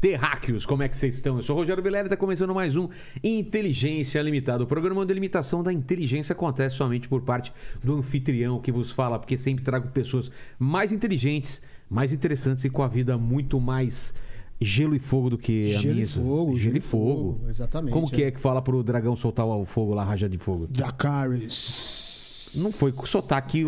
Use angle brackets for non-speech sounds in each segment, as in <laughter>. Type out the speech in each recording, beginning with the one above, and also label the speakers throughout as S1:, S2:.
S1: Terráqueos, como é que vocês estão? Eu sou o Rogério Vilela e está começando mais um Inteligência Limitada. O programa de limitação da inteligência acontece somente por parte do anfitrião que vos fala, porque sempre trago pessoas mais inteligentes, mais interessantes e com a vida muito mais gelo e fogo do que a
S2: Gelo
S1: minha.
S2: e fogo,
S1: gelo e fogo.
S2: exatamente,
S1: Como que
S2: é.
S1: é que fala pro dragão soltar o fogo lá, raja de fogo?
S2: Dracarys.
S1: Não foi com sotaque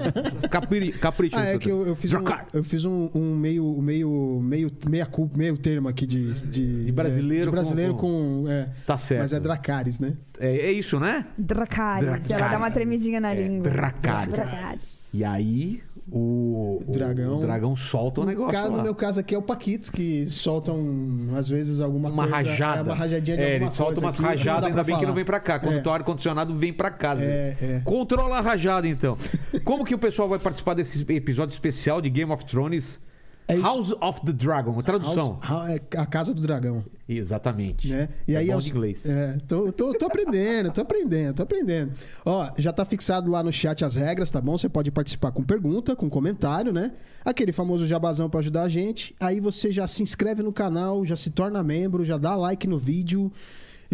S1: <laughs> capri, capricho.
S2: Ah, é que eu, eu fiz, um,
S1: Dracar.
S2: eu fiz um, um meio, meio, meio, meia culpa, meio termo aqui de... De,
S1: De brasileiro
S2: é, de brasileiro
S1: com-
S2: com... é.
S1: Tá certo.
S2: Mas é Dracarys, né?
S1: É, é isso, né?
S3: Dracarys.
S1: Dracarys.
S3: Ela dá uma tremidinha na
S1: É,
S3: língua.
S1: Dracarys. E aí o, o
S2: Dragão.
S1: o dragão solta o Um negócio.
S2: Cara,
S1: lá.
S2: no meu caso aqui é o Paquito, que solta um, às vezes alguma
S1: Uma
S2: coisa...
S1: rajada.
S2: É uma rajadinha de
S1: É,
S2: alguma
S1: ele solta
S2: coisa
S1: umas
S2: aqui, não dá
S1: rajadas, ainda
S2: pra
S1: bem que
S2: falar.
S1: não vem pra cá. Quando
S2: É.
S1: tá o ar-condicionado, vem pra casa.
S2: É, é.
S1: Controla a rajada, então. Como que o pessoal vai participar desse episódio especial de Game of Thrones?
S2: É isso.
S1: House of the Dragon, a tradução.
S2: House- é a Casa do Dragão.
S1: Exatamente.
S2: né? E
S1: é
S2: aí
S1: bom
S2: aos-
S1: de inglês.
S2: É, tô, tô, tô aprendendo, tô aprendendo, tô aprendendo. Ó, já tá fixado lá no chat as regras, tá bom? Você pode participar com pergunta, com comentário, né? Aquele famoso jabazão pra ajudar a gente. Aí você já se inscreve no canal, já se torna membro, já dá like no vídeo.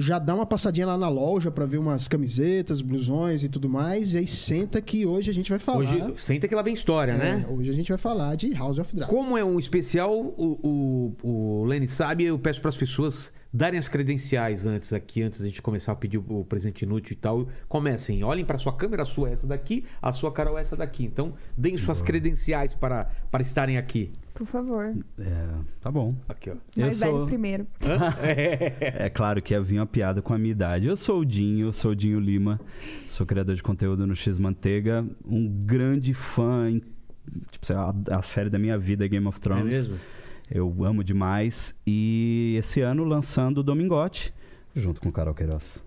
S2: Já dá uma passadinha lá na loja pra ver umas camisetas, blusões e tudo mais. E aí senta que hoje a gente vai falar.
S1: Hoje, senta que lá vem história, né?
S2: É, hoje a gente vai falar de House of Dragon.
S1: Como é um especial, o, o, o Lenny sabe, eu peço para as pessoas darem as credenciais antes aqui, antes da gente começar a pedir o, o presente inútil e tal. Comecem, olhem para sua câmera, a sua é essa daqui, a sua Carol é essa daqui. Então, deem suas credenciais para, para estarem aqui.
S3: Por favor.
S4: É, tá bom. <laughs>
S1: Aqui, ó.
S3: Os mais
S4: Eu sou-
S3: velhos primeiro.
S4: É claro que havia uma piada com a minha idade. Eu sou o Dinho, eu sou o Dinho Lima, sou criador de conteúdo no X Manteiga, um grande fã, em- tipo, sei lá, a, a série da minha vida é Game of Thrones.
S1: mesmo?
S4: Eu amo demais. E esse ano lançando o Domingote, junto com o Carol Queiroz.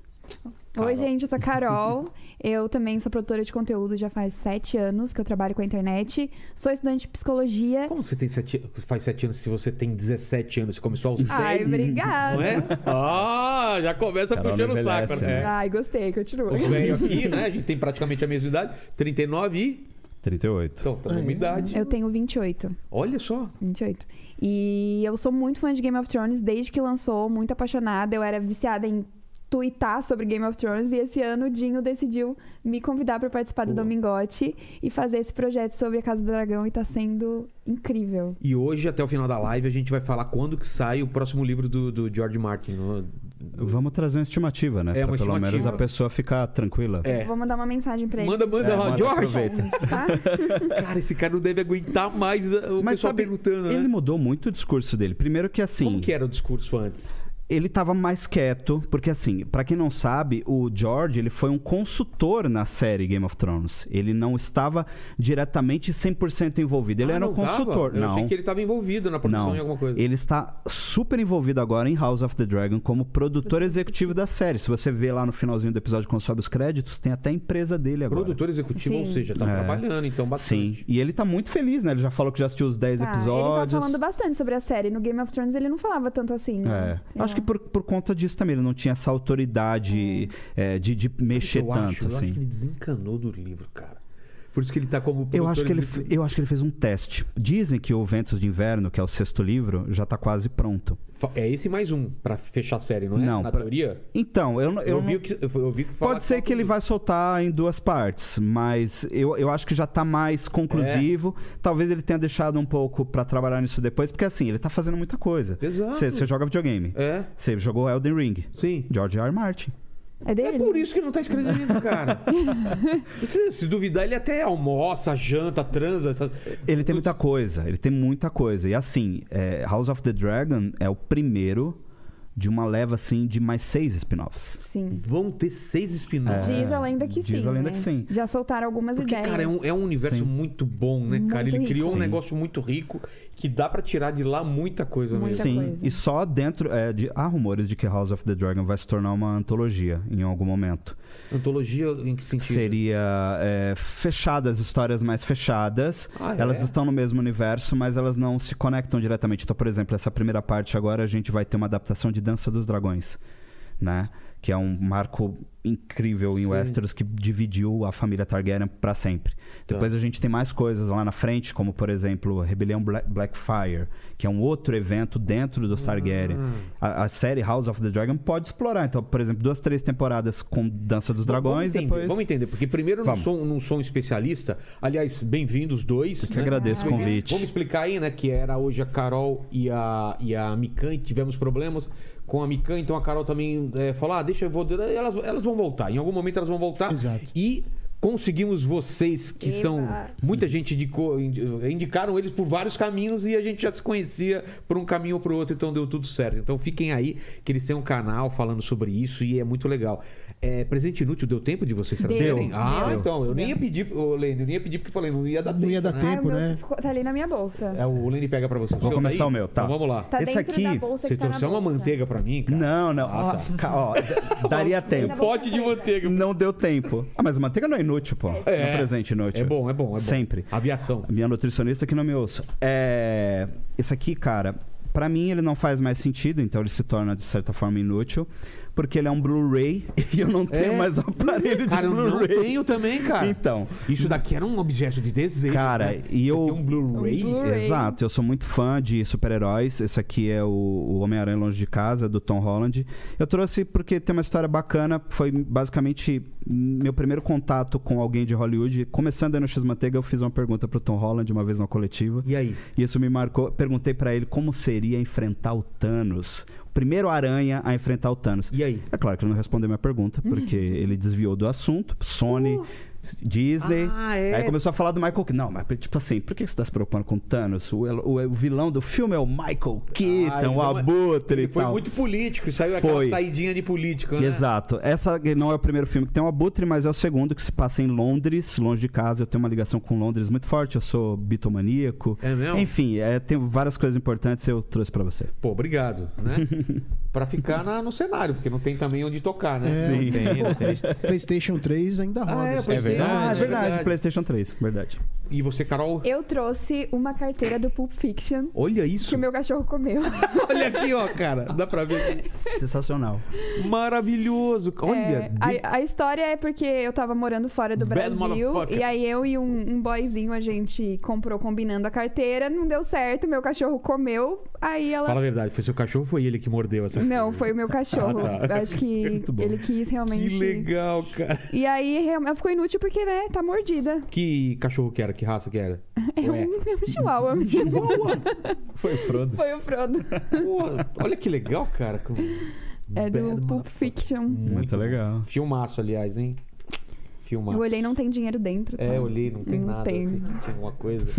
S3: Oi, gente, eu sou a Carol. Eu também sou produtora de conteúdo já faz sete anos que eu trabalho com a internet. Sou estudante de psicologia.
S1: Como você tem sete, faz sete anos se você tem 17 anos? Você começou aos 10?
S3: Ai, obrigada.
S1: Não é? Ah, já começa
S4: Carol
S1: puxando o
S4: envelhece,
S1: saco,
S4: né?
S1: né?
S3: Ai, gostei, continua.
S1: Os velhos aqui, né? A gente tem praticamente a mesma idade. 39 e...
S4: 38.
S1: Então, tá na mesma idade.
S3: Eu tenho 28.
S1: Olha só.
S3: 28. E eu sou muito fã de Game of Thrones desde que lançou, muito apaixonada. Eu era viciada em twittar sobre Game of Thrones e esse ano o Dinho decidiu me convidar para participar do Domingote e fazer esse projeto sobre a Casa do Dragão e tá sendo incrível.
S1: E hoje, até o final da live, a gente vai falar quando que sai o próximo livro do, do George Martin. no-
S4: Vamos trazer uma estimativa, né?
S1: É, uma
S4: pra pelo menos
S1: estimativa.
S4: a pessoa ficar tranquila.
S1: É.
S3: Vou mandar uma mensagem para ele. Ah,
S1: Manda, manda,
S4: É,
S1: ó,
S4: manda,
S1: George!
S4: aproveita.
S3: Tá?
S1: <laughs> Cara, esse cara não deve aguentar mais uh, o pessoal
S4: sabe,
S1: perguntando, né?
S4: ele mudou muito o discurso dele. Primeiro que assim...
S1: Como que é? era o discurso antes?
S4: ele tava mais quieto, porque assim, pra quem não sabe, o George, ele foi um consultor na série Game of Thrones. Ele não estava diretamente 100% envolvido. Ele
S1: Ah,
S4: era um
S1: não tava?
S4: consultor,
S1: Eu
S4: não.
S1: achei que ele estava envolvido na produção
S4: Não,
S1: de alguma coisa.
S4: ele está super envolvido agora em House of the Dragon como produtor executivo da série. Se você vê lá no finalzinho do episódio, quando sobe os créditos, tem até a empresa dele agora.
S1: Produtor executivo, ou
S3: Sim.
S1: seja, tá
S4: É.
S1: trabalhando, então, bastante.
S4: Sim, e ele tá muito feliz, né? Ele já falou que já assistiu os 10
S3: Tá, Ele
S4: episódios.
S3: tava falando bastante sobre a série. No Game of Thrones ele não falava tanto assim,
S4: É.
S3: né?
S4: Acho que por, por conta disso também, ele não tinha essa autoridade é, de, de mexer
S1: eu
S4: tanto,
S1: acho, eu
S4: assim.
S1: acho que ele desencanou do livro, cara. Por isso que ele tá como
S4: Eu acho,
S1: produtor
S4: que ele,
S1: executivo.
S4: eu acho que ele fez um teste. Dizem que o Ventos de Inverno, que é o sexto livro, já tá quase pronto.
S1: Fa- É esse mais um pra fechar a série, não é?
S4: Não,
S1: Na
S4: pra-
S1: teoria?
S4: Então, eu, não- eu,
S1: Eu, vi o
S4: não-
S1: que, eu ouvi que falar
S4: Pode ser que ele vai soltar em duas partes, mas eu, eu acho que já tá mais conclusivo.
S1: É.
S4: Talvez ele tenha deixado um pouco pra trabalhar nisso depois, porque assim, ele tá fazendo muita coisa.
S1: Exato.
S4: Você você joga videogame.
S1: É,
S4: Você jogou Elden Ring.
S1: sim.
S4: George R. R. Martin.
S3: É dele?
S1: É por isso que ele não tá escrevendo,
S3: <laughs>
S1: cara. se, se duvidar, ele até almoça, janta, transa. essa-
S4: Ele tem muita coisa, ele tem muita coisa. E assim, é, House of the Dragon é o primeiro de uma leva assim de mais seis spin-offs.
S3: Sim.
S1: Vão ter seis spin-offs. É.
S3: Diz a lenda que
S4: diz
S3: sim.
S4: a lenda
S3: né?
S4: que sim.
S3: Já soltaram algumas
S1: Porque,
S3: ideias.
S1: cara, é um, é um universo
S4: Sim.
S1: muito bom, né, cara?
S3: Muito
S1: Ele criou
S3: rico.
S1: um
S4: Sim.
S1: negócio muito rico que dá pra tirar de lá muita coisa mesmo.
S3: Muita
S4: Sim,
S3: coisa.
S4: e só dentro. é, de- há rumores de que House of the Dragon vai se tornar uma antologia em algum momento.
S1: Antologia em que sentido?
S4: Seria é, fechadas, histórias mais fechadas.
S1: Ah, é?
S4: Elas estão no mesmo universo, mas elas não se conectam diretamente. Então, por exemplo, essa primeira parte agora a gente vai ter uma adaptação de Dança dos Dragões, né? que é um marco incrível em Westeros que dividiu a família Targaryen para sempre.
S1: Tá.
S4: Depois a gente tem mais coisas lá na frente, como por exemplo, Rebelião Bla- Blackfire, que é um outro evento dentro do Targaryen.
S1: Ah.
S4: A, a série House of the Dragon pode explorar. Então, por exemplo, duas, três temporadas com Dança dos
S1: vamos
S4: Dragões,
S1: entender,
S4: depois
S1: Vamos entender, porque primeiro eu não
S4: Vamos.
S1: sou, não sou um especialista. Aliás, bem-vindos dois.
S4: que
S1: né?
S4: agradeço o convite.
S1: Vamos explicar aí, né? Que era hoje a Carol e a, e a Mikan, e tivemos problemas com a Mikan, então a Carol também é, falou: ah, deixa eu vou. Elas, elas vão voltar, em algum momento elas vão voltar.
S2: Exato.
S1: E. Conseguimos vocês, que
S3: Eba.
S1: são. Muita gente indicou, indi- indicaram eles por vários caminhos e a gente já se conhecia por um caminho ou por outro, então deu tudo certo. Então fiquem aí, que eles têm um canal falando sobre isso e é muito legal. É, presente inútil, deu tempo de vocês
S3: Deu.
S1: trazerem? Ah,
S3: Deu.
S1: então. Eu nem ia pedir, ô, Lênin, eu nem ia pedir porque falei, não ia dar
S2: Não
S1: tempo.
S2: ia dar
S1: né?
S2: tempo.
S3: Ai, o meu
S2: né?
S3: ficou- tá ali na minha bolsa.
S1: É, o Lenny pega pra você.
S4: Vou
S1: seu
S4: começar o meu, tá.
S1: Então vamos lá.
S3: Tá
S4: Esse
S3: dentro
S4: aqui,
S3: da bolsa
S1: Você
S3: que tá na
S1: trouxe uma
S3: bolsa.
S1: manteiga pra mim, cara?
S4: Não, não.
S1: Ah,
S4: Ó, ca- ó,
S1: <laughs>
S4: daria
S1: Um
S4: tempo.
S1: pote de manteiga.
S4: Não deu tempo. Ah, mas manteiga não é inútil, pô. É, um presente inútil.
S1: É bom, é bom, é bom.
S4: Sempre.
S1: Aviação.
S4: Minha nutricionista que não me ouça. É... Esse aqui, cara, pra mim ele não faz mais sentido, então ele se torna de certa forma inútil, porque ele é um Blu-ray <laughs> e eu não tenho
S1: É.
S4: mais aparelho de
S1: Cara, eu não
S4: Blu-ray.
S1: tenho também, cara.
S4: Então,
S1: Isso daqui era um objeto de desejo.
S4: Cara,
S1: né? Você
S4: e eu-
S1: tem um Blu-ray?
S3: Um Blu- Blu-ray.
S4: Exato, eu sou muito fã de super-heróis. Esse aqui é o, o Homem-Aranha Longe de Casa, do Tom Holland. Eu trouxe porque tem uma história bacana. Foi basicamente meu primeiro contato com alguém de Hollywood. Começando aí no X-Manteiga, eu fiz uma pergunta pro Tom Holland uma vez numa coletiva.
S1: E aí?
S4: E isso me marcou. Perguntei pra ele como seria enfrentar o Thanos. O primeiro aranha a enfrentar o Thanos.
S1: E aí?
S4: É claro que ele não respondeu minha pergunta, porque
S1: Uhum.
S4: ele desviou do assunto. Sony, Disney.
S1: Uh. Ah, é.
S4: Aí começou a falar do Michael Keaton. Não, mas tipo assim, por que você tá se preocupando com o Thanos? O, o- o vilão do filme é o Michael Keaton,
S1: Ah,
S4: o
S1: então
S4: um abutre e
S1: Ele foi
S4: tal.
S1: muito político, saiu aquela
S4: Foi.
S1: saidinha de político, né?
S4: Exato. Essa não é o primeiro filme que tem o Abutre, mas é o segundo que se passa em Londres, longe de casa. Eu tenho uma ligação com Londres muito forte, eu sou bitomaníaco.
S1: É mesmo? É
S4: Enfim, é, tem várias coisas importantes eu trouxe pra você.
S1: Pô, obrigado,
S4: <laughs>
S1: né? pra ficar na- no cenário, porque não tem também onde tocar, né?
S2: É.
S1: Não
S4: Sim.
S1: tem, não tem.
S4: <laughs>
S2: PlayStation 3 ainda roda.
S1: é,
S2: assim.
S1: pois é.
S4: Ah, é
S1: verdade,
S4: verdade,
S1: verdade.
S4: PlayStation 3, verdade.
S1: <laughs> E você, Carol?
S3: Eu trouxe uma carteira do Pulp Fiction
S1: Olha
S3: que
S1: isso.
S3: o meu cachorro comeu.
S1: <laughs> Olha aqui, ó, cara. Dá pra ver.
S4: Sensacional.
S1: Maravilhoso. Olha.
S3: É, a, a história é porque eu tava morando fora do
S1: Bad
S3: Brasil.
S1: motherfucker.
S3: E aí eu e um, um boyzinho, a gente comprou combinando a carteira, não deu certo, meu cachorro comeu, aí ela.
S1: Fala a verdade, foi seu cachorro ou foi ele que mordeu essa
S3: Não, foi o meu cachorro.
S1: Ah, tá.
S3: Acho
S1: <laughs>
S3: que
S1: Muito bom.
S3: ele quis
S1: <laughs> Que
S3: realmente.
S1: legal, cara.
S3: E aí real- ela ficou inútil porque, né, tá mordida.
S1: Que cachorro que era? Que raça que era?
S3: É
S1: Ué.
S3: um, é um chihuahua.
S1: <laughs> Foi o Frodo.
S3: Foi o Frodo.
S1: Pô, olha que legal, cara. Com-
S3: É do
S1: Bad
S3: Pulp
S1: motherfucker.
S3: Fiction.
S4: Muito
S1: bom.
S4: legal.
S1: Filmaço, aliás, hein?
S3: Eu
S1: Filmaço.
S3: olhei, não tem dinheiro dentro. tá?
S1: É, eu olhei, não tem
S3: Não
S1: nada.
S3: tem.
S1: eu sei que tinha alguma coisa.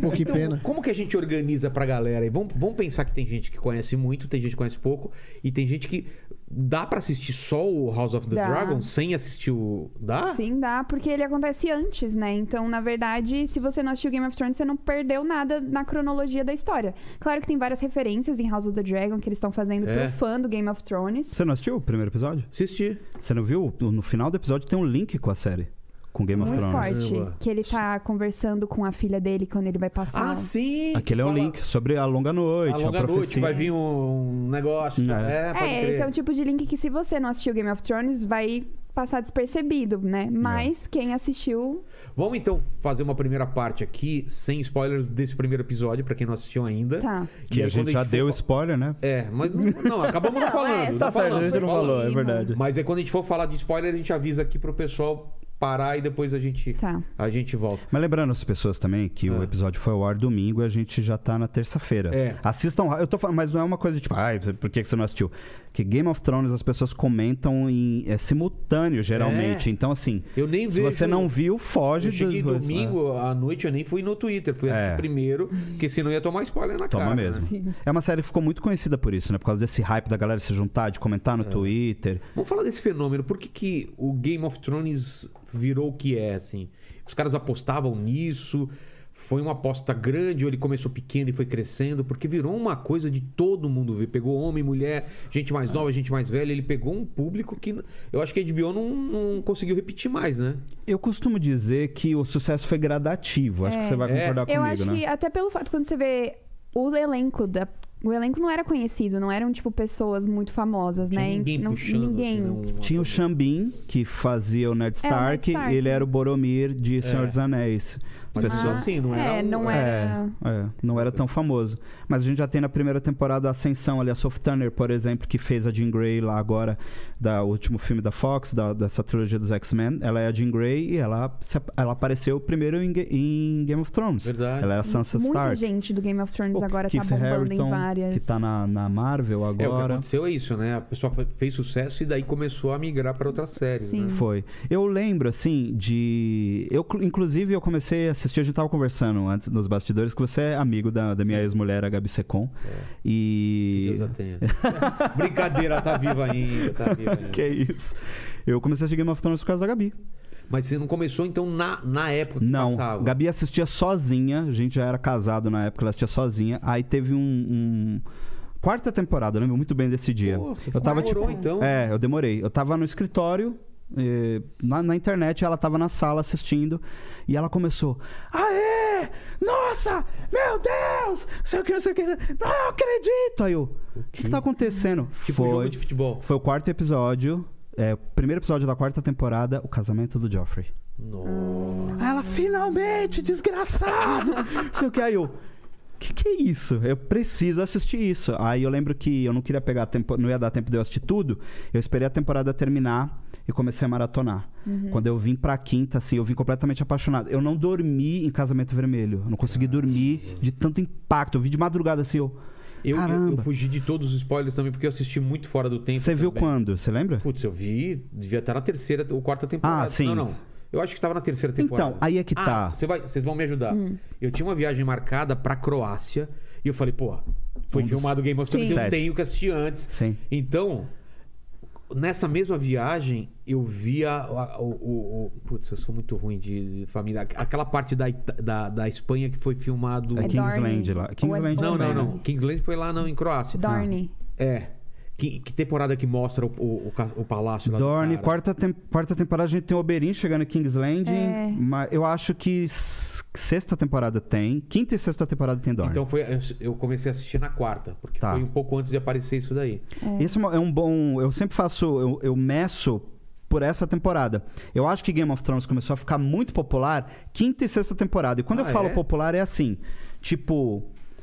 S2: Pô, que
S1: Então,
S2: pena.
S1: Como que a gente organiza pra galera? aí? Vamos, vamos pensar que tem gente que conhece muito, tem gente que conhece pouco, e tem gente que. Dá pra assistir só o House of the
S3: Dá.
S1: Dragon sem assistir o. Dá?
S3: Sim, dá, porque ele acontece antes, né? Então, na verdade, se você não assistiu Game of Thrones, você não perdeu nada na cronologia da história. Claro que tem várias referências em House of the Dragon que eles estão fazendo
S1: É.
S3: pro fã do Game of Thrones.
S4: Você não assistiu o primeiro episódio?
S1: Assistir.
S4: Você não viu? No final do episódio tem um link com a série. Com Game of
S3: Muito
S4: Thrones.
S3: forte.
S1: Caramba.
S3: Que ele tá conversando com a filha dele quando ele vai passar.
S1: Ah, sim!
S4: Aquele é um
S1: Fala-
S4: link sobre a longa noite,
S1: A longa
S4: a profecia.
S1: noite vai vir um negócio.
S4: É.
S1: É, pode
S3: É,
S1: crer.
S3: esse é o tipo de link que se você não assistiu Game of Thrones, vai passar despercebido, né? Mas quem assistiu
S1: Vamos então fazer uma primeira parte aqui, sem spoilers desse primeiro episódio, pra quem não assistiu ainda.
S3: Tá.
S4: Que
S1: E
S4: a
S1: aí, quando
S4: gente já
S1: for
S4: deu
S1: fa-
S4: spoiler, né?
S1: É, mas não, não, acabamos não
S3: Não, é,
S1: falando. não
S3: tá certo,
S1: falamos.
S3: a gente não falou, é verdade.
S1: Mas aí quando a gente for falar de spoiler, a gente avisa aqui pro pessoal parar e depois a gente,
S3: Tá.
S1: a gente volta.
S4: Mas lembrando as pessoas também que
S1: Ah.
S4: o episódio foi ao ar domingo e a gente já tá na terça-feira.
S1: É.
S4: Assistam, ra- eu tô falando, mas não é uma coisa tipo, ai, por que que você não assistiu? Que Game of Thrones as pessoas comentam em é, simultâneo geralmente.
S1: É.
S4: Então assim,
S1: Eu nem
S4: se
S1: vejo-
S4: você não viu, foge
S1: Eu cheguei
S4: do-
S1: domingo à noite, eu nem fui no Twitter, fui assistir
S4: né? É.
S1: primeiro, porque senão ia tomar spoiler na
S4: Toma
S1: cara. né?
S4: mesmo. É uma série que ficou muito conhecida por isso, né? Por causa desse hype da galera se juntar, de comentar no Twitter.
S1: Vamos falar desse fenômeno. Por que, que o Game of Thrones virou o que é, assim? Os caras apostavam nisso? Foi uma aposta grande ou ele começou pequeno e foi crescendo? Porque virou uma coisa de todo mundo ver. Pegou homem, mulher, gente mais nova, gente mais velha. Ele pegou um público que n- eu acho que a HBO não, não conseguiu repetir mais, né?
S4: Eu costumo dizer que o sucesso foi gradativo. Acho que você vai
S1: É.
S4: concordar
S1: Eu
S4: comigo,
S3: Eu acho
S4: né?
S3: que até pelo fato quando você vê o elenco da O elenco não era conhecido, não eram, tipo, pessoas muito famosas,
S1: Tinha
S3: né? E
S1: ninguém
S3: não,
S1: puxando.
S3: ninguém.
S1: assim, né, uma
S4: Tinha o
S1: coisa.
S4: Xambin, que fazia o Ned
S3: É, o Ned
S4: Stark,
S3: Stark.
S4: ele era o Boromir de Senhor dos Anéis. As
S1: Mas
S3: pessoa
S1: pessoas assim, não era.
S3: É,
S1: um-
S3: não era.
S4: É, é, não era tão famoso. Mas a gente já tem na primeira temporada a Ascensão ali, a Soft Turner, por exemplo, que fez a Jean Grey lá agora, da o último filme da Fox, da- dessa trilogia dos X-Men. Ela é a Jean Grey e ela, se- ela apareceu primeiro em, Ga- em Game of Thrones.
S1: Verdade.
S4: Ela era a Sansa
S3: Muita
S4: Stark.
S3: gente do Game of Thrones
S4: O
S3: agora
S4: Keith
S3: tá bombando
S4: Harington,
S3: em várias.
S4: que tá na, na Marvel
S1: É, o que
S4: agora.
S1: aconteceu é isso, né? A pessoa fe- fez sucesso e daí começou a migrar para outras séries.
S3: Sim.
S1: Né?
S4: Foi. Eu lembro, assim, de. Eu, cl- inclusive, eu comecei a assistir, a gente tava conversando antes nos bastidores, que você é amigo da, da minha ex-mulher, a Gabi Secom. E.
S1: Deus a tenha. <laughs> Brincadeira, ela tá viva ainda, tá viva ainda.
S4: <laughs> Que é isso. Eu comecei a assistir Game of Thrones por causa da Gabi.
S1: Mas você não começou, então, na, na época que
S4: Não,
S1: passava.
S4: Gabi assistia sozinha, a gente já era casado na época, ela assistia sozinha. Aí teve um. um- Quarta temporada, eu lembro muito bem desse dia.
S1: Pô, você
S4: eu tava
S1: demorou,
S4: tipo.
S1: então.
S4: É, eu demorei. Eu tava no escritório, eh, na, na internet, ela tava na sala assistindo, e ela começou. Aê! Nossa! Meu Deus! Não sei o que, não sei o que. Não acredito! Aí eu. O que, que tá acontecendo?
S1: Tipo jogo de futebol.
S4: Foi o quarto episódio. É, o primeiro episódio da quarta temporada, o casamento do Joffrey.
S1: Nossa.
S4: Aí ela, finalmente, desgraçado! Sei o que, aí eu. Que que é isso? Eu preciso assistir isso. Aí eu lembro que eu não queria pegar tempo, não ia dar tempo de eu assistir tudo. Eu esperei a temporada terminar e comecei a maratonar. Quando eu vim pra quinta, assim, eu vim completamente apaixonado. Eu não dormi em Casamento Vermelho. Eu não consegui dormir de tanto impacto. Eu vi de madrugada assim, eu.
S1: Eu, eu, eu
S4: Caramba.
S1: fugi de todos os spoilers também, porque eu assisti muito fora do tempo.
S4: Você viu
S1: também.
S4: quando? Você lembra?
S1: Putz, eu vi, devia estar na terceira ou quarta temporada.
S4: Ah, sim.
S1: Não, não. Eu acho que estava na terceira temporada.
S4: Então, aí é que
S1: Ah,
S4: tá.
S1: você vai- Vocês vão me ajudar. Eu tinha uma viagem marcada pra Croácia e eu falei, pô, foi
S4: Um dos-
S1: filmado Game of Thrones,
S3: Sim.
S1: eu
S4: Sete.
S1: tenho que assistir antes.
S4: Sim.
S1: Então, nessa mesma viagem, eu via a- o, o- o- Putz, eu sou muito ruim de, de família. Aquela parte da, Ita- da, da Espanha que foi filmado.
S4: É
S3: É
S4: Kingsland lá.
S3: Dorne.
S4: Kingsland
S1: Não, não,
S4: também,
S1: não.
S4: né?
S1: Kingsland foi lá não, em Croácia.
S3: Dorne.
S1: É. Que, que temporada que mostra o, o, o ca- o palácio lá do
S4: Dorne,
S1: cara?
S4: quarta, tem- quarta temporada a gente tem o Oberyn chegando em Kingsland.
S3: É.
S4: Mas eu acho que s- sexta temporada tem. Quinta e sexta temporada tem Dorne.
S1: Então foi, eu- eu comecei a assistir na quarta, porque
S4: Tá.
S1: foi um pouco antes de aparecer isso daí.
S4: Esse é uma- é um bom. Eu sempre faço. Eu, eu meço por essa temporada. Eu acho que Game of Thrones começou a ficar muito popular quinta e sexta temporada. E quando eu
S1: Ah,
S4: falo
S1: é?
S4: popular é assim: tipo,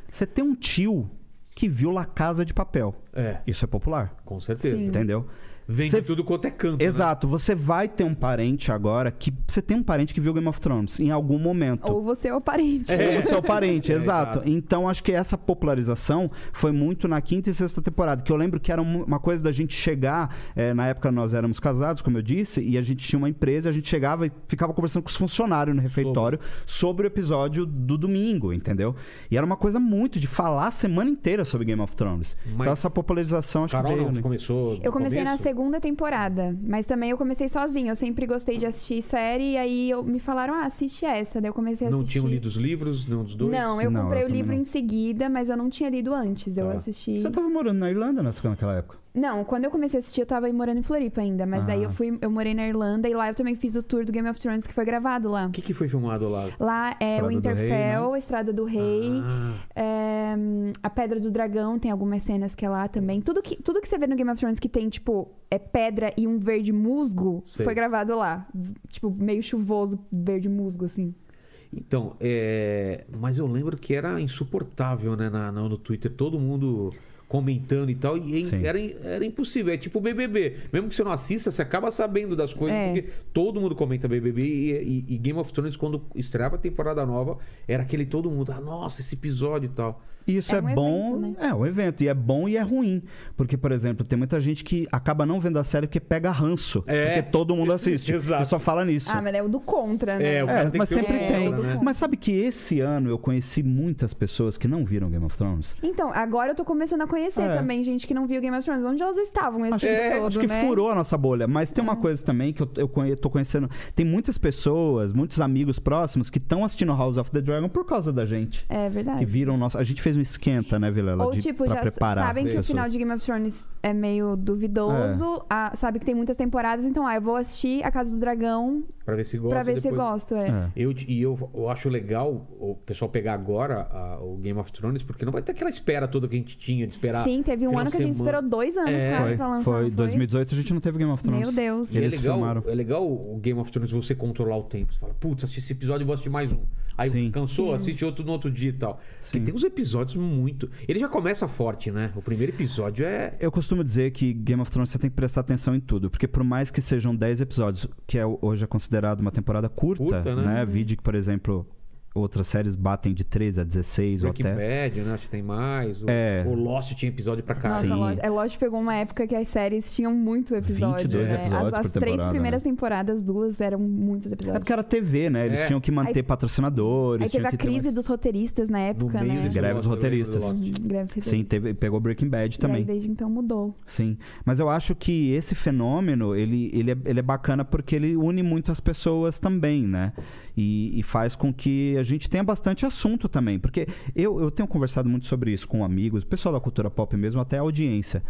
S4: você tem um tio que viu La Casa de Papel.
S1: É,
S4: Isso é popular.
S1: com certeza.
S3: Sim.
S4: Entendeu?
S1: Vende
S4: Você
S1: tudo quanto é canto. né?
S4: Exato, você vai ter um parente agora que. Você tem um parente que viu Game of Thrones em algum momento.
S3: Ou você é o parente.
S4: Ou o seu <laughs> parente,
S1: Ah, É,
S4: exato.
S1: exato.
S4: Então acho que essa popularização foi muito na quinta e sexta temporada, que eu lembro que era um- uma coisa da gente chegar, eh, na época nós éramos casados, como eu disse, e a gente tinha uma empresa, a gente chegava e ficava conversando com os funcionários no refeitório sobre, o episódio do domingo, entendeu? E era uma coisa muito de falar a semana inteira sobre Game of Thrones.
S1: Mas-
S4: Então essa popularização acho
S1: Carol
S4: que
S1: não,
S4: veio,
S1: você
S4: né?
S1: começou. no
S3: <laughs> Eu comecei na
S1: começo?
S3: segunda temporada, mas também eu comecei sozinha. Eu sempre gostei de assistir série, e aí eu, me falaram, ah, assiste essa. Daí eu comecei a
S1: Não
S3: assistir.
S1: tinham lido os livros, nenhum dos dois?
S3: Não, eu
S4: Não,
S3: comprei
S4: eu
S3: o
S4: também
S3: livro
S4: não.
S3: em seguida, mas eu não tinha lido antes. Eu
S1: Tá.
S3: assisti.
S4: Você tava morando na Irlanda nessa- naquela época?
S3: Não, quando eu comecei a assistir, eu tava aí morando em Floripa ainda. Mas daí eu
S4: Ah.
S3: fui, eu morei na Irlanda e lá eu também fiz o tour do Game of Thrones que foi gravado lá.
S1: O que, que foi filmado lá?
S3: Lá é
S4: Estrada do
S3: o Winterfell,
S4: Rei, né?
S3: a Estrada do Rei,
S1: Ah,
S3: é, hum, a Pedra do Dragão, tem algumas cenas que é lá também. Tudo que, tudo que você vê no Game of Thrones que tem, tipo, é pedra e um verde musgo,
S1: Sei.
S3: foi gravado lá. Tipo, meio chuvoso, verde musgo, assim.
S1: então, é... mas eu lembro que era insuportável, né, na- na- no Twitter. Todo mundo comentando e tal, e
S4: Sim.
S1: era, era impossível. É tipo BBB. Mesmo que você não assista, você acaba sabendo das coisas,
S3: É.
S1: porque todo mundo comenta BBB. E, e- e Game of Thrones, quando estreava a temporada nova, era aquele todo mundo, ah, nossa, esse episódio e tal.
S4: Isso é,
S3: É um
S4: bom.
S3: evento,
S4: É um evento. E é bom e é ruim. Porque, por exemplo, tem muita gente que acaba não vendo a série porque pega ranço.
S1: É.
S4: Porque todo mundo assiste.
S1: <laughs> Exato.
S4: E só fala nisso.
S3: Ah, mas é o do contra, né?
S1: É, o cara
S4: É,
S1: tem
S4: mas
S1: que ter um
S4: sempre
S1: contra,
S4: tem.
S1: né?
S4: Mas sabe que esse ano eu conheci muitas pessoas que não viram Game of Thrones?
S3: Então, agora eu tô começando a conhecer
S4: É.
S3: também gente que não viu Game of Thrones. Onde elas estavam esse
S4: Acho,
S3: tempo
S4: que- é,
S3: todo,
S4: acho que
S3: né? Ah.
S4: furou a nossa bolha. Mas tem uma coisa também que eu, eu conhe- tô conhecendo. Tem muitas pessoas, muitos amigos próximos que estão assistindo House of the Dragon por causa da gente.
S3: É verdade.
S4: Que viram nossa. A gente fez fez um esquenta, né, Vilela?
S3: Ou,
S4: de-
S3: tipo,
S4: pra
S3: já s-
S4: preparar
S3: sabem
S4: as
S3: que o
S4: pessoas. É.
S3: final de Game of Thrones é meio duvidoso. ah, sabe que tem muitas temporadas, então, ah, eu vou assistir A Casa do Dragão
S1: Pra ver se gosta.
S3: pra ver se eu
S1: depois-
S3: gosto. É.
S4: É.
S1: Eu, e eu, eu acho legal o pessoal pegar agora a- o Game of Thrones, porque não vai ter aquela espera toda que a gente tinha de esperar.
S3: Sim, teve um
S1: final
S3: ano que a
S1: de
S3: gente
S1: semana.
S3: esperou dois anos
S1: É.
S3: quase
S4: Foi,
S3: pra lançar.
S4: foi
S3: não
S4: 2018 a gente não teve Game of Thrones.
S3: Meu Deus.
S1: E é
S4: Eles
S1: legal,
S4: filmaram.
S1: é legal o Game of Thrones você controlar o tempo. Você fala, putz, assisti esse episódio e vou assistir mais um. Aí
S4: Sim.
S1: cansou, assiste outro no outro dia e tal.
S4: Sim.
S1: Porque tem uns episódios muito. Ele já começa forte, né? O primeiro episódio é.
S4: Eu costumo dizer que Game of Thrones você tem que prestar atenção em tudo, porque por mais que sejam 10 episódios, que é, hoje é considerado uma temporada curta,
S1: Curta, né?
S4: né? Vide que, por exemplo, outras séries batem de 13 a 16
S1: Breaking
S4: ou até.
S1: Bad, né? Acho que tem mais. O,
S4: É.
S1: o Lost tinha episódio pra
S3: Nossa,
S1: caralho.
S4: Sim.
S3: Lost, é, Lost pegou uma época que as séries tinham muito episódio.
S4: 22
S3: né?
S4: episódios
S3: as
S4: por
S3: as três
S4: temporada,
S3: primeiras
S4: né?
S3: temporadas, duas eram muitos episódios.
S4: É porque era TV, né? Eles
S1: É.
S4: tinham que manter
S3: Aí-
S4: patrocinadores.
S3: Aí teve
S4: tinham
S3: a
S4: que ter
S3: crise
S4: mais-
S3: dos roteiristas na
S1: No
S3: época,
S1: meio
S3: né?
S1: do Lost,
S4: Greve os
S1: eu lembro do
S4: roteiristas.
S1: Lost.
S3: Uhum, greves
S4: Sim,
S3: roteiristas.
S4: teve, pegou Breaking Bad
S3: E aí,
S4: também.
S3: desde então mudou.
S4: Sim. Mas eu acho que esse fenômeno, ele, ele, é, ele é bacana porque ele une muito as pessoas também, né? E, e faz com que a gente tenha bastante assunto também. Porque eu, eu tenho conversado muito sobre isso com amigos, pessoal da cultura pop mesmo, até a audiência.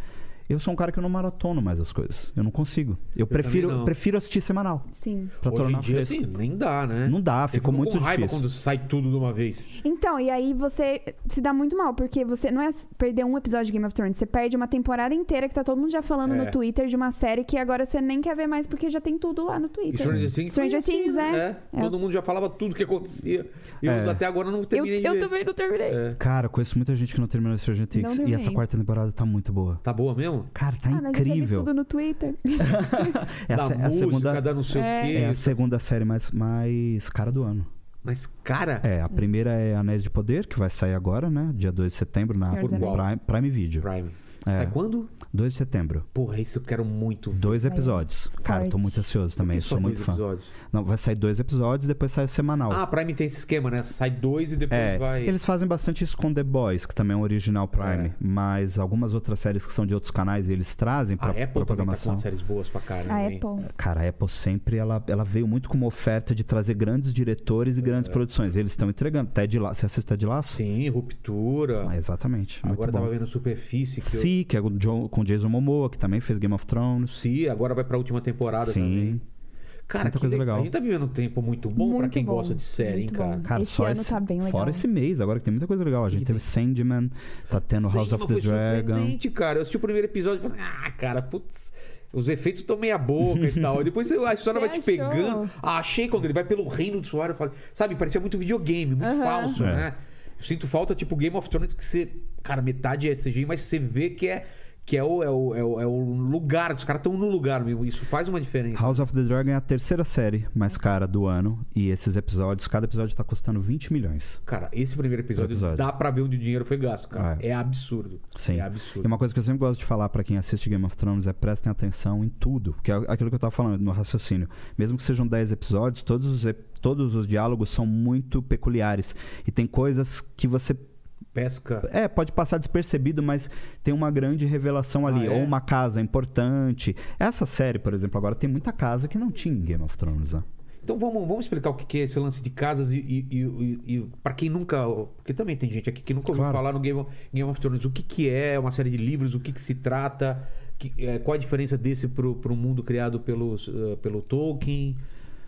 S4: Eu sou um cara que eu não maratono mais as coisas. Eu não consigo. Eu, prefiro,
S1: também não.
S4: prefiro assistir semanal.
S3: Sim.
S4: Pra
S1: Hoje
S4: tornar
S1: em dia,
S4: fresco.
S1: assim, nem dá, né?
S4: Não dá,
S1: Eu fico
S4: ficou muito
S1: com raiva
S4: difícil.
S1: quando sai tudo de uma vez.
S3: Então, e aí você se dá muito mal, porque você não é s- perder um episódio de Game of Thrones, você perde uma temporada inteira que tá todo mundo já falando
S1: É.
S3: no Twitter de uma série que agora você nem quer ver mais porque já tem tudo lá no
S1: E
S3: Twitter.
S1: Stranger Things, foi
S3: Então, Stranger
S1: assim,
S3: Things,
S1: né?
S3: é. É.
S1: Todo mundo já falava tudo que acontecia. Eu
S4: É.
S1: até agora não
S3: Eu,
S1: terminei de
S3: eu
S1: ver.
S3: também não terminei.
S1: É.
S4: Cara, conheço muita gente que não terminou Stranger Things. E
S3: terminei.
S4: essa quarta temporada tá muito boa.
S1: Tá boa mesmo?
S4: Cara, tá
S3: Ah, mas eu já vi
S4: incrível.
S3: tudo no Twitter.
S1: da
S4: Essa é
S1: música,
S4: a segunda.
S1: da não sei o
S3: É.
S1: quê.
S4: É a segunda série mais, mais cara do ano.
S1: Mas, cara,
S4: É,
S3: Hum.
S4: a primeira é Anéis de Poder, que vai sair agora, né? Dia 2 de setembro na
S3: Senhor dos
S4: Prime,
S1: Anéis.
S4: Prime Video.
S1: Prime.
S4: É.
S1: Sabe quando?
S4: 2 de setembro.
S1: Porra, isso eu quero muito ver.
S4: Dois episódios. Cara, eu tô
S3: Forte.
S4: muito ansioso também,
S1: Por
S4: eu
S1: que
S4: sou
S1: só
S4: muito
S1: dois
S4: fã.
S1: episódios?
S4: Não, vai sair dois episódios, depois sai o semanal.
S1: Ah, a Prime tem esse esquema, né? Sai dois e depois
S4: é,
S1: vai.
S4: eles fazem bastante isso com The Boys, que também é um original Prime,
S1: É.
S4: mas algumas outras séries que são de outros canais eles trazem
S1: A
S4: pra,
S1: Apple
S4: pra
S1: também
S4: programação.
S1: tá com séries boas pra caramba.
S3: A
S1: hein?
S3: Apple.
S4: Cara, a Apple sempre ela, ela veio muito com uma oferta de trazer grandes diretores e grandes
S1: É.
S4: produções. Eles estão entregando. Ted Lasso. Você assiste Ted Lasso?
S1: Sim, Ruptura.
S4: Ah, exatamente.
S1: agora
S4: muito bom.
S1: tava vendo Superfície. Que eu...
S4: Si, que é o John- com Jason Momoa, que também fez Game of Thrones.
S1: Sim, agora vai pra última temporada
S4: Sim.
S1: também. Cara,
S4: Muita
S1: que
S4: coisa
S1: le-
S4: legal.
S1: A gente tá vivendo um tempo muito bom pra
S3: Muito
S1: quem
S3: bom,
S1: gosta de série, hein,
S3: muito
S1: cara.
S3: bom. Esse ano tá bem legal.
S4: Fora esse mês, agora que tem muita coisa legal. A gente teve Sandman, tá tendo House
S1: Sim,
S4: of
S1: mas
S4: the
S1: foi
S4: Dragon.
S1: surpreendente, cara. Eu assisti o primeiro episódio e falei, ah, cara, putz. Os efeitos estão meia boca
S4: <laughs>
S1: e tal. E depois eu- a história
S3: Você
S1: vai te
S3: achou?
S1: pegando. Ah, achei quando ele vai pelo reino do Suário. Eu falei, sabe, parecia muito videogame, muito
S3: Aham.
S1: falso,
S4: É.
S1: né? Eu sinto falta, tipo, Game of Thrones, que você. Cara, metade é CGI, mas você vê que é. Que é o, é o, é o, é o lugar, que os caras estão no lugar mesmo. Isso faz uma diferença.
S4: House of the Dragon é a terceira série mais cara do ano. E esses episódios, cada episódio tá custando 20 milhões.
S1: Cara, esse primeiro episódio,
S4: Episódio.
S1: dá pra ver onde o dinheiro foi gasto, cara. É,
S4: É.
S1: absurdo.
S4: Sim.
S1: É
S4: E
S1: absurdo.
S4: uma coisa que eu sempre gosto de falar pra quem assiste Game of Thrones é prestem atenção em tudo, que é aquilo que eu tava falando no raciocínio. Mesmo que sejam 10 episódios, todos os, ep- todos os diálogos são muito peculiares. E tem coisas que você
S1: Pesca.
S4: é, pode passar despercebido, mas tem uma grande revelação ali.
S1: Ah, é?
S4: Ou uma casa importante. Essa série, por exemplo, agora tem muita casa que não tinha em Game of Thrones. Né?
S1: Então vamos, vamos explicar o que que é esse lance de casas e, e, para quem nunca. Porque também tem gente aqui que nunca ouviu
S4: Claro.
S1: falar no Game of, Game of Thrones. O que, que é uma série de livros, o que, que se trata, que- eh, qual a diferença desse pro, pro mundo criado pelos, eh, pelo Tolkien?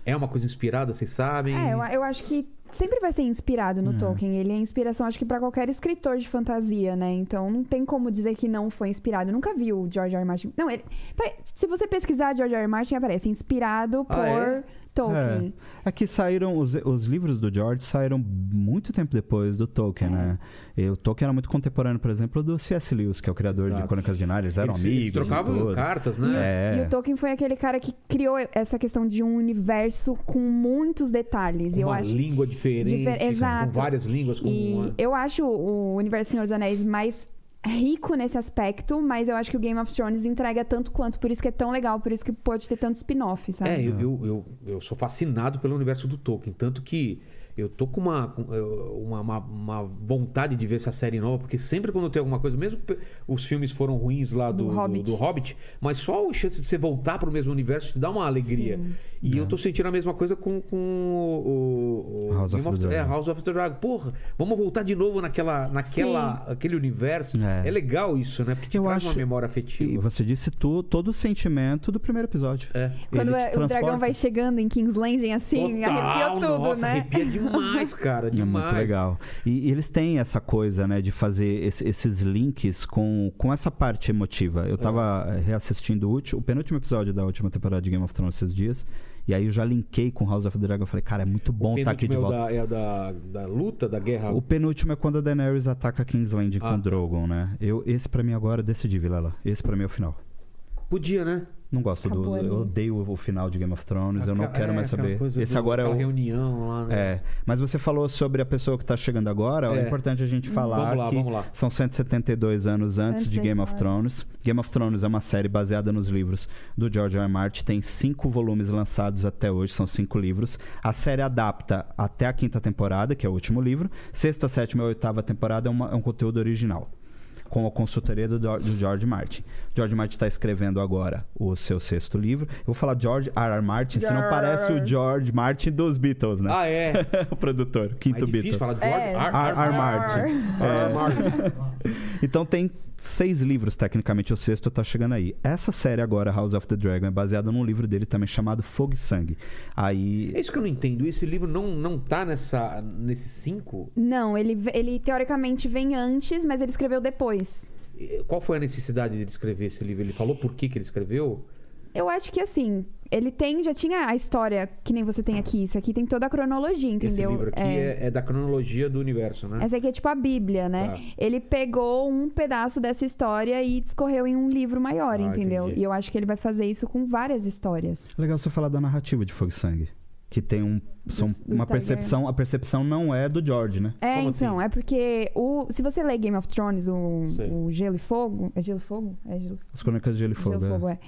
S1: É uma coisa inspirada, vocês sabem?
S3: É, eu, eu acho que sempre vai ser inspirado no Tolkien. Ele é inspiração, acho que, pra qualquer escritor de fantasia, né? Então não tem como dizer que não foi inspirado. Eu nunca vi o George R. R. Martin. Não, ele. tá- se você pesquisar George R. R. Martin, aparece inspirado
S1: Ah,
S3: por
S1: é?
S3: Tolkien.
S4: É. é que saíram, os, os livros do George saíram muito tempo depois do Tolkien,
S3: É.
S4: né? E o Tolkien era muito contemporâneo, por exemplo, do C.S. Lewis, que é o criador
S1: Exato.
S4: de Crônicas de Narnia. Eles eram
S1: Eles- eles
S4: amigos. e
S1: trocavam
S4: tudo.
S1: cartas,
S3: E, o-
S1: né?
S4: É.
S3: e o Tolkien foi aquele cara que criou essa questão de um universo com muitos detalhes. eu
S1: uma
S3: acho
S1: língua diferente,
S3: Difer- exato.
S1: com várias línguas, com
S3: E
S1: uma-
S3: eu acho o universo Senhor dos Anéis mais rico nesse aspecto, mas eu acho que o Game of Thrones entrega tanto quanto, por isso que é tão legal, por isso que pode ter tanto spin-off, sabe?
S1: É, eu, eu, eu, eu sou fascinado pelo universo do Tolkien. Tanto que Eu tô com uma, com, eu- uma, uma- uma vontade de ver essa série nova, porque sempre quando tem alguma coisa, mesmo pe- os filmes foram ruins lá do,
S3: Do
S1: do-
S3: Hobbit.
S1: do Hobbit, mas só a chance de você voltar pro mesmo universo te dá uma alegria. E
S4: É.
S1: eu tô sentindo a mesma coisa com, com o, o- o
S4: House of
S1: Game
S4: the
S1: é,
S4: Dragon.
S1: House of the Dragon. Porra, vamos voltar de novo naquela, naquela aquele universo. É.
S4: É.
S1: legal isso, né? Porque te
S4: Eu
S1: traz uma
S4: acho-
S1: memória afetiva.
S4: E você disse tu, todo o sentimento do primeiro episódio.
S1: É.
S3: Quando
S4: Ele te
S3: é- o dragão
S4: transporta.
S3: vai chegando em King's Landing, assim,
S1: Total,
S3: arrepiou tudo,
S1: nossa,
S3: né?
S1: Arrepia demais,
S3: <laughs>
S1: cara.
S4: É
S1: Demais.
S4: muito legal. E, e eles têm essa coisa, né, de fazer esse- esses links com, com essa parte emotiva.
S1: É.
S4: Eu tava eh, reassistindo o, último, o penúltimo episódio da última temporada de Game of Thrones esses dias. E aí eu já linkei com House of the Dragon. Eu falei, cara, é muito bom estar aqui de
S1: Penúltimo
S4: volta.
S1: é o Da, é o da, da luta, da guerra.
S4: O penúltimo é quando a Daenerys ataca Kingsland
S1: Ah,
S4: com
S1: tá.
S4: o Drogon, né? Eu, esse pra mim agora eu decidi, Vilela. Esse pra mim é o final.
S1: Podia, né?
S4: Não gosto do.
S3: Acabou ali.
S4: Eu odeio o final de Game of Thrones, eu não
S1: Aquela-
S4: quero
S1: é,
S4: mais
S1: aquela
S4: saber.
S1: coisa
S4: Esse
S1: do-
S4: agora é
S1: aquela
S4: o.
S1: reunião lá, né?
S4: É, mas você falou sobre a pessoa que tá chegando agora. É,
S1: É.
S4: importante a gente falar
S1: Vamos lá,
S4: que
S1: vamos lá.
S4: são 172 anos antes,
S3: Antes
S4: de
S3: da
S4: Game of
S3: história.
S4: Thrones. Game of Thrones é uma série baseada nos livros do George R. R. Martin. Tem cinco volumes lançados até hoje, são cinco livros. A série adapta até a quinta temporada, que é o último livro. Sexta, sétima e oitava temporada é, uma- é um conteúdo original. Com a consultoria do, Dor- do George Martin. George Martin está escrevendo agora o seu sexto livro. Eu vou falar George R. R. Martin, senão
S3: George.
S4: parece o George Martin dos Beatles, né?
S1: Ah,
S4: <laughs>
S1: é. Mas
S4: o produtor, quinto
S1: é difícil
S4: Beatle.
S1: falar George
S3: É.
S1: Ar-
S4: Ar-
S1: Ar-
S4: Ar- Martin.
S1: Ar- Martin.
S4: Então tem seis livros, tecnicamente, o sexto tá chegando aí. Essa série agora, House of the Dragon, é baseada num livro dele também chamado Fogo e Sangue. Aí.
S1: É isso que eu não entendo. Esse livro não, não tá nessa, nesse 5?
S3: Não, ele, ve- ele teoricamente vem antes, mas ele escreveu depois.
S1: Qual foi a necessidade dele escrever esse livro? Ele falou por que, que ele escreveu?
S3: Eu acho que assim, ele tem, já tinha a história que nem você tem aqui. Isso aqui tem toda a cronologia,
S1: Esse
S3: entendeu?
S1: livro aqui é. é da cronologia do universo, né?
S3: Essa aqui é tipo a Bíblia, né?
S1: Tá.
S3: Ele pegou um pedaço dessa história e discorreu em um livro maior,
S1: Ah,
S3: entendeu?
S1: entendi.
S3: E eu acho que ele vai fazer isso com várias histórias.
S4: Legal você falar da narrativa de Fogo e Sangue. Que tem um. São
S3: Dos- dos
S4: uma
S3: Targaryen.
S4: percepção. A percepção não é do George, né?
S3: É,
S1: Como assim?
S3: então, é porque o, se você lê Game of Thrones, o,
S1: Sei.
S3: o Gelo e Fogo. É Gelo e Fogo? É Gelo,
S4: As Crônicas de Gelo e
S3: Gelo e
S4: Fogo. é.
S3: Fogo, é.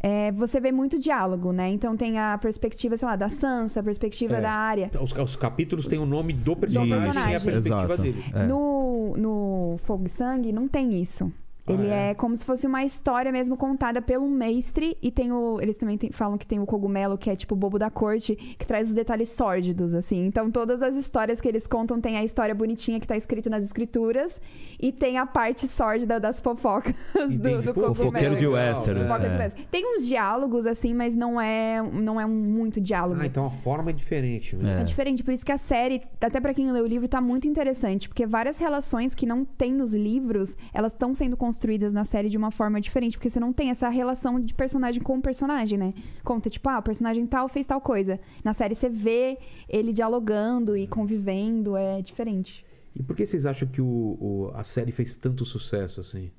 S3: É, Você vê muito diálogo, né? Então tem a perspectiva, sei lá, da Sansa, a perspectiva
S1: É.
S3: da área.
S1: Os, os capítulos têm o nome do personagem, e a
S3: personagem.
S1: perspectiva
S4: Exato.
S1: dele.
S4: É.
S3: No, no Fogo e Sangue não tem isso.
S1: Ah,
S3: Ele
S1: é?
S3: é? como se fosse uma história mesmo contada pelo mestre. E tem o. Eles também tem- falam que tem o cogumelo, que é tipo o bobo da corte, que traz os detalhes sórdidos, assim. Então todas as histórias que eles contam tem a história bonitinha que tá escrito nas escrituras. E tem a parte sórdida das fofocas <laughs> do,
S1: Entendi.
S3: do
S1: Pô,
S3: cogumelo.
S4: Fofoqueiro de
S1: Legal,
S4: Westeros.
S3: Fofoca de
S4: é.
S3: Westeros. Tem uns diálogos, assim, mas não é, não é um muito diálogo.
S1: Ah, então a forma é diferente. né?
S4: É.
S3: É diferente, por isso que a série, até pra quem lê o livro, tá muito interessante, porque várias relações que não tem nos livros, elas estão sendo construídas na série de uma forma diferente, porque você não tem essa relação de personagem com o personagem, né? Conta tipo, ah, o personagem tal fez tal coisa. Na série você vê ele dialogando e convivendo, é diferente.
S1: E por que vocês acham que o, o- a série fez tanto sucesso assim?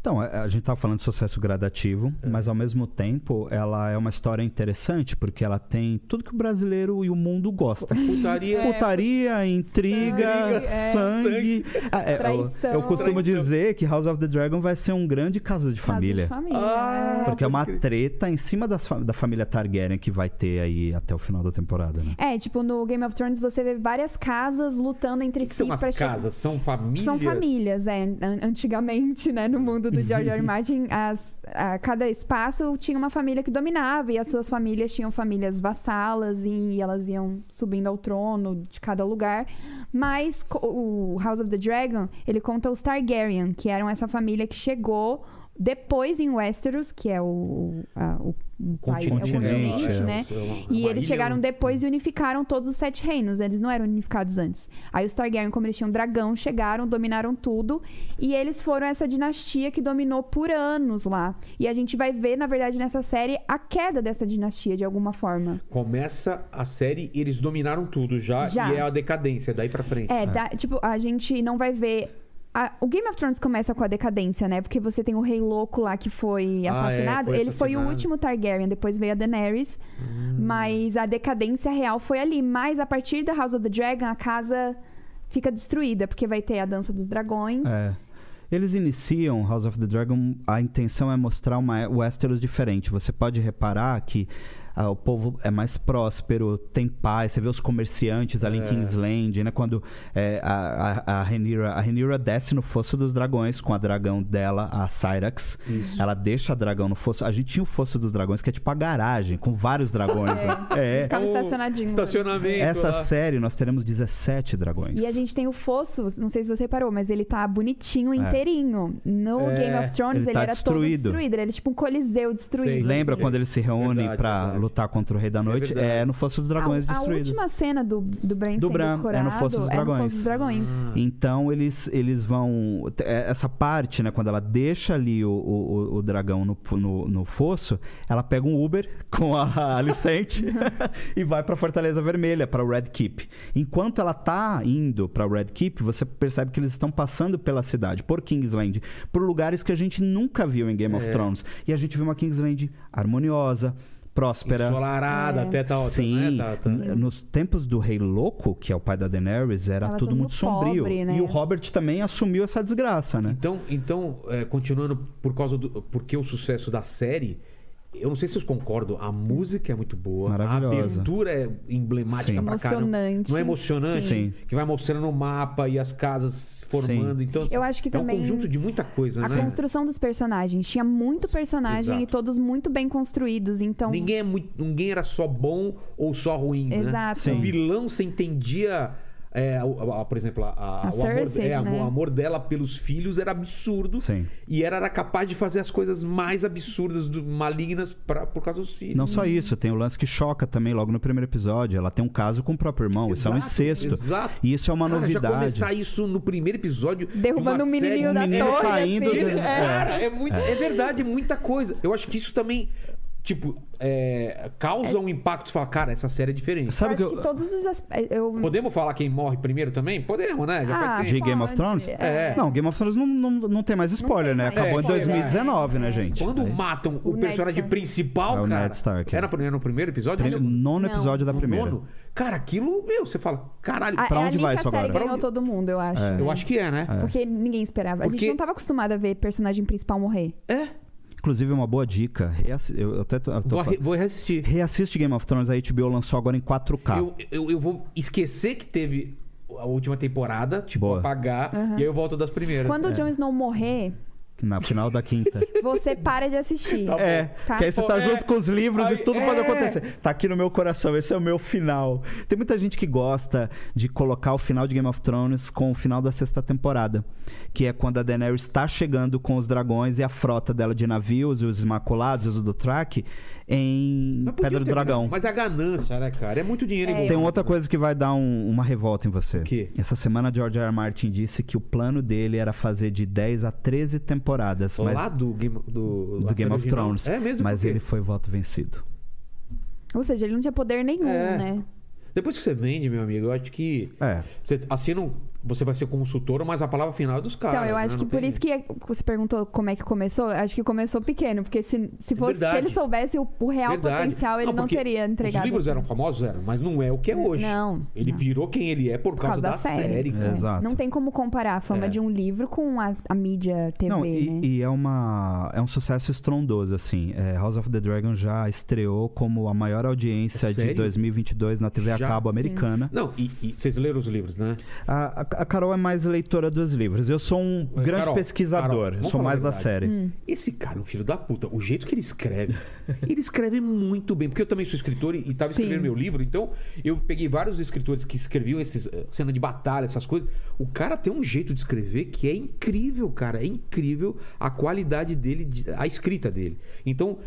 S4: Então, a a gente estava falando de sucesso gradativo,
S1: É.
S4: mas ao mesmo tempo ela é uma história interessante porque ela tem tudo que o brasileiro e o mundo gosta.
S1: Putaria.
S4: Putaria, intriga,
S3: é.
S4: sangue. Ah, é, eu-
S3: Traição.
S4: eu, costumo
S1: Traição.
S4: dizer que House of the Dragon vai ser um grande caso de família.
S3: Caso de família.
S1: Ah,
S4: Porque é uma
S1: pode
S4: treta em cima das fa- da família Targaryen que vai ter aí até o final da temporada, né?
S3: É, tipo, no Game of Thrones você vê várias casas lutando entre
S1: O que
S3: si
S1: são as
S3: pra chegar-
S1: casas? São famílias?
S3: São famílias, é. An- Antigamente, né, no mundo do George
S1: <laughs>
S3: R. R. Martin, as, a cada espaço tinha uma família que dominava e as suas famílias tinham famílias vassalas e, elas iam subindo ao trono de cada lugar. Mas co- o House of the Dragon, ele conta os Targaryen, que eram essa família que chegou depois em Westeros, que é o, a- o, o pai- é o
S1: Continente,
S3: continente,
S4: é.
S3: né?
S1: É uma- é uma
S3: E
S1: ilha,
S3: eles chegaram
S1: um-
S3: depois e unificaram todos os sete reinos. Eles não eram unificados antes. Aí os Targaryen, como eles tinham dragão, chegaram, dominaram tudo. E eles foram essa dinastia que dominou por anos lá. E a gente vai ver, na verdade, nessa série, a queda dessa dinastia, de alguma forma.
S1: Começa a série e eles dominaram tudo já,
S3: Já.
S1: e é a decadência daí pra frente.
S3: É, dá- tipo, a gente não vai ver. a- o Game of Thrones começa com a decadência, né? Porque você tem o rei louco lá que foi
S1: Ah, é,
S3: assassinado.
S1: foi
S3: Ele foi o
S1: assassinado.
S3: último Targaryen, depois veio a Daenerys. Mas a decadência real foi ali. Mas a partir da House of the Dragon, a casa fica destruída, porque vai ter a dança dos dragões.
S4: É. Eles iniciam House of the Dragon, a intenção é mostrar uma Westeros diferente. Você pode reparar que ah, o povo é mais próspero, tem paz. Você vê os comerciantes ali em Kingsland, né? Quando é, a, a, a Rhaenyra, a Rhaenyra desce no fosso dos dragões com a dragão dela, a Cyrax. Ela deixa a dragão no fosso. A gente tinha o fosso dos dragões, que é tipo a garagem, com vários dragões. né?
S3: É.
S4: É.
S3: Ficava
S1: O
S3: estacionadinho.
S1: Estacionamento.
S4: Essa
S1: lá.
S4: série nós teremos 17 dragões.
S3: E a gente tem o fosso, não sei se você reparou, mas ele tá bonitinho, inteirinho. No
S1: É,
S3: Game of Thrones,
S4: ele
S3: ele,
S4: tá
S3: era
S4: destruído.
S3: todo destruído. Ele era tipo um coliseu destruído. É.
S1: Sei.
S4: Lembra
S1: Sim.
S4: quando eles se reúnem
S1: É Verdade,
S4: pra
S1: verdade.
S4: lutar contra o Rei da Noite?
S1: verdade.
S4: É, no Fosso dos Dragões
S3: a, A
S4: destruído.
S3: última cena do, do Bran
S4: Do
S3: sendo
S4: Bran, é no
S3: corado
S4: Fosso dos
S3: é no
S4: Dragões.
S3: Fosso dos Dragões.
S4: Então eles, eles vão. é, Essa parte, né? Quando ela deixa ali o, o, o- o dragão no, no, no fosso, ela pega um Uber <laughs> com a Alicente <laughs> e vai pra Fortaleza Vermelha, pra Red Keep. Enquanto ela tá indo pra Red Keep, você percebe que eles estão passando pela cidade, por Kingsland, por lugares que a gente nunca viu em Game
S1: É.
S4: of Thrones. E a gente vê uma Kingsland harmoniosa, próspera.
S3: É.
S1: Ensolarada até tal. né?
S4: Sim,
S1: Tá- tá-
S4: n- nos tempos do Rei Louco, que é o pai da Daenerys, era
S3: Tava
S4: tudo
S3: todo
S4: muito
S3: mundo
S4: sombrio.
S3: pobre, né?
S4: E o Robert também assumiu essa desgraça, né?
S1: Então, então é, continuando por causa do porque o sucesso da série, eu não sei se vocês concordam, a música é muito boa,
S4: Maravilhosa.
S1: a aventura é emblemática
S4: Sim.
S1: pra caramba.
S3: Emocionante.
S1: Não é emocionante?
S4: Sim.
S1: Que vai mostrando o mapa e as casas se formando. Então,
S3: Eu acho que
S1: é
S3: também
S1: um conjunto de muita coisa,
S3: A
S1: né?
S3: construção dos personagens. Tinha muito personagem
S1: Exato.
S3: e todos muito bem construídos. Então,
S1: Ninguém, é muito, ninguém era só bom ou só ruim, né?
S3: Exato.
S4: Sim.
S1: O vilão você entendia. é, o- a- a- por exemplo, a, a-
S3: A
S1: o, amor,
S3: Cersei,
S1: é,
S3: né?
S1: o amor dela pelos filhos era absurdo.
S4: Sim.
S1: E ela era capaz de fazer as coisas mais absurdas, do- malignas, pra, por causa dos filhos.
S4: Não só isso, tem o lance que choca também logo no primeiro episódio. Ela tem um caso com o próprio irmão, isso é um
S1: Exato,
S4: incesto.
S1: exato.
S4: E isso é uma
S1: Cara, já
S4: novidade.
S1: começar isso no primeiro episódio. de
S3: derrubando
S1: uma
S3: o
S1: série,
S3: menininho
S4: um
S3: da
S4: menino
S3: torre.
S4: caindo
S3: assim,
S4: do-
S3: é.
S1: Cara, é, muito, é. verdade, é muita coisa. Eu acho que isso também, tipo, é, causa um impacto. Você fala, cara, essa série é diferente.
S4: Sabe
S3: eu
S4: que
S3: acho que,
S4: eu-
S3: todos os as- eu
S1: Podemos falar quem morre primeiro também? Podemos, né? Já
S3: Ah,
S1: faz tempo.
S4: De Game of
S3: pode,
S4: Thrones?
S3: é.
S4: Não, Game of Thrones não, não, não tem mais spoiler, né?
S3: mais
S4: Acabou em
S1: spoiler.
S4: 2019, né, gente?
S1: Quando
S4: É.
S1: matam
S3: O
S1: o,
S3: Ned
S1: personagem
S3: Stark.
S1: principal,
S4: É o
S1: cara.
S4: Ned Stark,
S1: Era
S4: é.
S1: no- no primeiro episódio?
S4: Primeiro-
S1: mesmo?
S4: nono
S3: Não.
S4: episódio da
S1: No
S4: primeira.
S1: nono? Cara, aquilo, meu, você fala, caralho.
S3: A-
S4: pra
S3: é
S4: onde
S3: ali
S4: vai
S3: que
S4: isso
S3: a série
S4: agora?
S3: ganhou todo mundo, eu acho. né?
S1: Eu acho que é, né?
S3: Porque ninguém esperava. A
S1: Porque-
S3: gente não tava acostumado a ver personagem principal morrer.
S1: É.
S4: Inclusive, uma boa dica. reassi- Eu, eu até tô, eu tô
S1: Vou,
S4: falando.
S1: re- vou reassistir.
S4: Reassiste Game of Thrones, a HBO lançou agora em 4K.
S1: Eu, eu, eu vou esquecer que teve a última temporada, tipo,
S4: Boa.
S1: apagar, e aí eu volto das primeiras.
S3: Quando o Jon Snow morrer,
S4: Na final da quinta.
S3: você para de
S1: <laughs>
S3: assistir.
S1: Tá bom.
S4: É,
S3: Tá.
S4: que aí você tá
S1: É.
S4: junto com os livros
S1: Aí-
S4: e tudo pode
S1: é.
S4: acontecer. Tá aqui no meu coração, esse é o meu final. Tem muita gente que gosta de colocar o final de Game of Thrones com o final da sexta temporada, que é quando a Daenerys está chegando com os dragões e a frota dela de navios, os Imaculados, os do Track, em
S1: Mas podia
S4: Pedra do
S1: ter-
S4: Dragão.
S1: Mas a ganância, né, cara? É muito dinheiro envolvido.
S4: Tem outra coisa que vai dar um- uma revolta em você.
S1: quê?
S4: Essa semana, George R. R. Martin disse que o plano dele era fazer de 10 a 13 temporadas. Mas
S1: Lá do Game, do,
S4: do
S1: da
S4: Game
S1: série
S4: of
S1: original.
S4: Thrones.
S1: É mesmo?
S4: mas
S1: por quê?
S4: ele foi voto vencido.
S3: Ou seja, ele não tinha poder nenhum,
S1: É.
S3: né?
S1: Depois que você vende, meu amigo, eu acho que.
S4: É.
S1: Você assina um. Você vai ser consultor, mas a palavra final é dos caras.
S3: Então, eu acho
S1: né?
S3: que
S1: Não
S3: por
S1: tem-
S3: isso que você perguntou como é que começou, acho que começou pequeno, porque se, se, fosse, se
S1: Verdade.
S3: ele soubesse o, o real
S1: Verdade.
S3: É um potencial, ele não,
S1: porque
S3: teria entregado.
S1: Os livros
S3: assim.
S1: eram famosos, eram, mas não é o que é hoje.
S3: Não,
S1: Ele
S3: não.
S1: virou quem ele é por, causa, da, série. cara.
S4: É. Exato.
S3: Não tem como comparar a fama
S1: É.
S3: de um livro com a, a mídia TV,
S4: Não, e,
S3: né?
S4: e é uma é um sucesso estrondoso assim. É, House of the Dragon já estreou como a maior audiência
S1: É
S4: de
S1: sério?
S4: 2022 na TV a
S1: Já?
S4: cabo americana.
S1: Não, e, e vocês leram os livros, né?
S4: A, a- a Carol é mais leitora dos livros. Eu sou um
S1: Mas,
S4: grande
S1: Carol, Carol,
S4: pesquisador. Eu
S1: vamos
S4: sou
S1: falar a
S4: mais da
S1: verdade.
S4: série.
S1: Esse cara é um filho da puta. O jeito que ele escreve, ele escreve muito bem. Porque eu também sou escritor e, e tava
S3: Sim.
S1: escrevendo meu livro, então eu peguei vários escritores que escreviam esses eh, cena de batalha, essas coisas. O cara tem um jeito de escrever que é incrível, cara. É incrível a qualidade dele, de- a escrita dele. Então.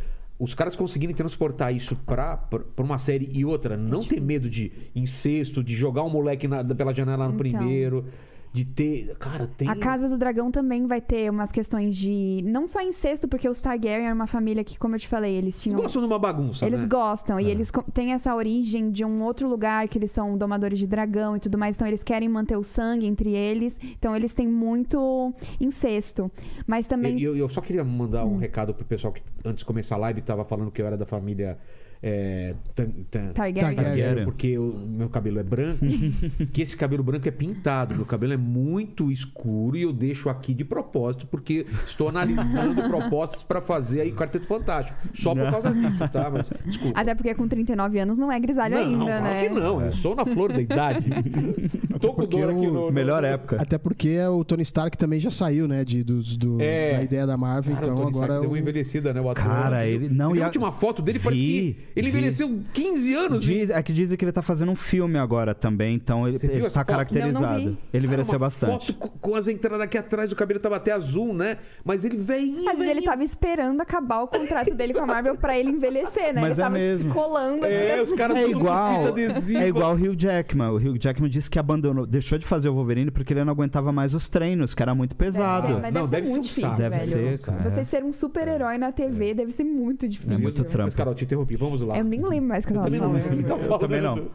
S1: Os caras conseguirem transportar isso pra, pra, pra uma série e outra, não ter medo de incesto, de jogar um moleque na- pela janela no
S3: Então.
S1: primeiro, de ter. Cara, tem.
S4: um
S3: A Casa do Dragão também vai ter umas questões de. Não só incesto, porque os Targaryen era uma família que, como eu te falei, eles tinham.
S1: Gostam de uma um bagunça.
S3: Eles
S1: né?
S3: gostam e eles co- têm essa origem de um outro lugar que eles são domadores de dragão e tudo mais, então eles querem manter o sangue entre eles, então eles têm muito incesto. Mas também Hum.
S1: E Eu, eu só queria mandar um recado pro pessoal que antes de começar a live tava falando que eu era da família. É, tan, tan- Targaryen,
S3: Targaryen.
S4: Targaryen.
S1: porque o meu cabelo é branco. que esse cabelo branco é pintado. Meu cabelo é muito escuro e eu deixo aqui de propósito, porque estou analisando propostas para fazer aí Quarteto Fantástico. Só por causa disso, tá? Mas, desculpa.
S3: Até porque com 39 anos não é grisalho
S1: não,
S3: ainda,
S1: claro
S3: né?
S1: que não. Eu sou na flor da idade. Tô com
S2: porque
S1: dor aqui
S2: o
S1: no... no-
S4: Melhor época.
S2: Até porque é o Tony Stark também já saiu, né? De, dos- do-
S1: É.
S2: Da ideia da Marvel.
S1: Cara, o
S2: então
S1: Tony
S2: agora.
S1: Stark deu
S2: o-
S1: uma envelhecida, né? O ator.
S4: Cara, ele- não,
S1: e
S4: e
S1: a
S4: a-
S1: última foto dele parece
S4: Vi,
S1: que ele
S4: vi.
S1: envelheceu 15 anos. hein?
S4: Diz- é que dizem que ele tá fazendo um filme agora também, então ele,
S1: Você viu
S4: ele
S1: essa
S4: tá
S1: foto?
S4: caracterizado.
S3: Não, não vi.
S4: Ele
S1: Cara,
S4: envelheceu
S1: uma
S4: bastante.
S1: Foto co- com as entradas aqui atrás, o cabelo tava até azul, né? Mas ele veinho.
S3: Às vezes ele tá tava esperando acabar o contrato dele com a Marvel pra ele envelhecer, né? ele
S4: Mas é
S3: tava
S4: mesmo.
S3: se colando aqui
S1: É, os caras
S4: É
S1: tudo com
S4: igual,
S1: fita adesiva.
S4: é igual o Hugh Jackman. O Hugh Jackman disse que abandonou, deixou de fazer o Wolverine porque ele não aguentava mais os treinos, que era
S3: É,
S4: muito pesado.
S3: Mas
S1: Não,
S3: deve
S1: deve É.
S3: ser
S1: ser
S3: muito
S1: um
S3: difícil,
S1: saco.
S4: Deve
S3: velho.
S4: ser, cara.
S3: Você ser um super-herói na TV deve ser muito difícil.
S4: É muito trampo.
S1: Mas, Carol, te interrompi, vamos lá.
S3: Eu nem lembro mais o que eu
S1: Eu
S3: tava
S1: também não
S3: falando.
S1: <laughs> lembro. Ele tá
S4: Eu
S1: falando,
S4: também não.
S1: Tava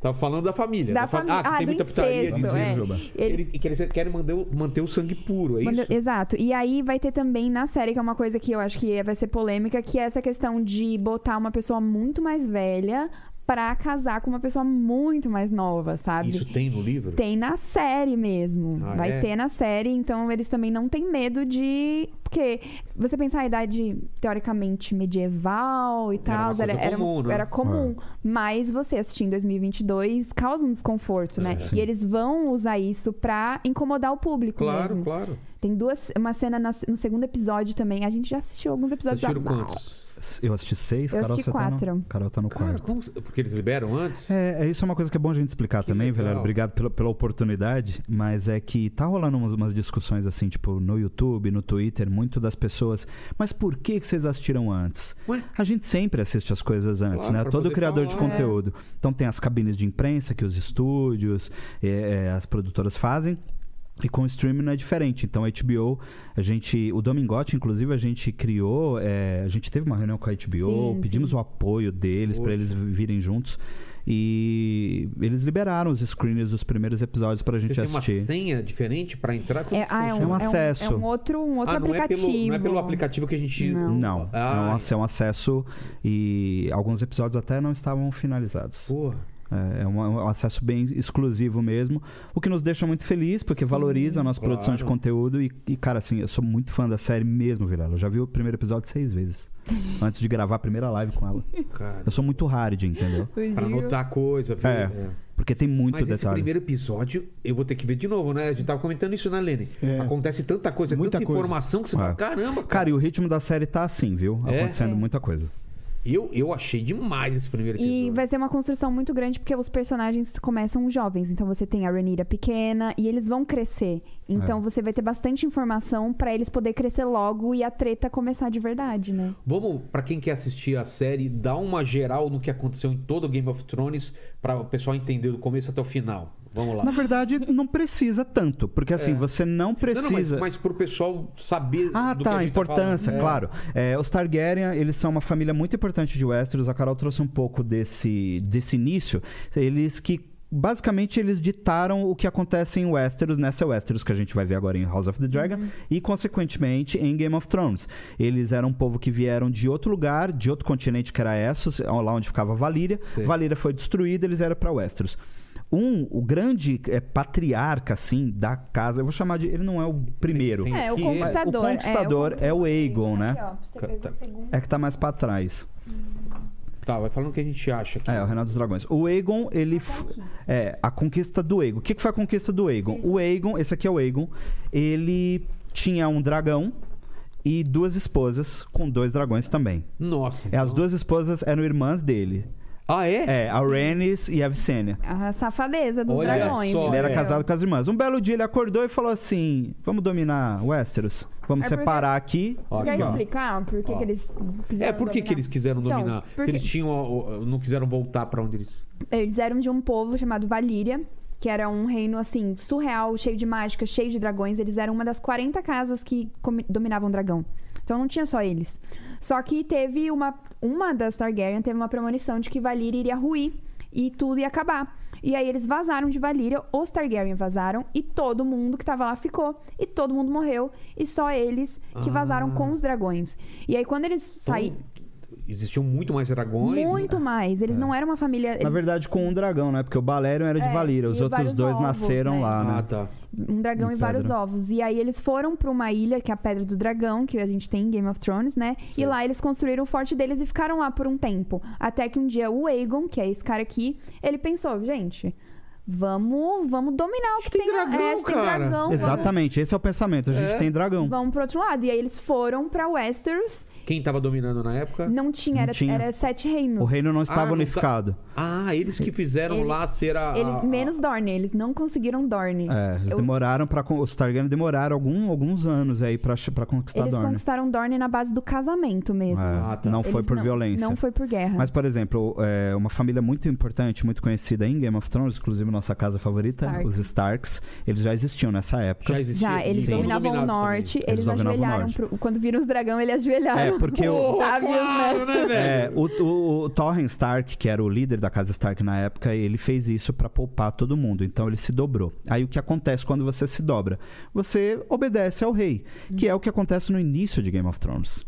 S1: Tá falando da família.
S3: né? Da
S1: fam-
S3: família.
S1: Ah, que
S3: Ah,
S1: tem
S3: do
S1: muita putaria.
S3: incesto,
S1: né?
S3: é.
S4: Juba.
S3: Ele-
S1: Ele, e que eles querem manter o, manter o sangue puro, é
S3: Quando-
S1: isso?
S3: Exato. E aí vai ter também na série, que é uma coisa que eu acho que vai ser polêmica, que é essa questão de botar uma pessoa muito mais velha pra casar com uma pessoa muito mais nova, sabe?
S1: Isso tem no livro?
S3: Tem na série mesmo.
S1: Ah,
S3: vai
S1: é?
S3: ter na série, então eles também não têm medo de. Porque você pensar a idade teoricamente medieval e tal,
S1: coisa
S3: era,
S1: comum, né?
S3: era comum. Mas você assistindo em 2022 causa um desconforto, né?
S4: Sim.
S3: E eles vão usar isso pra incomodar o público
S1: Claro,
S3: mesmo.
S1: claro.
S3: Tem duas, uma cena na- no segundo episódio também. A gente já assistiu alguns episódios.
S1: Assistiram
S3: ah,
S1: quantos?
S4: Eu assisti seis,
S3: Eu
S4: Carol,
S3: assisti
S4: você tá no-
S3: quatro.
S4: Carol tá no
S1: Cara,
S4: quarto.
S1: como- porque eles liberam antes?
S4: É, é, isso é uma coisa que é bom a gente explicar também,
S1: legal.
S4: Velero. Obrigado pela, pela oportunidade. Mas é que tá rolando umas, umas discussões assim, tipo, no YouTube, no Twitter, muito das pessoas. Mas por que, que vocês assistiram antes?
S1: Ué?
S4: A gente sempre assiste as coisas antes,
S1: Claro, pra
S4: né? Todo
S1: poder
S4: criador de
S1: falar. é.
S4: conteúdo. Então tem as cabines de imprensa que os estúdios, é, é, as produtoras fazem. E com o streaming não é diferente. Então, a HBO, a gente. O Domingote, inclusive, a gente criou. é, a gente teve uma reunião com a HBO,
S3: Sim,
S4: pedimos o apoio deles
S1: Poxa.
S4: para eles virem juntos. E eles liberaram os screeners dos primeiros episódios pra gente
S1: Vocês têm uma
S4: assistir.
S1: senha diferente pra entrar? Como
S3: É,
S1: que
S3: ah, é um,
S1: funciona?
S4: É um
S3: é um-
S4: acesso.
S3: é um outro, um outro
S1: Ah, não é,
S3: aplicativo.
S1: pelo, não é pelo aplicativo que a gente...
S3: Não.
S4: Não,
S1: Ah,
S4: é um ac- é um acesso e alguns episódios até não estavam finalizados.
S1: Porra.
S4: É é um, é um acesso bem exclusivo mesmo, o que nos deixa muito feliz, porque valoriza a nossa
S1: claro.
S4: produção de conteúdo. E, e, cara, assim, eu sou muito fã da série mesmo, Vilela. Eu já vi o primeiro episódio
S1: <laughs>
S4: seis vezes, antes de gravar a primeira live com ela.
S1: Cara,
S4: Eu sou muito hard, entendeu?
S3: O
S1: pra
S3: Gil-
S1: anotar coisa, ver.
S4: É. Porque tem muito
S1: Mas esse
S4: detalhe.
S1: primeiro episódio, eu vou ter que ver de novo, né? A gente tava comentando isso, né, Lene?
S2: É.
S1: Acontece tanta coisa,
S2: Muita
S1: tanta
S2: coisa.
S1: informação que você
S4: É.
S1: fala, caramba, cara.
S4: Cara, e o ritmo da série tá assim, viu?
S1: É?
S4: Acontecendo
S3: É.
S4: muita coisa.
S1: Eu, eu achei demais esse primeiro episódio.
S3: E vai ser uma construção muito grande porque os personagens começam jovens. Então você tem a Renira pequena e eles vão crescer. Então
S4: É.
S3: você vai ter bastante informação pra eles poder crescer logo e a treta começar de verdade, né?
S1: Vamos, pra quem quer assistir a série, dar uma geral no que aconteceu em todo o Game of Thrones, pra o pessoal entender do começo até o final. Vamos lá. É.
S4: Na verdade, não precisa tanto, porque assim, você
S1: Não,
S4: não
S1: não, mas,
S4: precisa.
S1: mas pro pessoal saber
S4: Ah,
S1: do que
S4: tá,
S1: a
S4: a
S1: gente tá
S4: importância,
S1: falando. É.
S4: claro. É, os Targaryen, eles são uma família muito importante de Westeros. A Carol trouxe um pouco desse, desse início. Eles que. Basicamente, eles ditaram o que acontece em Westeros, nessa Westeros que a gente vai ver agora em House of the Dragon,
S1: Uhum.
S4: e consequentemente em Game of Thrones. Eles eram um povo que vieram de outro lugar, de outro continente que era Essos, é lá onde ficava Valíria.
S1: Sei.
S4: Valíria foi destruída, eles eram para Westeros. Um, o grande eh, patriarca, assim, da casa, eu vou chamar de. Ele não é o primeiro.
S1: tem-
S3: É, o
S1: Aqui-
S3: conquistador.
S4: O conquistador é o Aegon, né?
S3: Aqui, ó, pra você pegar o segundo.
S4: É que tá mais pra trás.
S1: Tá, vai falando o que a gente acha aqui.
S4: É, o Renato dos Dragões. O Aegon, ele. f- É, a conquista do Aegon. O que, que foi a conquista do Aegon? O Aegon, esse aqui é o Aegon, ele tinha um dragão e duas esposas com dois dragões também.
S1: Nossa.
S4: É, As duas esposas eram irmãs dele.
S1: Ah, é?
S4: É, a Rhaenys e a Visenya.
S3: A safadeza dos
S1: Olha
S3: dragões.
S1: só,
S4: Ele era
S1: é.
S4: casado com as irmãs. Um belo dia ele acordou e falou assim: vamos dominar Westeros. Vamos
S3: É porque-
S4: separar aqui.
S1: Ó,
S3: Quer
S1: aqui, ó.
S3: explicar por que,
S1: Ó.
S3: que eles
S1: É,
S3: quiseram
S1: por que, que
S3: dominar?
S1: eles quiseram
S3: Então,
S1: dominar? Se
S3: porque-
S1: eles tinham. ó, ó, não quiseram voltar pra onde eles.
S3: Eles eram de um povo chamado Valíria, que era um reino, assim, surreal, cheio de mágica, cheio de dragões. Eles eram uma das 40 casas que comi- dominavam dragão. Então não tinha só eles. Só que teve uma... Uma das Targaryen teve uma premonição de que Valíria iria ruir e tudo ia acabar. E aí eles vazaram de Valíria, os Targaryen vazaram e todo mundo que tava lá ficou. E todo mundo morreu e só eles que vazaram
S1: Ah.
S3: com os dragões. E aí quando eles saíram...
S1: Então, existiam muito mais dragões.
S3: Muito mais. Eles não eram uma família.
S4: Na
S3: eles-
S4: verdade, com um dragão, né? Porque o Balerion era de
S3: É,
S4: Valira. Os
S3: e
S4: outros
S3: vários
S4: dois
S3: ovos,
S4: nasceram
S3: né?
S4: lá, né?
S1: Ah, tá.
S3: Um dragão
S4: Em
S3: e vários
S4: pedra.
S3: ovos. E aí eles foram pra uma ilha, que é a Pedra do Dragão, que a gente tem em Game of Thrones, né? E lá eles construíram o forte deles e ficaram lá por um tempo. Até que um dia o Aegon, que é esse cara aqui, ele pensou, gente, vamos, vamos dominar o que
S1: tem
S3: tem, lá.
S1: dragão,
S3: é, a gente tem
S1: cara.
S3: dragão. vamos-
S4: Exatamente, esse é o pensamento. A gente
S1: É.
S4: tem dragão.
S3: Vamos pro outro lado. E aí eles foram pra Westeros.
S1: Quem tava dominando na época?
S3: Não tinha, era,
S4: tinha.
S3: era sete
S4: O
S3: reinos.
S4: reino não
S1: Ah,
S4: estava
S1: não
S4: unificado.
S1: Ah, eles que fizeram
S3: Ele-
S1: lá ser a.
S3: Eles,
S1: a-
S3: menos Dorne, eles não conseguiram Dorne.
S4: É, eles
S3: Eu-
S4: demoraram para Os Targaryen demoraram algum- alguns anos aí pra, ch- pra conquistar
S3: eles
S4: Dorne.
S3: conquistaram Dorne na base do casamento mesmo.
S4: É,
S1: Ah, tá.
S4: Não foi
S3: Eles
S4: por violência.
S3: Não foi por guerra.
S4: Mas, por exemplo, é, uma família muito importante, muito conhecida em Game of Thrones, inclusive nossa casa favorita,
S3: Stark.
S4: os Starks, eles já existiam nessa época.
S1: Já existia.
S3: Já, eles
S1: Sim.
S3: dominavam o
S1: Dominados também.
S3: norte,
S4: Eles
S3: eles,
S4: dominavam o
S3: ajoelharam.
S4: norte.
S3: pro- quando viram os dragão, eles ajoelharam.
S4: É,
S3: <laughs>
S4: porque o-
S1: Porra,
S3: Sábios,
S1: claro, né,
S4: É,
S1: velho?
S4: o, o, o Torren Stark, que era o líder da casa Stark na época, ele fez isso pra poupar todo mundo. Então ele se dobrou. Aí o que acontece quando você se dobra? Você obedece ao rei, que é o que acontece no início de Game of Thrones.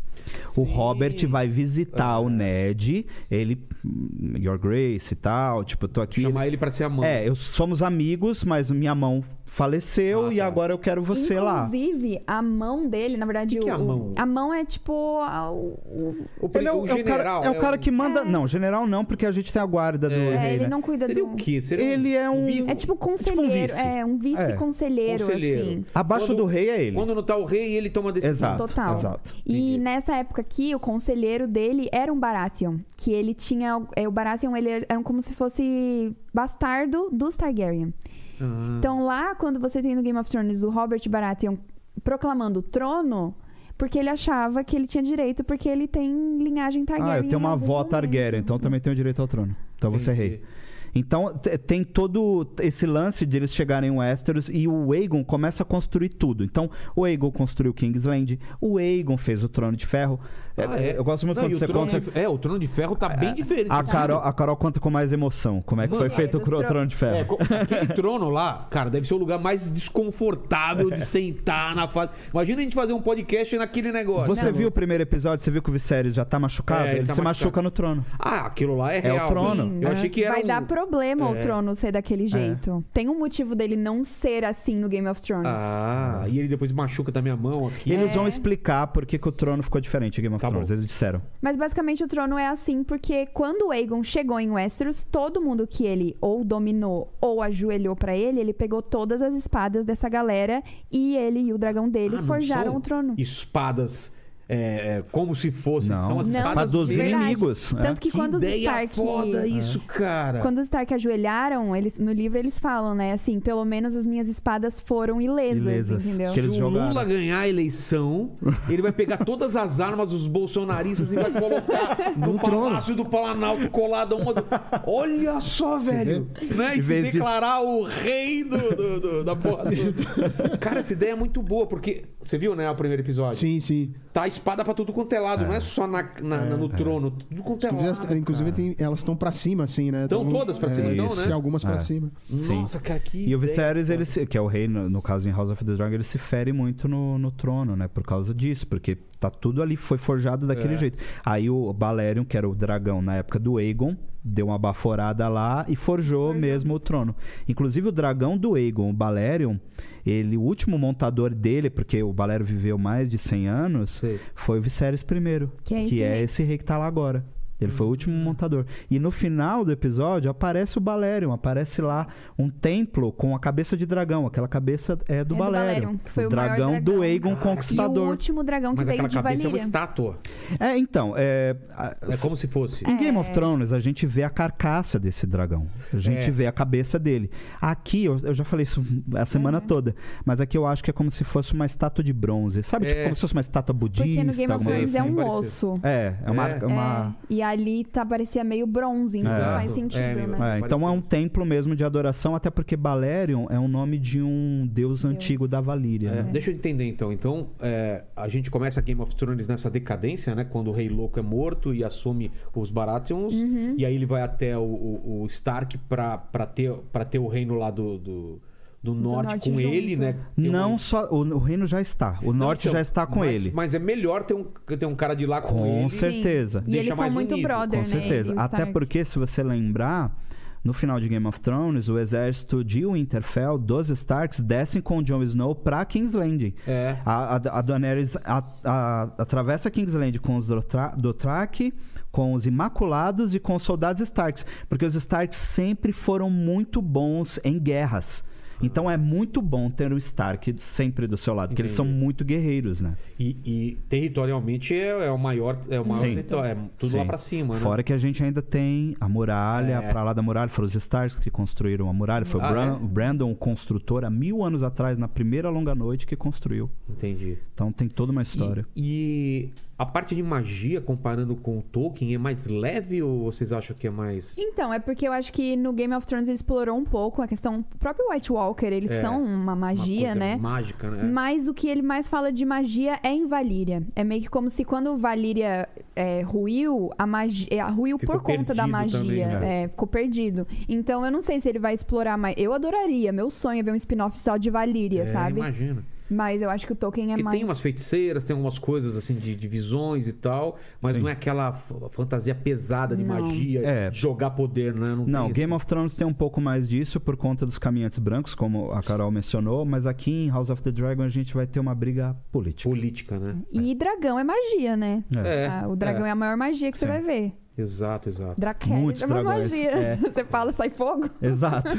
S4: O
S1: Sim. É.
S4: Robert vai visitar o Ned, ele, hum, Your Grace e tal, tipo, eu tô aqui.
S1: Chamar ele pra ser a mãe.
S4: É, eu, somos amigos, mas minha mão faleceu
S1: Ah,
S4: e
S1: tá.
S4: agora eu quero você lá.
S3: Inclusive, a mão dele, na verdade,
S1: Que que
S3: o-
S1: é a mão?
S3: a mão é tipo. a- o- o-
S1: O, pri-
S4: Ele é o,
S1: o
S4: é o cara,
S1: general. um
S4: é o cara que manda.
S3: É.
S4: Não, general não, porque a gente tem a guarda do
S1: É,
S3: é,
S4: rei,
S3: ele
S4: né?
S3: não cuida
S1: Seria
S3: do-
S1: o quê? Seria
S4: Ele é um.
S3: É tipo
S4: tipo um
S3: conselheiro.
S4: vice.
S3: é um vice-conselheiro, assim.
S4: Abaixo
S1: Quando-
S4: do rei é ele.
S1: Quando não tá o rei, ele toma a decisão.
S4: Exato.
S3: Total.
S4: exato.
S3: E
S1: Entendi.
S3: nessa época aqui, o conselheiro dele era um Baratheon. Que ele tinha. é, O Baratheon, ele era como se fosse bastardo dos Targaryen.
S1: Ah.
S3: Então lá, quando você tem no Game of Thrones o Robert Baratheon proclamando o trono, porque ele achava que ele tinha direito, porque ele tem linhagem Targaryen.
S4: Ah, eu tenho
S3: em
S4: uma
S3: algum
S4: avó
S3: momento.
S4: Targaryen, então eu também tenho direito ao trono. Então você é rei.
S1: Entendi.
S4: Então te- tem todo esse lance de eles chegarem em Westeros e o Aegon começa a construir tudo. Então o Aegon construiu Kingsland, o Aegon fez o Trono de Ferro. É,
S1: Ah, é.
S4: Eu gosto muito
S1: Não, e
S4: quando
S1: o
S4: você
S1: trono
S4: conta. É,
S1: de- É, o trono de ferro tá bem diferente.
S4: A Carol, a Carol conta com mais emoção como é que foi
S1: Mano,
S3: é,
S4: feito o
S3: do
S4: cro-
S3: trono.
S4: Trono de Ferro.
S1: É, co- aquele trono lá, cara, deve ser o lugar mais desconfortável
S4: É.
S1: de sentar na fase. Imagina a gente fazer um podcast naquele negócio. Né?
S4: Você viu o primeiro episódio? Você viu que o Viserys já tá machucado?
S1: É, ele
S4: ele
S1: tá
S4: se machuca
S1: machucado.
S4: no trono.
S1: Ah, aquilo lá é, real.
S4: o trono.
S1: Eu
S4: É.
S1: achei que era
S3: Vai
S1: um-
S3: dar problema
S1: É.
S3: o trono ser daquele jeito. Tem um motivo dele não ser assim no Game of Thrones.
S1: Ah, e ele depois machuca também a mão aqui. Ah,
S4: Eles vão explicar por que, que o trono ficou diferente em Game of
S1: Tá
S4: Thrones.
S1: bom.
S4: Eles disseram.
S3: Mas basicamente o trono é assim porque quando o Aegon chegou em Westeros, todo mundo que ele ou dominou ou ajoelhou pra ele, ele pegou todas as espadas dessa galera e ele e o dragão dele
S1: Ah, não
S3: forjaram
S1: são
S3: o trono.
S1: Espadas é, é, como se fossem.
S4: Não.
S1: São as
S3: Não,
S1: espadas
S4: dos
S1: dele.
S3: verdade.
S4: inimigos. né?
S3: Tanto que, quando os
S1: ideia
S3: Stark
S1: foda isso, cara.
S3: Quando os Stark ajoelharam, eles, no livro eles falam, né? Assim, pelo menos as minhas espadas foram ilesas,
S4: Ilesas.
S3: entendeu?
S4: Que eles
S1: Então, Se o
S4: jogaram.
S1: Lula ganhar a eleição, ele vai pegar todas as armas dos bolsonaristas e vai <laughs> colocar no
S2: No trono.
S1: Palácio do Planalto colada uma. do- Olha só,
S2: Você
S1: velho. Né?
S4: Em
S1: E se
S4: vez de-
S1: declarar o rei do, do- do- da porra. <laughs> do- Cara, essa ideia é muito boa, porque. Você viu, né, o primeiro episódio?
S2: Sim, sim.
S1: Tá a espada pra tudo quanto é lado, não é só na, na- na- no trono, tudo quanto é
S2: Inclusive,
S1: lado.
S2: as- inclusive tem- elas estão pra cima, assim, né?
S1: Estão
S2: Tão-
S1: todas pra cima,
S2: é,
S1: então,
S2: isso.
S1: né?
S2: Tem algumas pra
S4: É.
S2: cima.
S1: Nossa, cara, que.
S4: E o
S1: ideia.
S4: Viserys, ele se- que é o rei, no, no caso em House of the Dragon, ele se fere muito no, no trono, né? Por causa disso, porque tá tudo ali, foi forjado daquele
S1: É.
S4: jeito. Aí o Balerion, que era o dragão na época do Aegon, deu uma baforada lá e forjou mesmo o trono. Inclusive o dragão do Aegon, o Balerion, ele, o último montador dele, porque o Balerion viveu mais de 100 anos,
S1: Sei.
S4: foi o Viserys I,
S3: Que
S4: que
S3: é esse
S4: é,
S3: rei.
S4: esse rei que tá lá agora. Ele foi o último
S3: Uhum.
S4: montador. E no final do episódio aparece o Balerion, aparece lá um templo com a cabeça de dragão. Aquela cabeça é
S3: É
S4: do
S3: do
S4: Balerion.
S3: Balerion, que foi o maior
S4: dragão do
S3: dragão.
S4: Aegon
S3: E o
S4: Conquistador.
S3: último dragão que
S1: Mas
S3: veio
S1: aquela
S3: de
S1: cabeça é uma
S3: Valyria.
S1: estátua.
S4: É, então, é, a-
S1: É como se fosse.
S4: em
S3: É.
S4: Game of Thrones, a gente vê a carcaça desse dragão. A gente
S1: É.
S4: vê a cabeça dele. Aqui, eu, eu já falei isso a semana
S3: Uhum.
S4: toda, mas aqui eu acho que é como se fosse uma estátua de bronze. Sabe, tipo,
S1: É.
S4: como se fosse uma estátua budista?
S3: Porque no Game of
S4: alguma coisa
S3: Thrones é
S1: assim,
S3: um
S1: parecido.
S3: osso.
S4: É, é uma.
S1: É.
S4: é uma-
S3: É, e ali tá, parecia meio bronze, então
S4: É.
S3: não
S1: Exato.
S3: faz sentido,
S1: É, meu.
S3: né?
S4: é, então é um
S1: Parecido.
S4: templo mesmo de adoração, até porque Balerion é o nome de um deus, antigo da Valíria.
S1: É,
S4: né?
S1: Deixa eu entender então. Então, é, a gente começa Game of Thrones nessa decadência, né? Quando o Rei Louco é morto e assume os Baratheons. E aí ele vai até o, o- o Stark pra, pra, ter, pra ter o reino lá do, do, do norte,
S3: norte
S1: com
S3: junto.
S1: ele, né? Tem uma-
S4: Não só. O, o reino já está. O norte
S1: então,
S4: já está com
S1: mas-
S4: ele.
S1: Mas é melhor ter um, ter um cara de lá com,
S4: Com
S1: ele.
S4: cer- certeza.
S3: E
S1: Deixa
S3: eles são
S1: mais
S3: muito
S1: unido,
S3: brother, né?
S4: Com certeza.
S3: ele e o
S4: Até
S3: Stark.
S4: porque, se você lembrar, no final de Game of Thrones, o exército de Winterfell, dos Starks, descem com o Jon Snow pra King's Landing.
S1: É.
S4: A, a, a Daenerys a- a- atravessa King's Landing com os Dothra- Dothraki, com os Imaculados e com os soldados Starks. Porque os Starks sempre foram muito bons em guerras. Então é muito bom ter o Stark sempre do seu lado, porque eles são muito guerreiros, né?
S1: E, e territorialmente é, é o maior, é o maior
S4: Sim.
S1: território. É tudo
S4: Sim.
S1: lá pra cima, né?
S4: Fora que a gente ainda tem a muralha,
S1: É.
S4: pra lá da muralha, foram os Starks que construíram a muralha. Foi
S1: Ah,
S4: o Bran-
S1: é?
S4: o Brandon, o construtor, há mil anos atrás, na primeira longa noite, que construiu.
S1: Entendi.
S4: Então tem toda uma história.
S1: E, e a parte de magia, comparando com o Tolkien, é mais leve ou vocês acham que é mais.
S3: Então, é porque eu acho que no Game of Thrones ele explorou um pouco a questão. O próprio White Walker, eles
S1: É,
S3: são uma magia,
S1: uma coisa
S3: né?
S1: Mágica, né?
S3: Mas o que ele mais fala de magia é em Valíria. É meio que como se quando Valíria é, ruiu, a magia. Ruiu
S1: Ficou
S3: por conta da
S1: perdido
S3: magia.
S1: também, né?
S3: é, ficou perdido. Então eu não sei se ele vai explorar mais. Eu adoraria. Meu sonho é ver um spin-off só de Valíria,
S1: É,
S3: sabe?
S1: Imagina.
S3: Mas eu acho que o Tolkien é
S1: Porque
S3: mais.
S1: tem umas feiticeiras, tem algumas coisas assim de, de visões e tal, mas
S4: Sim.
S1: não é aquela f- fantasia pesada de
S3: Não.
S1: magia,
S4: É.
S1: jogar poder, né? Não,
S4: Não,
S1: tem
S4: Game of Thrones tem um pouco mais disso por conta dos caminhantes brancos, como a Carol mencionou, mas aqui em House of the Dragon a gente vai ter uma briga
S1: essa
S4: política.
S1: política, né?
S3: E dragão é magia, né?
S4: É.
S3: Ah, o dragão é. a maior magia que você
S4: Sim.
S3: vai ver.
S1: Exato, exato.
S3: Dracarys
S4: Muitos
S3: é uma
S4: dragões,
S3: magia.
S4: é.
S3: <laughs> Você fala, sai fogo.
S1: <laughs>
S4: Exato.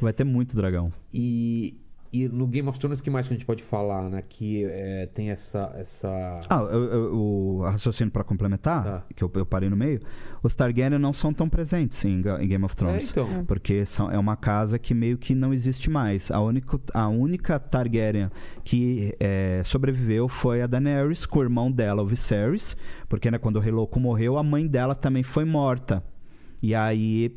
S4: vai ter muito dragão.
S1: E, e no Game of Thrones, o que mais que a gente pode falar, né? Que é, tem essa. essa...
S4: Ah, eu- eu- o raciocínio pra complementar,
S1: Tá.
S4: que eu, eu parei no meio, os Targaryen não são tão presentes em, Ga- em Game of
S1: é,
S4: Thrones.
S1: então.
S4: Porque são, é uma casa que meio que não existe mais. A, único, a única Targaryen que é, sobreviveu foi a Daenerys, com o irmão dela, o Viserys. Porque né, quando o Rei Louco morreu, a mãe dela também foi morta. E aí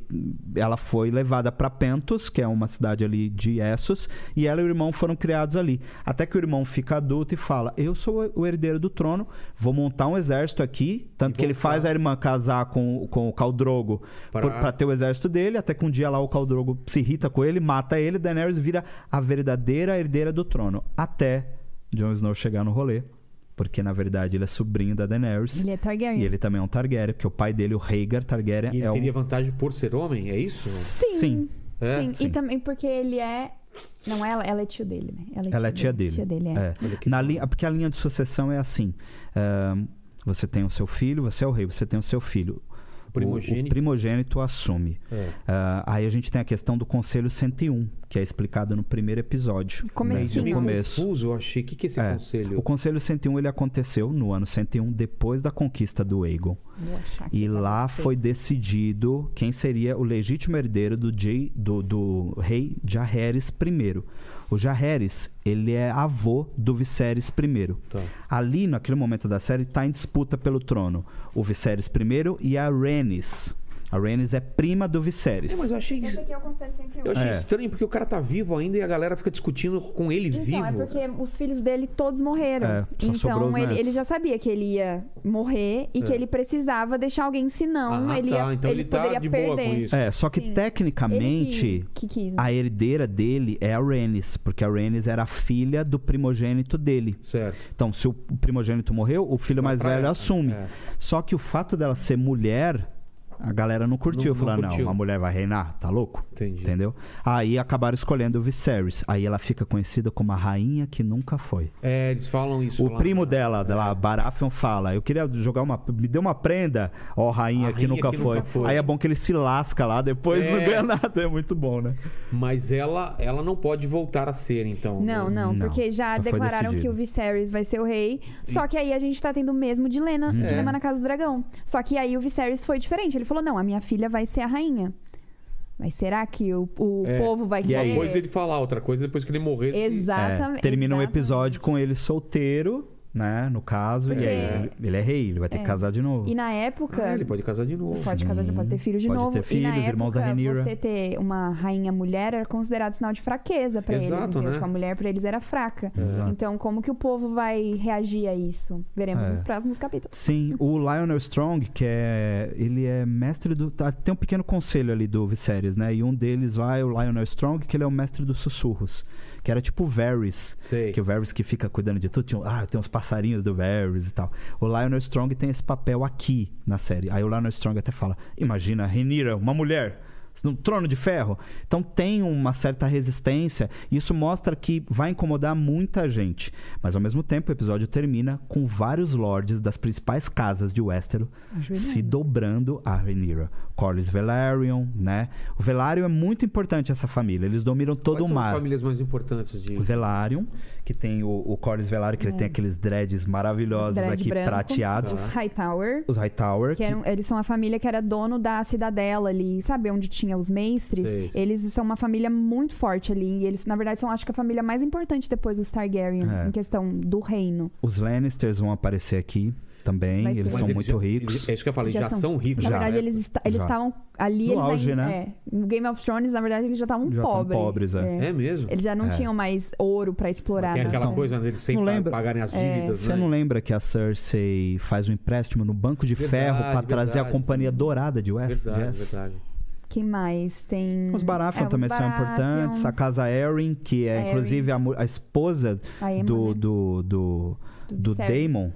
S4: ela foi levada para Pentos, que é uma cidade ali de Essos, e ela e o irmão foram criados ali. Até que o irmão fica adulto e fala: Eu sou o herdeiro do trono, vou montar um exército aqui. Tanto
S1: E
S4: que ele
S1: voltar.
S4: faz a irmã casar com, com o Caldrogo
S1: Pra-
S4: por- pra ter o exército dele, até que um dia lá o Caldrogo se irrita com ele, mata ele, Daenerys vira a verdadeira herdeira do trono. Até Jon Snow chegar no rolê, porque na verdade ele é sobrinho da Daenerys.
S3: Ele é Targaryen.
S4: E ele também é um Targaryen, porque o pai dele, o Rhaegar Targaryen,
S1: E ele
S4: é
S1: teria
S4: um...
S1: vantagem por ser homem, é isso?
S4: Sim.
S1: É?
S3: Sim,
S4: Sim.
S3: e também porque ele é. Não, ela, ela é tio dele, né?
S4: Ela é tia dele.
S3: Tia dele, é.
S4: É. Na linha, porque a linha de sucessão é assim. ahn, você tem o seu filho, você é o rei, você tem o seu filho. O-
S1: Primogênito.
S4: o primogênito assume.
S1: É.
S4: Ah, aí a gente tem a questão do Conselho 101, que é explicado no primeiro episódio.
S3: Comecinho.
S4: né,
S1: Isso é
S4: de
S1: meio
S4: começo.
S1: confuso, eu achei. O que, que é esse
S4: É.
S1: conselho?
S4: O Conselho 101 ele aconteceu no ano 101, depois da conquista do Aegon.
S3: Vou achar
S4: E
S3: aqui pra
S4: lá
S3: você.
S4: foi decidido quem seria o legítimo herdeiro do, Jay- do- do rei Jaehaerys I. O Jaehaerys, ele é avô do Viserys I.
S1: Tá.
S4: Ali, naquele momento da série, está em disputa pelo trono o Viserys I e a Rhaenys. A Rhaenys é prima do Viserys.
S1: É, mas eu achei,
S3: Esse aqui é o Conselho 101.
S1: eu achei
S4: É.
S1: estranho, porque o cara tá vivo ainda e a galera fica discutindo com ele
S3: Então,
S1: vivo.
S3: é porque os filhos dele todos morreram.
S4: É, só sobrou os
S3: então, ele,
S4: netos.
S3: ele já sabia que ele ia morrer e que ele precisava deixar alguém, senão
S1: É. Ah,
S3: ele ia
S1: tá. Então ele, tá
S3: poderia
S1: de boa
S3: perder.
S1: com isso.
S4: É, só que
S3: Sim. Ele
S4: tecnicamente
S3: que, que quis. né?
S4: a herdeira dele é a Rhaenys, porque a Rhaenys era a filha do primogênito dele.
S1: Certo.
S4: Então, se o primogênito morreu, o filho
S1: Vai
S4: mais
S1: pra
S4: velho
S1: ela.
S4: assume.
S1: É.
S4: Só que o fato dela ser mulher, a galera não curtiu.
S1: Não- não
S4: Falar, não,
S1: curtiu.
S4: uma mulher vai reinar, tá louco?
S1: Entendi.
S4: Entendeu? Aí acabaram escolhendo o Viserys. Aí ela fica conhecida como a rainha que nunca foi.
S1: É, eles falam isso.
S4: O
S1: lá,
S4: primo
S1: né?
S4: dela, lá, Baratheon, fala: Eu queria jogar uma. Me deu uma prenda, ó, rainha,
S1: A
S4: que,
S1: rainha
S4: nunca,
S1: que
S4: foi.
S1: nunca foi.
S4: Aí é bom que ele se lasca lá, depois
S1: É.
S4: não ganha nada. É muito bom, né?
S1: Mas ela, ela não pode voltar a ser, então.
S3: Não,
S1: né?
S3: não,
S4: Tipo, Não,
S3: porque já
S4: já foi
S3: declararam que
S4: decidido.
S3: o Viserys vai ser o rei. Só que aí a gente tá tendo o mesmo dilema,
S4: Uhum.
S1: É.
S3: dilema na Casa do Dragão. Só que aí o Viserys foi diferente. Ele falou: não, a minha filha vai ser a rainha. Mas será que o, o
S1: É,
S3: povo vai
S4: e
S1: Uma
S4: aí?
S3: querer?
S1: coisa ele falar, outra coisa depois que ele morrer.
S3: Tá, Exatamente.
S4: É, termina um
S3: exatamente.
S4: episódio com ele solteiro. né? No caso, e aí
S3: Porque-
S4: ele é rei, ele vai ter que
S3: É.
S4: casar de novo.
S3: E na época.
S1: Ah, ele pode casar de novo.
S3: Pode casar,
S4: Sim.
S3: já pode ter filho de
S4: Pode
S3: novo. e
S4: ter
S3: na
S4: filhos,
S3: época,
S4: irmãos da Rhaenyra.
S3: você ter uma rainha mulher era considerado sinal de fraqueza pra eles.
S1: Exato,
S3: Entendeu?
S1: né?
S3: Tipo, a mulher pra eles era fraca.
S4: Exato.
S3: Então, como que o povo vai reagir a isso? Veremos
S4: É.
S3: nos próximos capítulos.
S4: Sim, o Lionel Strong, que é. Ele é mestre do. tá, Tem um pequeno conselho ali do Viserys, né? E um deles lá é o Lionel Strong, que ele é o mestre dos sussurros. Que era tipo o Varys.
S1: Sei.
S4: Que o Varys que fica cuidando de tudo. Tinha, ah, tem uns passarinhos do Varys e tal. O Lionel Strong tem esse papel aqui na série. Aí o Lionel Strong até fala: Imagina, Renira, uma mulher. Num trono de ferro. Então tem uma certa resistência. e Isso mostra que vai incomodar muita gente. Mas ao mesmo tempo, o episódio termina com vários lords das principais casas de Westeros
S3: Ajoelhando.
S4: se dobrando a Rhaenyra. Corlys Velaryon, né? O Velaryon é muito importante essa família. Eles dominam todo
S1: Quais
S4: o
S1: são as
S4: mar.
S1: famílias mais importantes de.
S4: O Velaryon, que tem o, o Corlys Velaryon, que ele tem aqueles dreads maravilhosos
S3: É. Dread
S4: aqui,
S3: branco.
S4: prateados.
S3: Os Hightower.
S4: Os Hightower,
S3: Que é um-
S4: que,
S3: eram- eles são a família que era dono da cidadela ali, sabe? Onde tinha os mestres.
S1: Sei.
S3: Eles são uma família muito forte ali. E eles, na verdade, são acho que a família mais importante depois dos Targaryen,
S4: É.
S3: em questão do reino.
S4: os Lannisters vão aparecer aqui também.
S3: Vai ter.
S4: Eles
S1: Mas
S4: são
S1: eles
S4: muito
S1: já-
S4: ricos.
S1: eles- É isso que eu falei, já,
S3: Já
S1: são,
S3: são.
S1: ricos.
S3: Na
S4: Já.
S3: verdade, eles esta- eles
S4: Já.
S3: estavam ali.
S4: No
S3: eles
S4: auge,
S3: ainda,
S4: né?
S3: é, no Game of Thrones, na verdade, eles já estavam
S4: Já tão
S3: pobres.
S4: pobres, é.
S1: É mesmo.
S3: Eles já não tinham mais ouro pra explorar.
S1: Tem
S3: né?
S1: aquela
S4: Então,
S1: coisa deles sem
S4: não
S1: pa-
S4: lembra?
S1: pagarem as
S3: É.
S1: dívidas,
S4: Você
S1: né?
S4: não lembra que a Cersei faz um empréstimo no Banco de
S1: Verdade,
S4: Ferro para trazer a
S1: verdade.
S4: Companhia Dourada de West?
S1: Verdade,
S4: Jess?
S1: verdade.
S3: Quem mais? Tem.
S4: Os
S3: é, os
S4: Baratheon
S3: é um
S4: também são
S3: Baratheon,
S4: importantes. A casa Erin, que é
S3: A
S4: inclusive a, mu- a esposa
S3: a Emma,
S4: do,
S3: né?
S4: do, do,
S3: Do
S4: do
S3: Viserys.
S4: Daemon.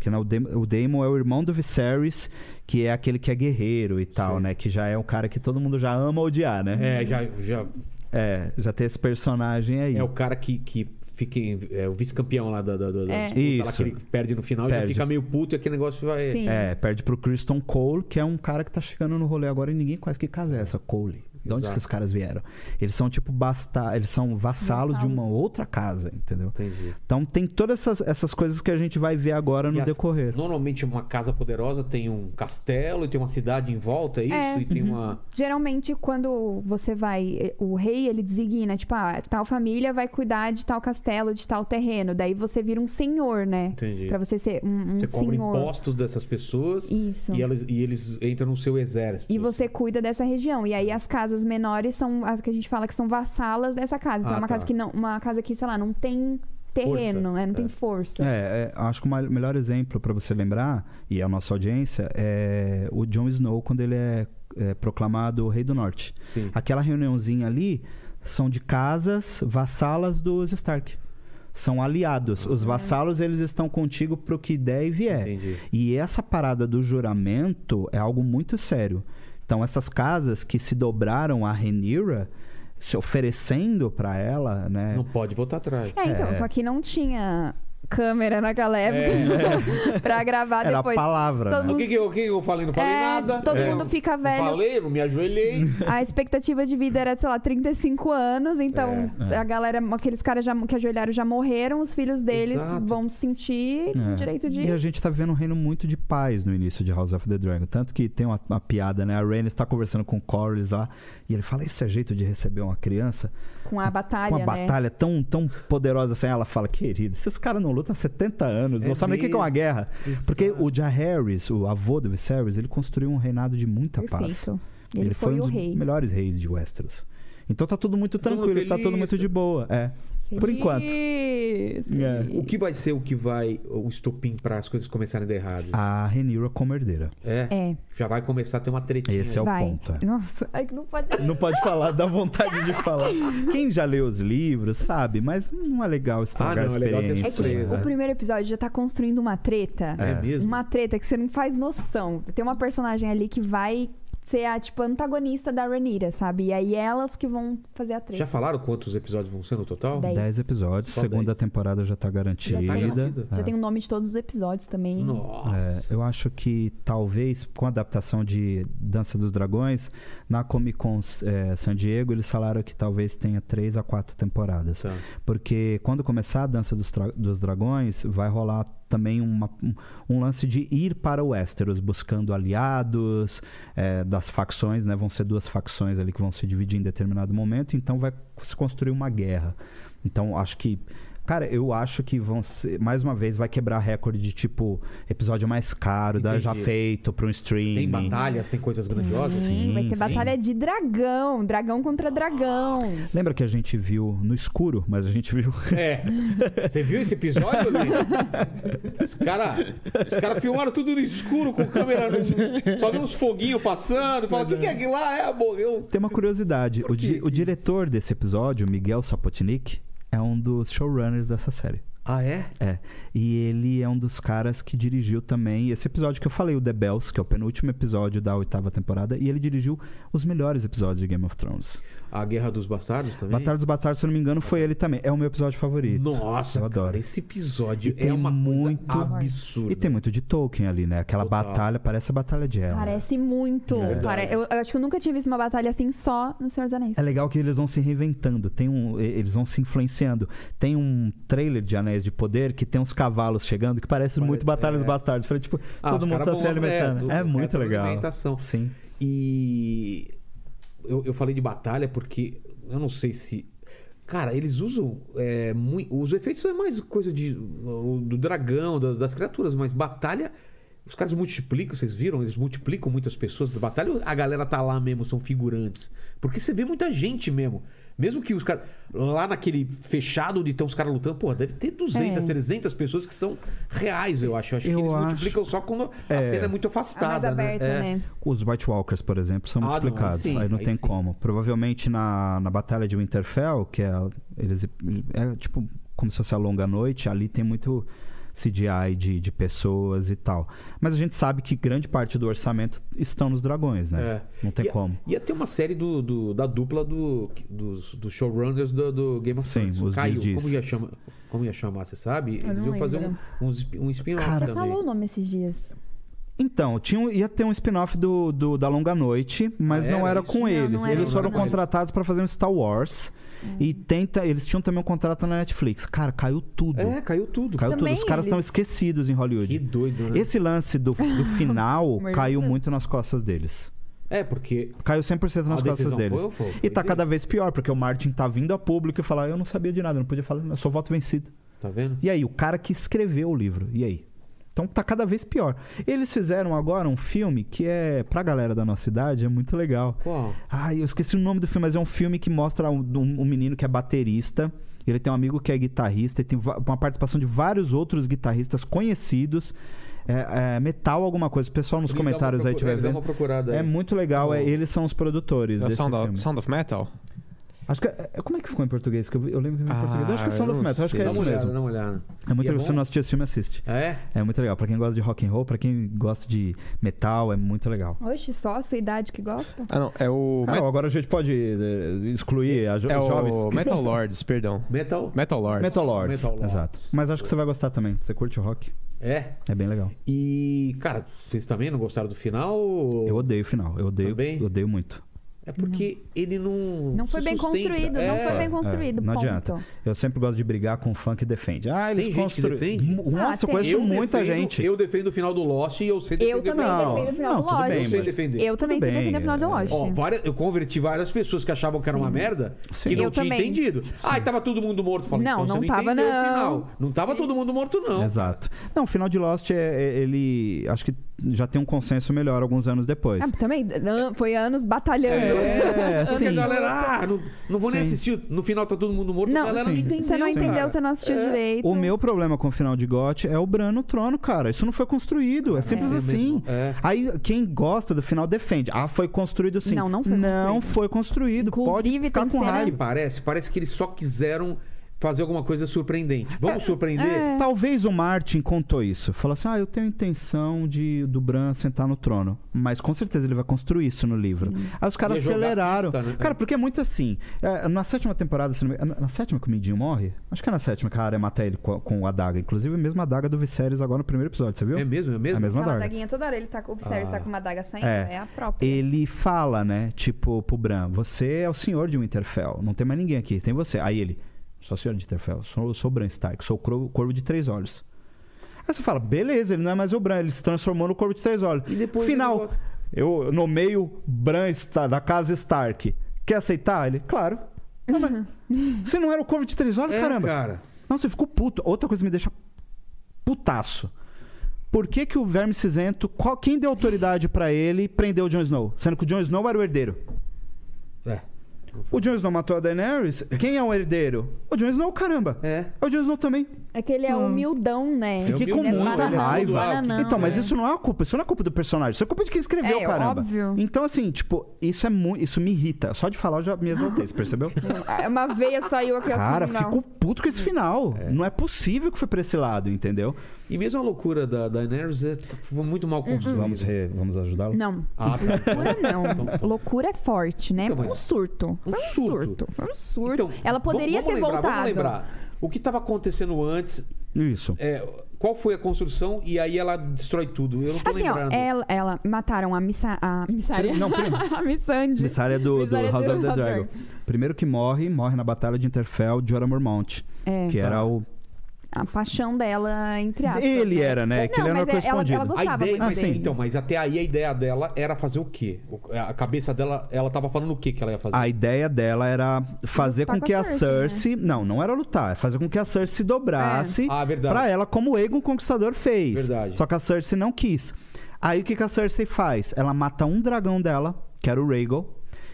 S4: Que não, o Daemon- o Daemon é o irmão do Viserys, que é aquele que é guerreiro e tal,
S1: Sim.
S4: né? Que já é um cara que todo mundo já ama odiar, né?
S1: É, já, já
S4: É, já tem esse personagem aí.
S1: é o cara que, que fica em- é o vice-campeão lá da, da, da, da
S3: É.
S1: disputa lá
S4: Isso.
S1: que ele perde no final e já
S4: Perde.
S1: fica meio puto e aquele negócio vai.
S3: Sim.
S4: É, perde pro Kristen Cole, que é um cara que tá chegando no rolê agora e ninguém conhece que casa é essa, Cole. De onde
S1: Exato.
S4: esses caras vieram? Eles são tipo basta, eles são vassalos de uma outra casa, entendeu?
S1: Entendi.
S4: Então tem todas essas, essas coisas que a gente vai ver agora
S1: E
S4: no
S1: as-
S4: decorrer.
S1: Normalmente uma casa poderosa tem um castelo e tem uma cidade em volta, é isso?
S3: É.
S1: E tem uma.
S3: Geralmente, quando você vai. eh, O rei, ele designa, tipo, ah, tal família vai cuidar de tal castelo, de tal terreno. Daí você vira um senhor, né?
S1: Entendi.
S3: Pra você ser um, um
S1: Você cobra
S3: senhor.
S1: impostos dessas pessoas
S3: Isso.
S1: e, elas, e eles entram no seu exército.
S3: E você cuida dessa região. E
S1: É.
S3: aí as casas menores são as que a gente fala que são vassalas dessa casa. Então
S1: Ah,
S3: é uma
S1: tá.
S3: casa que não. Uma casa que, sei lá, não tem terreno, né? Não tem força.
S4: É, é, acho que o ma- melhor exemplo pra você lembrar, e a nossa audiência, é o Jon Snow quando ele é, é, proclamado Rei do Norte.
S1: Sim.
S4: Aquela reuniãozinha ali são de casas vassalas dos Stark. São aliados. Os vassalos, eles estão contigo pro que der e vier.
S1: Entendi.
S4: E essa parada do juramento é algo muito sério. Então, essas casas que se dobraram a Renira, se oferecendo pra ela, né?
S1: Não pode voltar atrás.
S3: É, então, só que não tinha câmera naquela
S1: É. <laughs>
S3: época pra gravar Ah,
S4: Era
S3: depois.
S4: a palavra,
S3: todo
S4: né?
S1: O que, que, eu, o que que eu falei? Não falei
S3: É,
S1: nada.
S3: todo
S1: É.
S3: mundo fica velho.
S1: Não falei, não me
S3: <laughs>
S1: ajoelhei.
S3: A expectativa de vida era, sei lá, 35 anos, então
S1: É.
S3: a galera, aqueles caras já- que ajoelharam já morreram, os filhos deles
S1: Exato.
S3: vão sentir
S4: É.
S3: o direito de.
S4: E a gente tá vivendo um reino muito de paz no início de House of the Dragon. Tanto que tem uma, uma piada, né? A Rhaenys tá conversando com o Corlys lá e ele fala, isso é jeito de receber uma criança?
S3: Com a batalha,
S4: com uma
S3: né?
S4: batalha tão, tão poderosa assim. Ela fala, querido, esses caras não lutam há 70 anos,
S1: É
S4: não sabem o que que é uma
S1: mesmo.
S4: guerra.
S1: Exato.
S4: Porque o Jaehaerys, o avô do Viserys, ele construiu um reinado de muita paz.
S3: Perfeito. tá Ele,
S4: foi,
S3: foi,
S4: um
S3: o
S4: dos
S3: rei.
S4: melhores reis de Westeros. Então tá tudo muito
S1: Todo mundo
S4: tranquilo, tá
S1: feliz,
S4: tudo muito de boa. É. Por enquanto.
S3: Feliz.
S4: É.
S1: O que vai ser o que vai o estopim para as coisas começarem a dar errado?
S4: A Rhaenyra como herdeira.
S1: É.
S3: É,
S1: Já vai começar a ter uma tretinha.
S4: Esse é o
S3: vai.
S4: ponto. é.
S3: Nossa, <laughs> ai, que não pode.
S4: Não pode falar, dá vontade de falar. Quem já leu os livros sabe, mas não é legal estragar
S1: Ah, não,
S4: a
S1: é legal ter
S4: experiência.
S3: É que
S1: surpresa.
S4: né?
S3: o primeiro episódio já tá construindo uma treta.
S1: É mesmo?
S3: Uma treta que você não faz noção. Tem uma personagem ali que vai ser a, tipo, antagonista da Ranira, sabe? E aí é elas que vão fazer a treta.
S1: Já falaram quantos episódios vão ser no total?
S3: Dez.
S4: Dez episódios,
S1: Só
S4: segunda
S1: dez.
S4: temporada já tá garantida.
S1: garantida?
S3: Já tem o nome de todos os episódios também.
S1: Nossa.
S4: É, eu acho que talvez com a adaptação de Dança dos Dragões, na Comic Con eh, San Diego, eles falaram que talvez tenha três a quatro temporadas.
S1: Tá.
S4: Porque quando começar a Dança dos, Tra- dos Dragões, vai rolar também uma- um- um lance de ir para o Westeros, buscando aliados eh, das facções, né? Vão ser duas facções ali que vão se dividir em determinado momento, então vai se construir uma guerra. Então, acho que Cara, eu acho que vão ser, mais uma vez vai quebrar recorde de tipo episódio mais caro, da, já
S1: Entendi.
S4: feito para um streaming.
S1: Tem batalhas, tem coisas grandiosas.
S3: Sim, vai ter
S4: sim.
S3: batalha de dragão. Dragão contra dragão.
S4: Lembra que a gente viu no escuro, mas a gente viu
S1: É. Você viu esse episódio,
S4: <laughs>
S1: Lê? Os caras os cara filmaram tudo no escuro com câmera. No, só viu uns foguinhos passando. Fala, o que, que é aquilo lá? É, amor, eu.
S4: Tem uma curiosidade. O, di- o diretor desse episódio, Miguel Sapotnik, é um dos showrunners dessa série.
S1: Ah, é?
S4: É. E ele é um dos caras que dirigiu também esse episódio que eu falei, o The Bells, que é o penúltimo episódio da oitava temporada. E ele dirigiu os melhores episódios de Game of Thrones.
S1: A Guerra dos Bastardos também?
S4: Batalha dos Bastardos, se eu não me engano, foi ele também. É o meu episódio favorito.
S1: Nossa,
S4: eu adoro.
S1: cara, esse episódio
S4: E tem
S1: é uma
S4: muito-
S1: coisa absurda.
S4: E tem muito de Tolkien ali, né? Aquela
S1: Total.
S4: batalha, parece a Batalha de Elrond.
S3: Parece muito.
S4: É.
S3: Pare- Eu, eu acho que eu nunca tinha visto uma batalha assim só no Senhor dos Anéis.
S4: É legal que eles vão se reinventando, tem um, e- eles vão se influenciando. Tem um trailer de Anéis de Poder que tem uns cavalos chegando que parece
S1: Parece-
S4: muito Batalha dos
S1: é.
S4: Bastardos. Falei, tipo,
S1: Ah,
S4: todo
S1: os
S4: mundo
S1: cara
S4: tá se
S1: vão- é,
S4: alimentando.
S1: tudo-
S4: É, muito
S1: toda
S4: legal.
S1: alimentação.
S4: Sim.
S1: E eu, eu falei de batalha porque eu não sei se. Cara, eles usam é, muito. Os efeitos são mais coisa de, o- do dragão, das, das criaturas, mas batalha. Os caras multiplicam, vocês viram? Eles multiplicam muitas pessoas. Na Batalha, a galera tá lá mesmo, são figurantes. Porque você vê muita gente mesmo. Mesmo que os caras. Lá naquele fechado onde estão os caras lutando, pô, deve ter 200,
S3: É.
S1: 300 pessoas que são reais, eu acho. Eu acho
S4: Eu
S1: que eles
S4: acho-
S1: multiplicam só quando a
S4: É.
S1: cena é muito afastada.
S3: A mais aberta,
S1: É.
S3: né?
S4: Os White Walkers, por exemplo, são
S1: Ah, não, aí
S4: multiplicados.
S1: sim,
S4: aí não
S1: aí
S4: tem
S1: sim.
S4: como. Provavelmente na, na Batalha de Winterfell, que é, eles, é tipo como se fosse a longa noite, ali tem muito CGI de, de pessoas e tal. Mas a gente sabe que grande parte do orçamento estão nos dragões, né?
S1: É.
S4: Não tem
S1: Ia-
S4: como.
S1: Ia ter uma série do, do- da dupla do, dos, dos showrunners do, do Game of
S4: Sim,
S1: Thrones.
S4: os
S1: Caiu.
S4: Diz-Diz.
S1: Como ia, chama, como ia chamar, você sabe?
S3: Eu
S1: Eles
S3: não
S1: iam fazer um,
S3: lembro.
S1: um, sp- um spin-off
S4: Cara,
S1: também.
S3: Falou o nome esses dias.
S4: Então, tinha, um- ia ter um spin-off do, do- da Longa Noite, mas
S1: Ah,
S4: não
S1: era
S4: era
S1: isso?
S4: com
S3: Não,
S4: eles.
S3: não era
S4: eles
S3: isso, Ah.
S4: foram
S1: não.
S4: contratados pra fazer um Star Wars. E tenta, eles tinham também um contrato na Netflix. Cara, caiu tudo.
S1: É, caiu tudo.
S4: Caiu
S3: Também
S4: tudo. Os caras
S3: eles.
S4: estão esquecidos em
S1: Que
S4: Hollywood.
S1: doido, né?
S4: Esse lance do,
S3: <laughs>
S4: do final
S3: Mas-
S4: caiu muito nas costas deles.
S1: É, porque.
S4: Caiu 100% nas
S1: Ah, A
S4: costas
S1: decisão
S4: deles.
S1: foi- foi- foi
S4: e tá
S1: dele.
S4: cada vez pior, porque o Martin tá vindo a público e falar: Eu não sabia de nada, eu não podia falar, eu sou voto vencido.
S1: Tá vendo?
S4: E aí, o cara que escreveu o livro, e aí? Então tá cada vez pior. Eles fizeram agora um filme que é, pra galera da nossa idade, é muito legal.
S1: Qual?
S4: Ai, eu esqueci o nome do filme, mas é um filme que mostra um, um- um menino que é baterista. Ele tem um amigo que é guitarrista e tem va- uma participação de vários outros guitarristas conhecidos. É, é, metal alguma coisa. O pessoal nos
S1: Ele dá uma
S4: comentários aí
S1: procu-
S4: tiver
S1: ele dá uma
S4: vendo.
S1: procurada aí.
S4: É muito legal. é,
S1: Oh.
S4: eles são os produtores
S5: É o
S4: desse
S5: Sound
S4: filme.
S5: of, Sound of Metal?
S4: Acho que, é- como é que ficou em português? Que eu, vi- eu lembro que eu vi em
S5: Ah,
S4: português. Eu acho que é
S5: eu
S4: Sound of
S5: não
S4: Metal. Acho que
S5: sei.
S4: é
S1: dá
S4: isso
S1: uma olhada,
S4: mesmo.
S1: dá uma olhada.
S4: É muito
S1: E é
S4: legal. Se
S1: bom?
S4: não assistir esse filme, assiste.
S1: É?
S4: É muito legal. Pra quem gosta de rock and roll, pra quem gosta de metal, é muito legal.
S3: Oxe, só a sua idade que gosta?
S5: Ah, não. É o.
S4: Cara, agora a gente pode eh, excluir a jo
S5: é
S4: os jovens. <laughs>
S5: o Metal Lords, perdão.
S1: Metal.
S5: Metal Lords.
S4: Metal Lords.
S1: Metal Lords.
S4: Exato. Mas acho que você vai gostar também. Você curte o rock?
S1: É.
S4: É bem legal.
S1: E, cara, vocês também não gostaram do final?
S4: Eu odeio o final. Eu odeio,
S1: Também?
S4: eu odeio muito.
S1: É porque ele não.
S3: Não foi
S1: se
S3: bem
S1: sustenta.
S3: construído, não
S1: É.
S3: foi bem construído.
S4: não
S3: ponto.
S4: adianta. Eu sempre gosto de brigar com o fã que defende. Ah, eles
S1: Tem gente que
S4: constru-
S1: defende?
S4: Mu- Nossa,
S3: Ah,
S4: eu conheço
S3: tem.
S4: muita
S1: defendo-
S4: gente.
S1: Eu defendo o final do Lost e eu sei defender
S3: Eu também
S4: Não,
S3: defendo o final
S4: não,
S3: do
S4: tudo
S3: Lost.
S1: Eu
S4: bem,
S1: sei
S4: mas-
S1: defender.
S3: Eu também sei
S4: Tudo bem,
S3: defender o final do
S4: é.
S3: Lost.
S1: Ó, várias- eu converti várias pessoas que achavam que era uma
S3: Sim.
S1: merda,
S4: Sim.
S1: que não
S3: Eu
S1: tinha
S3: também.
S1: entendido. Ah, e tava todo mundo morto. Falei,
S3: Não,
S1: então
S3: não
S1: você
S3: tava,
S1: entendeu o
S3: não.
S1: final. Não tava todo mundo morto, não.
S4: Exato. Não, o final de Lost, é, é- ele... Acho que já tem um consenso melhor alguns anos depois.
S3: Ah, também an- foi anos batalhando. <laughs>
S4: É,
S1: Porque
S4: sim.
S1: a galera, ah, não, não vou nem
S4: Sim.
S1: assistir. No final tá todo mundo morto,
S3: Não,
S1: a galera não
S4: Sim.
S1: entendeu. É.
S3: Você não entendeu,
S1: cara.
S3: você não assistiu direito.
S4: O meu problema com o final de GOT é o Bran no trono, cara. Isso não foi construído. É simples
S1: É
S4: assim.
S1: mesmo. É.
S4: Aí quem gosta do final defende. Ah, foi construído sim.
S3: Não, não foi
S4: Não
S3: construído.
S4: foi construído. Pode
S3: Inclusive,
S4: ficar
S3: tem
S4: com
S3: cena-
S1: Que
S4: raiva.
S1: parece, parece que eles só quiseram fazer alguma coisa surpreendente. Vamos
S3: É.
S1: surpreender?
S4: Talvez o Martin contou isso. Falou assim: ah, eu tenho a intenção de do Bran sentar no trono. Mas com certeza ele vai construir isso no livro. Aí os caras
S1: Ia jogar
S4: aceleraram.
S1: a pista, né?
S4: Cara, porque é muito assim. é, na sétima temporada, se não me- é na na sétima que o Midinho morre? Acho que é na sétima que a área mata ele com a, com a adaga. Inclusive, a mesma adaga do Viserys agora no primeiro episódio, você viu?
S1: É mesmo, é
S4: É
S1: mesmo?
S4: a mesma
S3: Aquela
S4: adaga.
S3: daguinha toda hora, ele tá, o Viserys tá com uma daga saindo,
S4: É.
S3: é, a própria.
S4: Ele fala, né? Tipo, pro Bran, você é o senhor de Winterfell. Não tem mais ninguém aqui, tem você. Aí ele, sou o senhor de Winterfell, sou, sou o Bran Stark, sou o cro- corvo de três olhos. Aí você fala, beleza, ele não é mais o Bran, ele se transformou no corvo de três olhos.
S1: E depois ele
S4: Final,
S1: volta.
S4: eu nomeio Bran Sta- da casa Stark. Quer aceitar? Ele, claro. Não, mas- Você não era o corvo de três olhos,
S1: Uhum. É,
S4: caramba.
S1: cara.
S4: Não, você ficou puto. Outra coisa que me deixa putaço. Por que, que o Verme Cinzento, qual- quem deu autoridade pra ele prender o Jon Snow? Sendo que o Jon Snow era o herdeiro.
S1: É.
S4: O Jon Snow matou a Daenerys. Quem é o herdeiro? O Jon Snow, caramba.
S1: É.
S4: É o Jon Snow também.
S3: É que ele é humildão, né?
S4: Fiquei
S1: o
S4: com
S1: Mil-
S4: muita
S1: ele é
S4: raiva.
S3: bananão,
S4: então, mas
S3: né?
S4: isso não é a culpa. Isso não é culpa do personagem. Isso é culpa de quem escreveu,
S3: É,
S4: caramba.
S3: óbvio.
S4: Então, assim, tipo, isso é muito. Isso me irrita. Só de falar eu já me exaltei,
S3: <laughs>
S4: você percebeu?
S3: É Uma veia saiu aqui
S4: Cara,
S3: assim, não.
S4: fico puto com esse final. Não é possível que foi pra esse lado, entendeu?
S1: E mesmo a loucura da da Daenerys é, tá- foi muito
S3: Uhum.
S1: mal construída.
S4: Vamos, re- vamos ajudá-lo?
S3: Não.
S1: Ah, tá.
S3: Loucura
S1: Então, então.
S3: não. Loucura é forte, né?
S1: Então,
S3: Foi um
S1: mas-
S3: surto.
S1: Um
S3: Foi um
S1: surto.
S3: surto. Foi um surto.
S1: Então,
S3: Ela
S1: vamos-
S3: poderia
S1: vamos
S3: ter
S1: lembrar,
S3: voltado.
S1: Vamos lembrar. O que estava acontecendo antes,
S4: Isso.
S1: é, qual foi a construção e aí ela destrói tudo. Eu não tô
S3: Assim, ó,
S1: lembrando.
S3: ela, ela- mataram a missa, a missária.
S4: Não, primo.
S3: <laughs> a missande.
S4: Missária do, do
S3: Missária
S4: House
S3: do
S4: of the
S3: House of
S4: Dragon. Primeiro que morre, morre na Batalha de Interfell Jorah Mormont.
S3: É.
S4: Que era o.
S3: A paixão dela, entre aspas.
S4: Ele era, né?
S3: Não,
S4: Que ele era
S3: mas é- ela-
S4: correspondido.
S3: ela
S1: A
S3: gostava
S1: ideia,
S3: muito
S1: mas,
S3: dele.
S1: então, mas até aí a ideia dela era fazer o quê? O- é, A cabeça dela, ela tava falando o quê que ela ia fazer?
S4: A ideia dela era fazer
S3: Lutar
S4: com
S3: com
S4: que
S3: a
S4: a
S3: Cersei,
S4: Cersei. Não, não era lutar. É fazer com que a Cersei se dobrasse
S1: Ah, verdade.
S4: pra ela, como o Aegon Conquistador fez.
S1: Verdade.
S4: Só que a Cersei não quis. Aí o que, que a Cersei faz? Ela mata um dragão dela, que era o Rhaegal.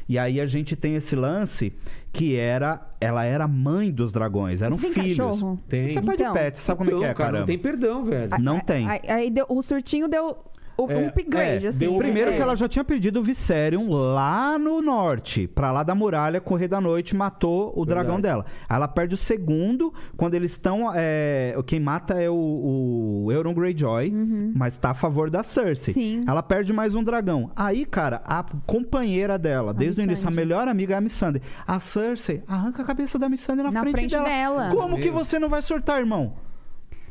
S4: E aí a gente tem esse lance que era. Ela era mãe dos dragões, eram
S3: Você tem
S4: filhos.
S3: cachorro?
S1: Tem.
S4: Você é pai
S3: Então.
S4: de pet, você sabe como
S1: Então,
S4: é que é,
S1: cara,
S4: caramba.
S1: não tem perdão, velho.
S3: Ah.
S4: Não tem.
S3: Aí, aí deu- o surtinho deu o- um
S1: É,
S3: upgrade,
S4: É,
S3: assim.
S1: deu-
S3: né?
S4: Primeiro
S3: É.
S4: que ela já tinha perdido o Viserion lá no norte, pra lá da muralha, com o Rei da Noite, matou o
S1: Verdade.
S4: dragão dela. Aí Ela perde o segundo, quando eles estão. é, quem mata é o, o Euron Greyjoy, mas tá a favor da Cersei.
S3: Uhum. Sim.
S4: Ela perde mais um dragão. Aí, cara, a companheira dela, desde o
S3: Missandei.
S4: início, a melhor amiga é a Missandei. A Cersei arranca a cabeça da Missandei na,
S3: Na frente dela.
S4: Como que
S1: Meu.
S4: você não vai surtar, irmão?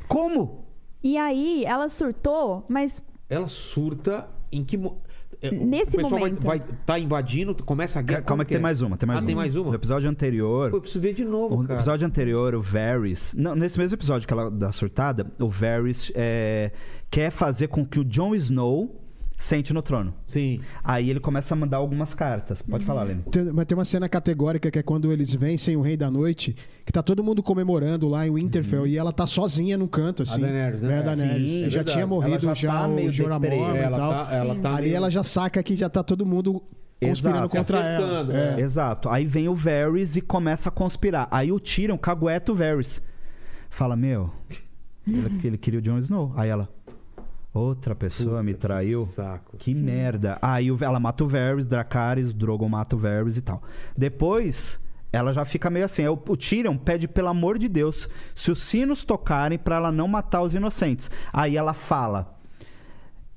S4: Como?
S3: E aí ela surtou, mas
S1: Ela surta em que. mo- é, o
S3: Nesse
S1: pessoal vai-
S3: momento.
S1: Vai, tá invadindo, começa a guerra.
S4: Calma
S1: como
S4: que tem mais uma, tem mais
S1: ah,
S4: uma.
S1: tem mais uma?
S4: No
S1: Pô,
S4: episódio anterior.
S1: eu preciso ver de novo,
S4: No
S1: cara.
S4: episódio anterior, o Varys. Não, nesse mesmo episódio que ela da surtada, o Varys é, quer fazer com que o Jon Snow sente no trono.
S1: Sim.
S4: Aí ele começa a mandar algumas cartas. Pode falar, Lene.
S2: Tem- mas tem uma cena categórica que é quando eles vencem o Rei da Noite, que tá todo mundo comemorando lá em Winterfell e ela tá sozinha num canto, assim.
S1: A Daenerys, né?
S2: É, a Daenerys.
S4: Sim, é
S2: já
S1: verdade.
S2: tinha morrido já,
S4: Ela já tá
S2: o
S4: meio
S2: Jorah
S4: deprê.
S2: Mormor e
S1: ela
S2: tal.
S1: tá, ela tá
S2: Ali
S1: meio-
S2: ela já saca que já tá todo mundo conspirando
S4: Exato.
S2: contra
S1: Se
S2: ela.
S1: acertando,
S2: É.
S1: né?
S4: Exato. Aí vem o Varys e começa a conspirar. Aí o tiram, cagueta o Varys. Fala, meu, ele, ele queria o Jon Snow. Aí ela, outra pessoa me
S1: Puta, que
S4: traiu.
S1: Saco.
S4: Que merda. Aí o- ela mata o Varys, Dracarys, o Drogon mata o Varys e tal. Depois, ela já fica meio assim. Aí O, o Tyrion pede, pelo amor de Deus, se os sinos tocarem pra ela não matar os inocentes. Aí ela fala: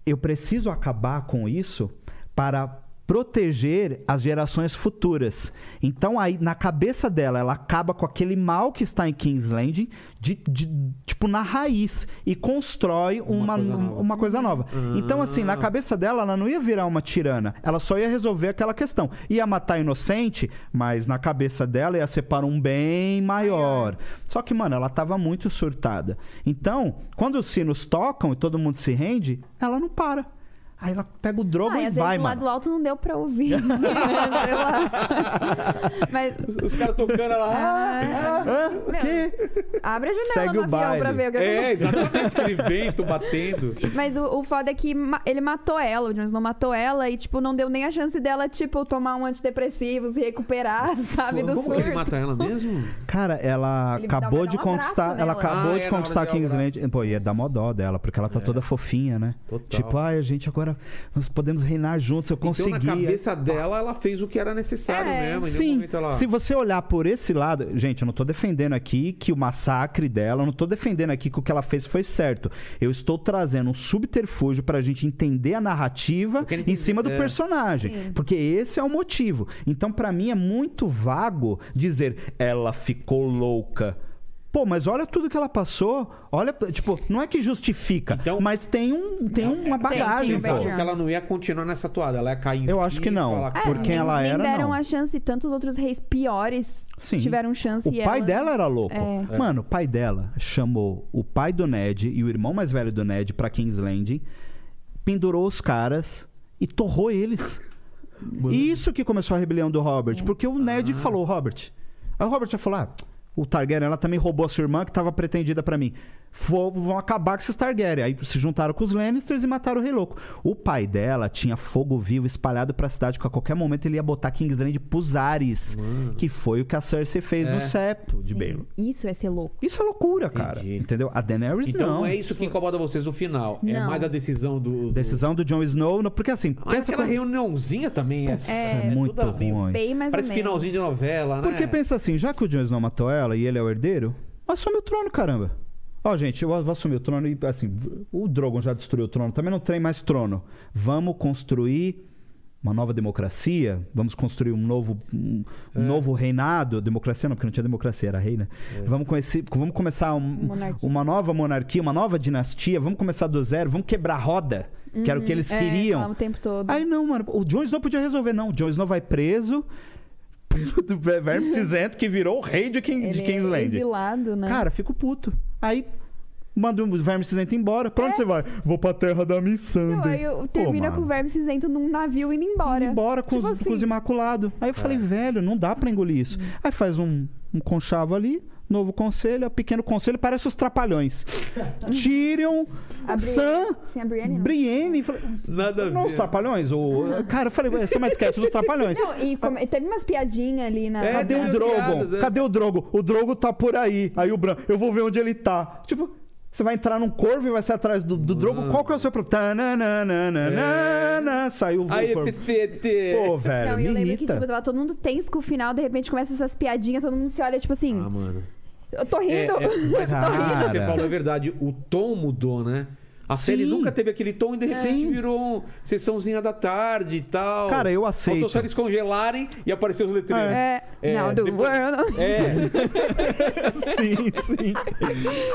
S4: Eu preciso acabar com isso para proteger as gerações futuras. Então aí na cabeça dela ela acaba com aquele mal que está em Kingsland de, de- tipo na raiz e constrói
S1: Uma
S4: uma,
S1: coisa nova.
S4: uma coisa nova.
S1: Hum.
S4: Então, assim, na cabeça dela, ela não ia virar uma tirana. Ela só ia resolver aquela questão. Ia matar inocente, mas na cabeça dela ia ser para um bem maior. Só que, mano, ela tava muito surtada. Então, quando os sinos tocam e todo mundo se rende, ela não para. Aí ela pega o drogo
S3: Ah, e
S4: e
S3: às vezes
S4: vai,
S3: do
S4: mano.
S3: lado alto não deu pra ouvir. <laughs> né? Sei
S4: <laughs>
S3: lá. Mas.
S1: Os, os caras tocando
S3: <laughs>
S1: lá.
S3: ah,
S4: Hã? Que?
S3: abre a janela
S4: Segue
S3: do
S4: o
S3: avião
S4: baile.
S3: pra ver o que acontece.
S1: é, exatamente. Aquele vento batendo.
S3: Mas o, o foda é que ma- ele matou ela, o Jones não matou ela e, tipo, não deu nem a chance dela, tipo, tomar um antidepressivo, se recuperar, <laughs> sabe, do
S1: Como
S3: surto.
S1: que ele mata ela
S4: <laughs>
S1: mesmo? Então,
S4: Cara, ela
S3: Ele dá-
S4: acabou
S3: dá
S4: de
S3: um
S4: conquistar.
S3: abraço
S4: Ela
S3: nela.
S4: acabou
S1: Ah, é,
S4: de
S1: na hora
S4: conquistar
S1: de dar um É.
S4: Kingsland. Pô, ia dar mó dó dela, porque ela tá toda fofinha, né?
S1: Total.
S4: Tipo, ai, a gente agora nós podemos reinar juntos, eu consegui. é
S1: Então, na cabeça dela, ela fez o que era necessário
S3: É.
S1: mesmo. Em nenhum
S4: Sim,
S1: momento ela...
S4: se você olhar por esse lado, gente, eu não tô defendendo aqui que o massacre dela, eu não tô defendendo aqui que o que ela fez foi certo. Eu estou trazendo um subterfúgio pra gente entender a narrativa
S1: quero
S4: em
S1: entender,
S4: cima do
S1: é.
S4: personagem,
S3: Sim.
S4: porque esse é o motivo. Então, pra mim é muito vago dizer ela ficou louca. Pô, mas olha tudo que ela passou. Olha, tipo, não é que justifica,
S1: Então- É,
S4: mas tem um tem uma
S3: tem
S4: bagagem,
S3: um
S1: Você
S4: pô.
S1: achou
S3: background.
S1: que ela não ia continuar nessa toada? Ela ia cair em
S4: Eu
S1: si
S4: acho que
S1: e
S4: não,
S1: falar,
S4: É,
S1: "Cara,
S4: por quem
S3: nem,
S4: ela
S3: nem
S4: era,
S3: deram
S4: não.
S3: a chance, tantos outros reis piores
S4: Sim.
S3: tiveram chance.
S4: O
S3: e
S4: pai
S3: ela-
S4: dela era louco.
S3: É.
S4: Mano, o pai dela chamou o pai do Ned e o irmão mais velho do Ned pra Kingsland, pendurou os caras e torrou eles.
S1: Hum.
S4: Isso que começou a rebelião do Robert, porque o Ned falou, Robert. Aí o Robert já falou: ah, o Targaryen, ela também roubou a sua irmã que estava pretendida pra mim. Vou- vão acabar com esses Targaryen. Aí se juntaram com os Lannisters e mataram o Rei Louco. O pai dela tinha fogo vivo espalhado pra cidade que a qualquer momento ele ia botar Kingsland pros ares. Que foi o que a Cersei fez
S1: É.
S4: no septo de Baelor.
S3: Isso é ser louco.
S4: Isso é loucura, cara.
S1: Entendi.
S4: Entendeu? A Daenerys
S1: Então não
S4: não.
S1: é isso que incomoda vocês no final. É
S3: Não.
S1: mais a decisão do. do...
S4: Decisão do Jon Snow, não- porque assim,
S1: Mas
S4: pensa
S1: é aquela
S4: com-
S1: reuniãozinha também é.
S4: Nossa, é, muito
S1: tudo a ver.
S4: ruim.
S3: Bem mais
S1: Parece
S3: ou menos.
S1: finalzinho de novela, né?
S4: Porque pensa assim, já que o Jon Snow matou ela e ele é o herdeiro, assume o trono, caramba. Ó, gente, eu vou assumir o trono e, assim, o Drogon já destruiu o trono, também não tem mais trono. Vamos construir uma nova democracia, vamos construir um novo, um um novo reinado, democracia não, porque não tinha democracia, era rei, né? Vamos, conhecer, vamos começar um-
S3: Monarquia.
S4: uma nova monarquia, uma nova dinastia, vamos começar do zero, vamos quebrar a roda, que era o que eles
S3: É,
S4: queriam.
S3: falam o tempo todo.
S4: Aí não, mano. O Jon Snow podia resolver, não. O Jon Snow vai preso pelo <laughs>
S3: <laughs>
S4: do verme cinzento que virou o rei de, King,
S3: Ele
S4: de
S3: é
S4: Kingsland.
S3: exilado, né?
S4: Cara, fico puto. Aí manda o verme cinzento embora. Pra onde você vai? Vou pra terra da missão.
S3: É. Não, aí eu- termina com o verme cinzento num navio indo embora.
S4: Embora com,
S3: Tipo
S4: os, com os
S3: assim. Hum.
S4: imaculados. Aí eu falei, velho, não dá pra engolir isso. Aí faz um, um conchavo ali, novo conselho, pequeno conselho, parece os
S3: <laughs>
S4: trapalhões.
S3: A
S4: Tyrion,
S3: Brienne- né?
S4: Sam,
S3: Tinha a Brienne, não?
S4: Brienne. falei,
S1: Nada a
S4: não os
S1: ver.
S4: trapalhões? O... Cara, eu falei, essa é uma sketch dos trapalhões.
S3: Não, e come- teve umas piadinhas ali na.
S1: <laughs> É,
S4: Cadê
S1: tem
S4: o Drogon?
S1: piadas, é.
S4: Cadê o Drogon? O Drogon tá por aí. Aí o Bran, eu vou ver onde ele tá. Tipo, você vai entrar num corvo e vai ser atrás do, do Drogon. Qual que é o seu problema? Tananana, Saiu o
S1: É. Aí, <laughs>
S4: corvo.
S1: PT.
S4: Pô, velho,
S3: Não, e
S4: me
S3: eu lembro que,
S4: irrita.
S3: tipo, tava todo mundo tenso com o final, de repente começa essas piadinhas, todo mundo se olha, tipo assim,
S1: Ah, mano.
S3: <laughs> eu tô
S1: É,
S3: rindo.
S1: é, mas
S4: Tô
S1: o que você
S4: rindo.
S1: falou é verdade. O tom mudou, né? A
S4: Sim.
S1: série nunca teve aquele tom e de repente virou um sessãozinha da tarde e tal.
S4: Cara, eu aceito.
S1: Faltou só eles congelarem e apareceu os letreiros.
S3: É,
S1: É,
S3: não, do <laughs>
S1: depois-
S3: world.
S1: É,
S4: <laughs> sim, sim.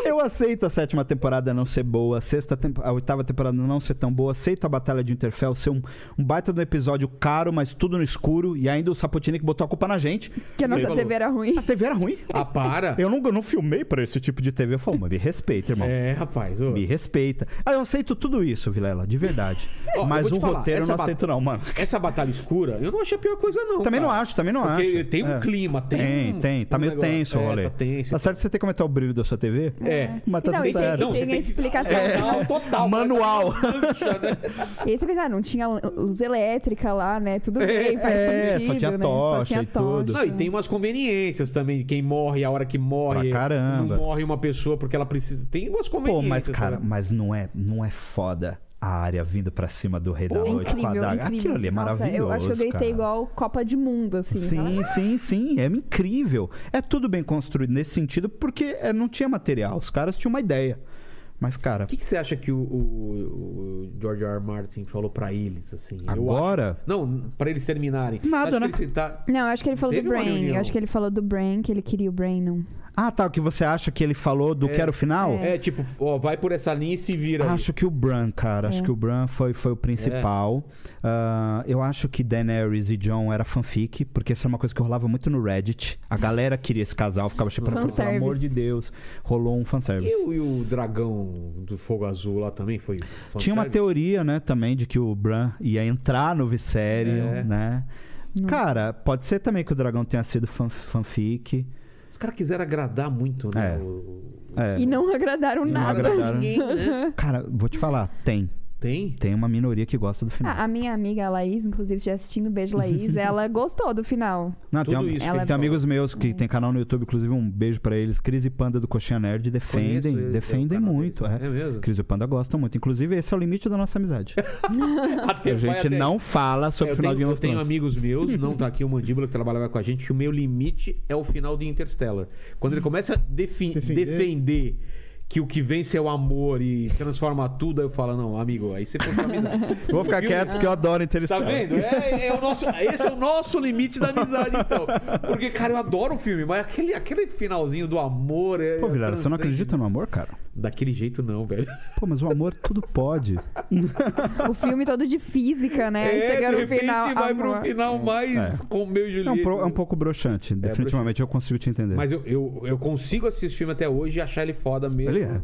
S4: Eu aceito a sétima temporada não ser boa, a, sexta tempo- a oitava temporada não ser tão boa, aceito a Batalha de Interfell ser um, um baita do episódio caro, mas tudo no escuro, e ainda o Sapotini que botou a culpa na gente.
S3: Que a nossa
S1: falou.
S3: TV era ruim.
S4: A TV era ruim.
S1: ah, para.
S4: Eu não, eu não filmei pra esse tipo de TV. Eu falo, mas me respeita, irmão.
S1: É, rapaz. ô.
S4: Me respeita. Ah, eu aceito tudo isso, Vilela, de verdade.
S1: Ó, eu
S4: mas
S1: vou te
S4: o
S1: falar,
S4: roteiro eu
S1: essa é
S4: não
S1: ba-
S4: aceito, não, mano.
S1: Essa batalha escura, eu não achei a pior coisa, não.
S4: Também não
S1: cara.
S4: acho, também não
S1: tá. Porque
S4: acho.
S1: tem um
S4: É.
S1: clima, tem. um-
S4: Tem, tem. Tá
S1: um
S4: meio
S1: negócio.
S4: tenso o
S1: É,
S4: rolê.
S1: Tá tenso.
S4: certo que você tem que aumentar o brilho da sua TV?
S1: É.
S4: Mas tá
S3: Não,
S4: tudo
S3: e tem-
S4: certo.
S3: e tem- a explicação.
S1: É. né? Total.
S4: Manual.
S3: E aí você pensa, ah, não tinha luz elétrica lá, né? Tudo bem, faz
S4: é, só
S3: sentido,
S4: tinha
S3: né?
S4: tocha
S3: só tinha
S4: e tudo.
S1: Não, e tem umas conveniências também de quem morre, a hora que morre.
S4: Pra caramba.
S1: Não morre uma pessoa porque ela precisa. Tem umas
S4: Pô,
S1: conveniências.
S3: tá
S4: mas, cara,
S1: sabe?
S4: mas não é, não é foda a área vindo pra cima do rei da
S3: É
S4: noite com a
S3: incrível,
S4: daga.
S3: incrível.
S4: Aquilo ali é
S3: Nossa,
S4: maravilhoso.
S3: eu acho que eu deitei
S4: cara.
S3: igual Copa de Mundo, assim.
S4: Sim, sim, sim. É incrível. É tudo bem construído nesse sentido, porque é, não tinha material. Os caras tinham uma ideia. Mas, cara,
S1: O que, que você acha que o, o- o George R. R. Martin falou pra eles, assim? Eu
S4: agora.
S1: acho- Não, pra eles terminarem.
S4: Nada,
S1: Acho
S4: né?
S1: que eles tá-
S3: Não, eu acho que ele falou
S1: Teve
S3: do
S1: uma
S3: Brain.
S1: reunião.
S3: Eu acho que ele falou do Brain, que ele queria o Brain, não.
S4: Ah, tá. O que você acha que ele falou do
S1: É.
S4: que era o final?
S1: É. tipo, ó, vai por essa linha e se vira. aí.
S4: Acho que o Bran, cara. Acho
S3: É.
S4: que o Bran foi, foi o principal. Ah, eu acho que Daenerys e John era fanfic, porque isso é uma coisa que rolava muito no Reddit. A galera queria esse casal, ficava chipando, falando, pelo
S3: Fanservice.
S4: amor de Deus. Rolou um fanservice.
S1: Eu e o dragão do fogo azul lá também foi.
S4: Tinha uma
S1: fanservice?
S4: teoria, né, também, de que o Bran ia entrar no Viserion,
S1: É.
S4: né?
S3: Não.
S4: Cara, pode ser também que o dragão tenha sido fan- fanfic.
S1: Os caras quiseram agradar muito, né?
S4: É.
S1: o- o-
S4: É,
S3: E não agradaram
S4: não
S3: nada.
S4: agradaram.
S1: Ninguém, né?
S4: Cara, vou te falar, tem.
S1: Tem?
S4: Tem uma minoria que gosta do final.
S3: Ah, a minha amiga, a Laís, inclusive, já assistindo, beijo, Laís,
S4: <laughs>
S3: ela gostou do final.
S4: não, tem,
S1: tudo
S4: am-
S1: isso
S3: que
S4: tem
S3: ele
S4: amigos meus que
S3: Hum.
S4: tem canal no YouTube, inclusive um beijo pra eles. Cris e Panda do Coxinha Nerd defendem,
S1: Conheço, é,
S4: defendem
S1: é o canal
S4: muito.
S1: deles, né?
S4: É.
S1: É mesmo?
S4: Cris e Panda gostam muito. Inclusive, esse é o limite da
S1: <laughs>
S4: nossa amizade.
S1: Até
S4: A
S1: vai
S4: gente
S1: até-
S4: não fala
S1: É,
S4: sobre
S1: eu
S4: o final
S1: tenho,
S4: de Game
S1: eu
S4: of
S1: tenho
S4: Thrones.
S1: amigos meus,
S4: <laughs>
S1: não tá aqui o Mandíbula que trabalhava com a gente, que o meu limite é o final de Interstellar. Quando ele começa a defi- defender.
S2: Defender.
S1: que o que vence é o amor e transforma tudo, aí eu falo, não, amigo, aí você foi pra vida.
S4: <laughs> Eu Vou ficar
S1: Viu?
S4: quieto porque eu adoro
S1: Tá
S4: Interestelar.
S1: vendo? É, é o nosso, esse é o nosso limite da amizade, então. Porque, cara, eu adoro o filme, mas aquele, aquele finalzinho do amor. É,
S4: Pô, Vilela, você não
S1: transcende.
S4: acredita no amor, cara?
S1: Daquele jeito, não, velho.
S4: Pô, mas o amor tudo pode.
S3: O filme todo de física, né?
S1: <laughs>
S3: Aí
S1: É,
S3: chega
S1: de
S3: no
S1: repente
S3: final.
S1: vai
S3: amor.
S1: pro final mais com o meu
S4: É
S1: Julieta.
S4: um, pro- é um pouco broxante, definitivamente. Eu consigo te entender.
S1: Mas eu, eu, eu consigo assistir esse filme até hoje e achar ele foda mesmo.
S4: Ele é.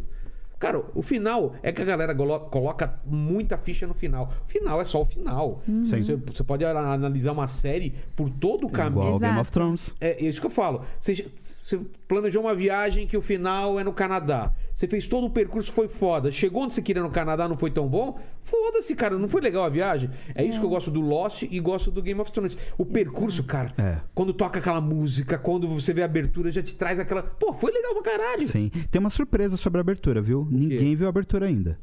S1: Cara, o final é que a galera golo- coloca muita ficha no final. O final é só o final.
S4: Sim.
S1: Você, você pode ana- analisar uma série por todo o caminho.
S4: Hum. Igual Game
S3: Exato.
S4: of Thrones.
S1: É isso que eu falo. Você, você planejou uma viagem que o final é no Canadá. Você fez todo o percurso, foi foda. Chegou onde você queria no Canadá, não foi tão bom? Foda-se, cara. Não foi legal a viagem? É isso que eu gosto do Lost e gosto do Game of Thrones. O percurso, cara,
S4: É.
S1: quando toca aquela música, quando você vê a abertura, já te traz aquela. Pô, foi legal pra caralho.
S4: Sim. Tem uma surpresa sobre a abertura, viu? Ninguém viu a abertura ainda.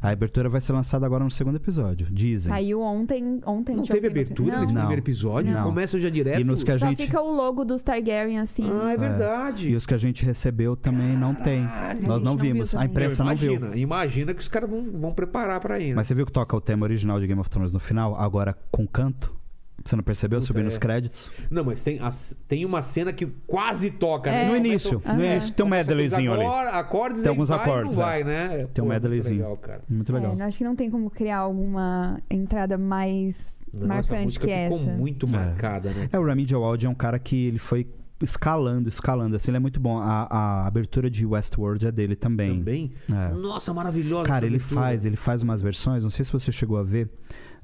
S4: A abertura vai ser lançada agora no segundo episódio, dizem.
S3: Saiu ontem. ontem
S1: Não
S3: deixa eu
S1: teve
S3: ver no-
S1: abertura
S3: Não.
S1: nesse
S4: Não.
S1: primeiro episódio?
S4: Não.
S1: Começa já direto.
S4: E nos que a
S3: Só
S4: gente
S3: fica o logo dos Targaryen assim.
S1: Ah, é
S4: e
S1: verdade.
S4: os que a gente recebeu também não tem.
S3: A
S4: Nós
S3: gente
S4: não
S3: não viu
S4: vimos. a
S3: também.
S4: imprensa não viu.
S1: imagina, imagina que os caras vão, vão preparar pra ir. né?
S4: Mas você viu que toca o tema original de Game of Thrones no final, agora com canto? Você não percebeu?
S1: Puta,
S4: Subindo
S1: é.
S4: os créditos?
S1: Não, mas tem, as- tem uma cena que quase toca, né?
S3: É.
S4: No
S1: Começa-
S4: início.
S3: Ah,
S4: no
S3: é.
S4: início tem um
S1: Os
S4: medleyzinho ali.
S1: acor- acordes
S4: Tem
S1: aí
S4: alguns
S1: vai,
S4: acordes,
S1: Não vai, né?
S4: Tem
S1: muito
S4: um medleyzinho.
S1: Legal, cara.
S4: Muito legal.
S3: É, eu acho que não tem como criar alguma entrada mais
S1: Nossa, a
S3: marcante
S1: música
S3: que é
S1: ficou
S3: essa.
S1: muito marcada, né?
S4: É, o Remedial Audio é um cara que ele foi escalando, escalando. Assim, ele é muito bom. A, a abertura de Westworld é dele também.
S1: Também.
S4: É.
S1: Nossa, maravilhosa.
S4: Cara,
S1: essa
S4: ele
S1: abertura.
S4: faz, ele faz umas versões, não sei se você chegou a ver,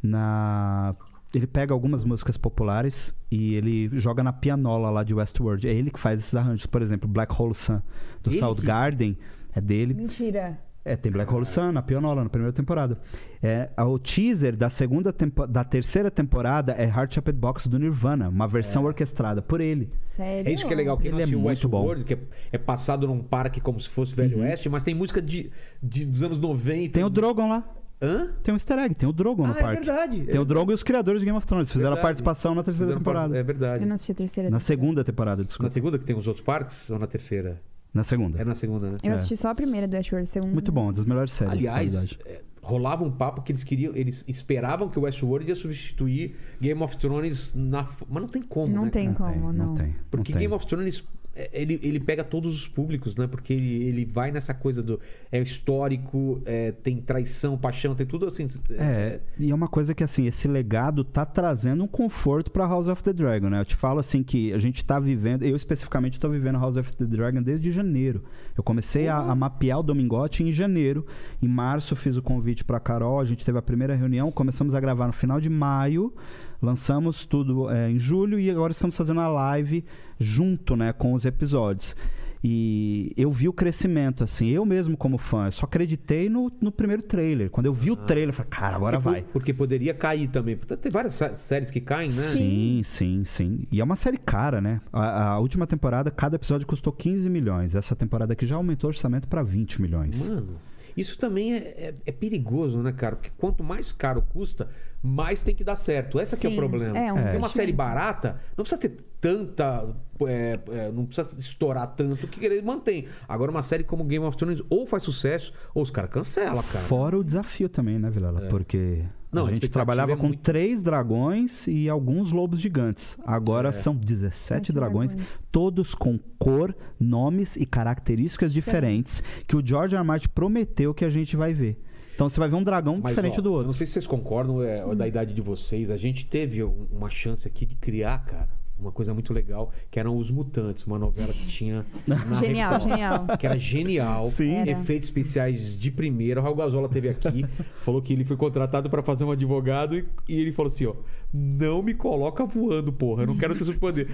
S4: na ele pega algumas músicas populares e ele joga na pianola lá de Westworld. É ele que faz esses arranjos, por exemplo, Black Hole Sun do
S1: Ele
S4: South
S1: que-
S4: Garden é dele.
S3: Mentira.
S4: É, tem Black Hole Sun na pianola na primeira temporada. É, a- o teaser da segunda tempo- da terceira temporada é Heart Shaped Box do Nirvana, uma versão orquestrada por ele.
S3: Sério?
S1: É isso que é legal, quem
S4: Ele
S1: não
S4: é
S1: assistiu
S4: muito Uhum.
S1: Westworld, que é, é passado num parque como se fosse Velho Oeste, mas tem música de, de- dos anos 90.
S4: Tem o
S1: dos-
S4: Drogon lá.
S1: Hã?
S4: Tem um easter egg, tem o Drogon
S1: ah,
S4: no parque.
S1: é verdade.
S4: Tem o Drogon e os criadores de Game of Thrones fizeram
S1: Verdade.
S4: a participação na terceira
S1: Fizeram
S4: temporada.
S1: parte- É verdade.
S3: Eu não assisti a terceira.
S4: Na
S3: temporada.
S4: segunda temporada, desculpa.
S1: Na segunda que tem os outros parques? Ou na terceira?
S4: Na
S1: É
S4: segunda.
S1: na segunda, né?
S3: Eu
S4: É.
S3: assisti só a primeira do Ashworth. Segunda...
S4: Muito bom, uma das melhores séries. da
S1: Aliás,
S4: atualidade.
S1: é, rolava um papo que eles queriam, eles esperavam que o Westworld ia substituir Game of Thrones na, f- mas não tem como,
S3: Não
S1: né?
S3: tem
S4: não
S3: como,
S4: tem,
S3: não.
S4: não tem.
S1: Porque
S4: não tem.
S1: Game of Thrones é, ele, ele pega todos os públicos, né? Porque ele, ele vai nessa coisa do é histórico, é, tem traição, paixão, tem tudo assim.
S4: É, e é uma coisa que assim, esse legado tá trazendo um conforto pra House of the Dragon, né? Eu te falo assim que a gente tá vivendo, eu especificamente tô vivendo House of the Dragon desde janeiro. Eu comecei a, a mapear o Domingote em janeiro. Em março fiz o convite pra Carol, a gente teve a primeira reunião, começamos a gravar no final de maio, lançamos tudo é, em julho e agora estamos fazendo a live junto, né, com os episódios. E eu vi o crescimento, assim, eu mesmo como fã, eu só acreditei no, no primeiro trailer. Quando eu vi o trailer, eu falei, cara, agora
S1: Porque-
S4: vai.
S1: Tipo, Porque poderia cair também. Tem várias sé- séries que caem, né?
S4: Sim, sim, sim. E é uma série cara, né? A, a última temporada, cada episódio custou 15 milhões. Essa temporada aqui já aumentou o orçamento pra 20 milhões.
S1: Mano, isso também é, é- é perigoso, né, cara? Porque quanto mais caro custa, mais tem que dar certo. Essa que é o
S3: Sim,
S1: problema.
S3: é um
S1: Porque uma
S3: investimento.
S1: série barata, não precisa ter tanta. é, é, não precisa estourar tanto que ele mantém. Agora, uma série como Game of Thrones ou faz sucesso, ou os caras cancelam, cara.
S4: Tá Fora o desafio também, né, Vilela? Porque
S1: né? É. Não, a
S4: a gente
S1: expectativa
S4: trabalhava
S1: é
S4: com
S1: muito-
S4: três dragões e alguns lobos gigantes.
S1: É.
S4: Agora são 17
S3: Sete
S4: dragões,
S3: dragões.
S4: todos com cor, nomes e características diferentes que o George R. R. Martin prometeu que a gente vai ver. Então você vai ver um dragão
S1: Mas,
S4: diferente
S1: ó,
S4: do
S1: eu Não
S4: outro.
S1: sei se vocês concordam é,
S3: Hum.
S1: da idade de vocês. A gente teve um- uma chance aqui de criar, cara, uma coisa muito legal, que eram os mutantes, uma novela que tinha. na
S3: Genial,
S1: Record,
S3: genial.
S1: Que era genial.
S4: Sim.
S3: Era.
S1: Efeitos especiais de primeira. O Raul Gazola teve
S4: <laughs>
S1: aqui, falou que ele foi contratado pra fazer um advogado e, e ele falou assim, ó, não me coloca voando, porra. Eu não quero ter superpoder.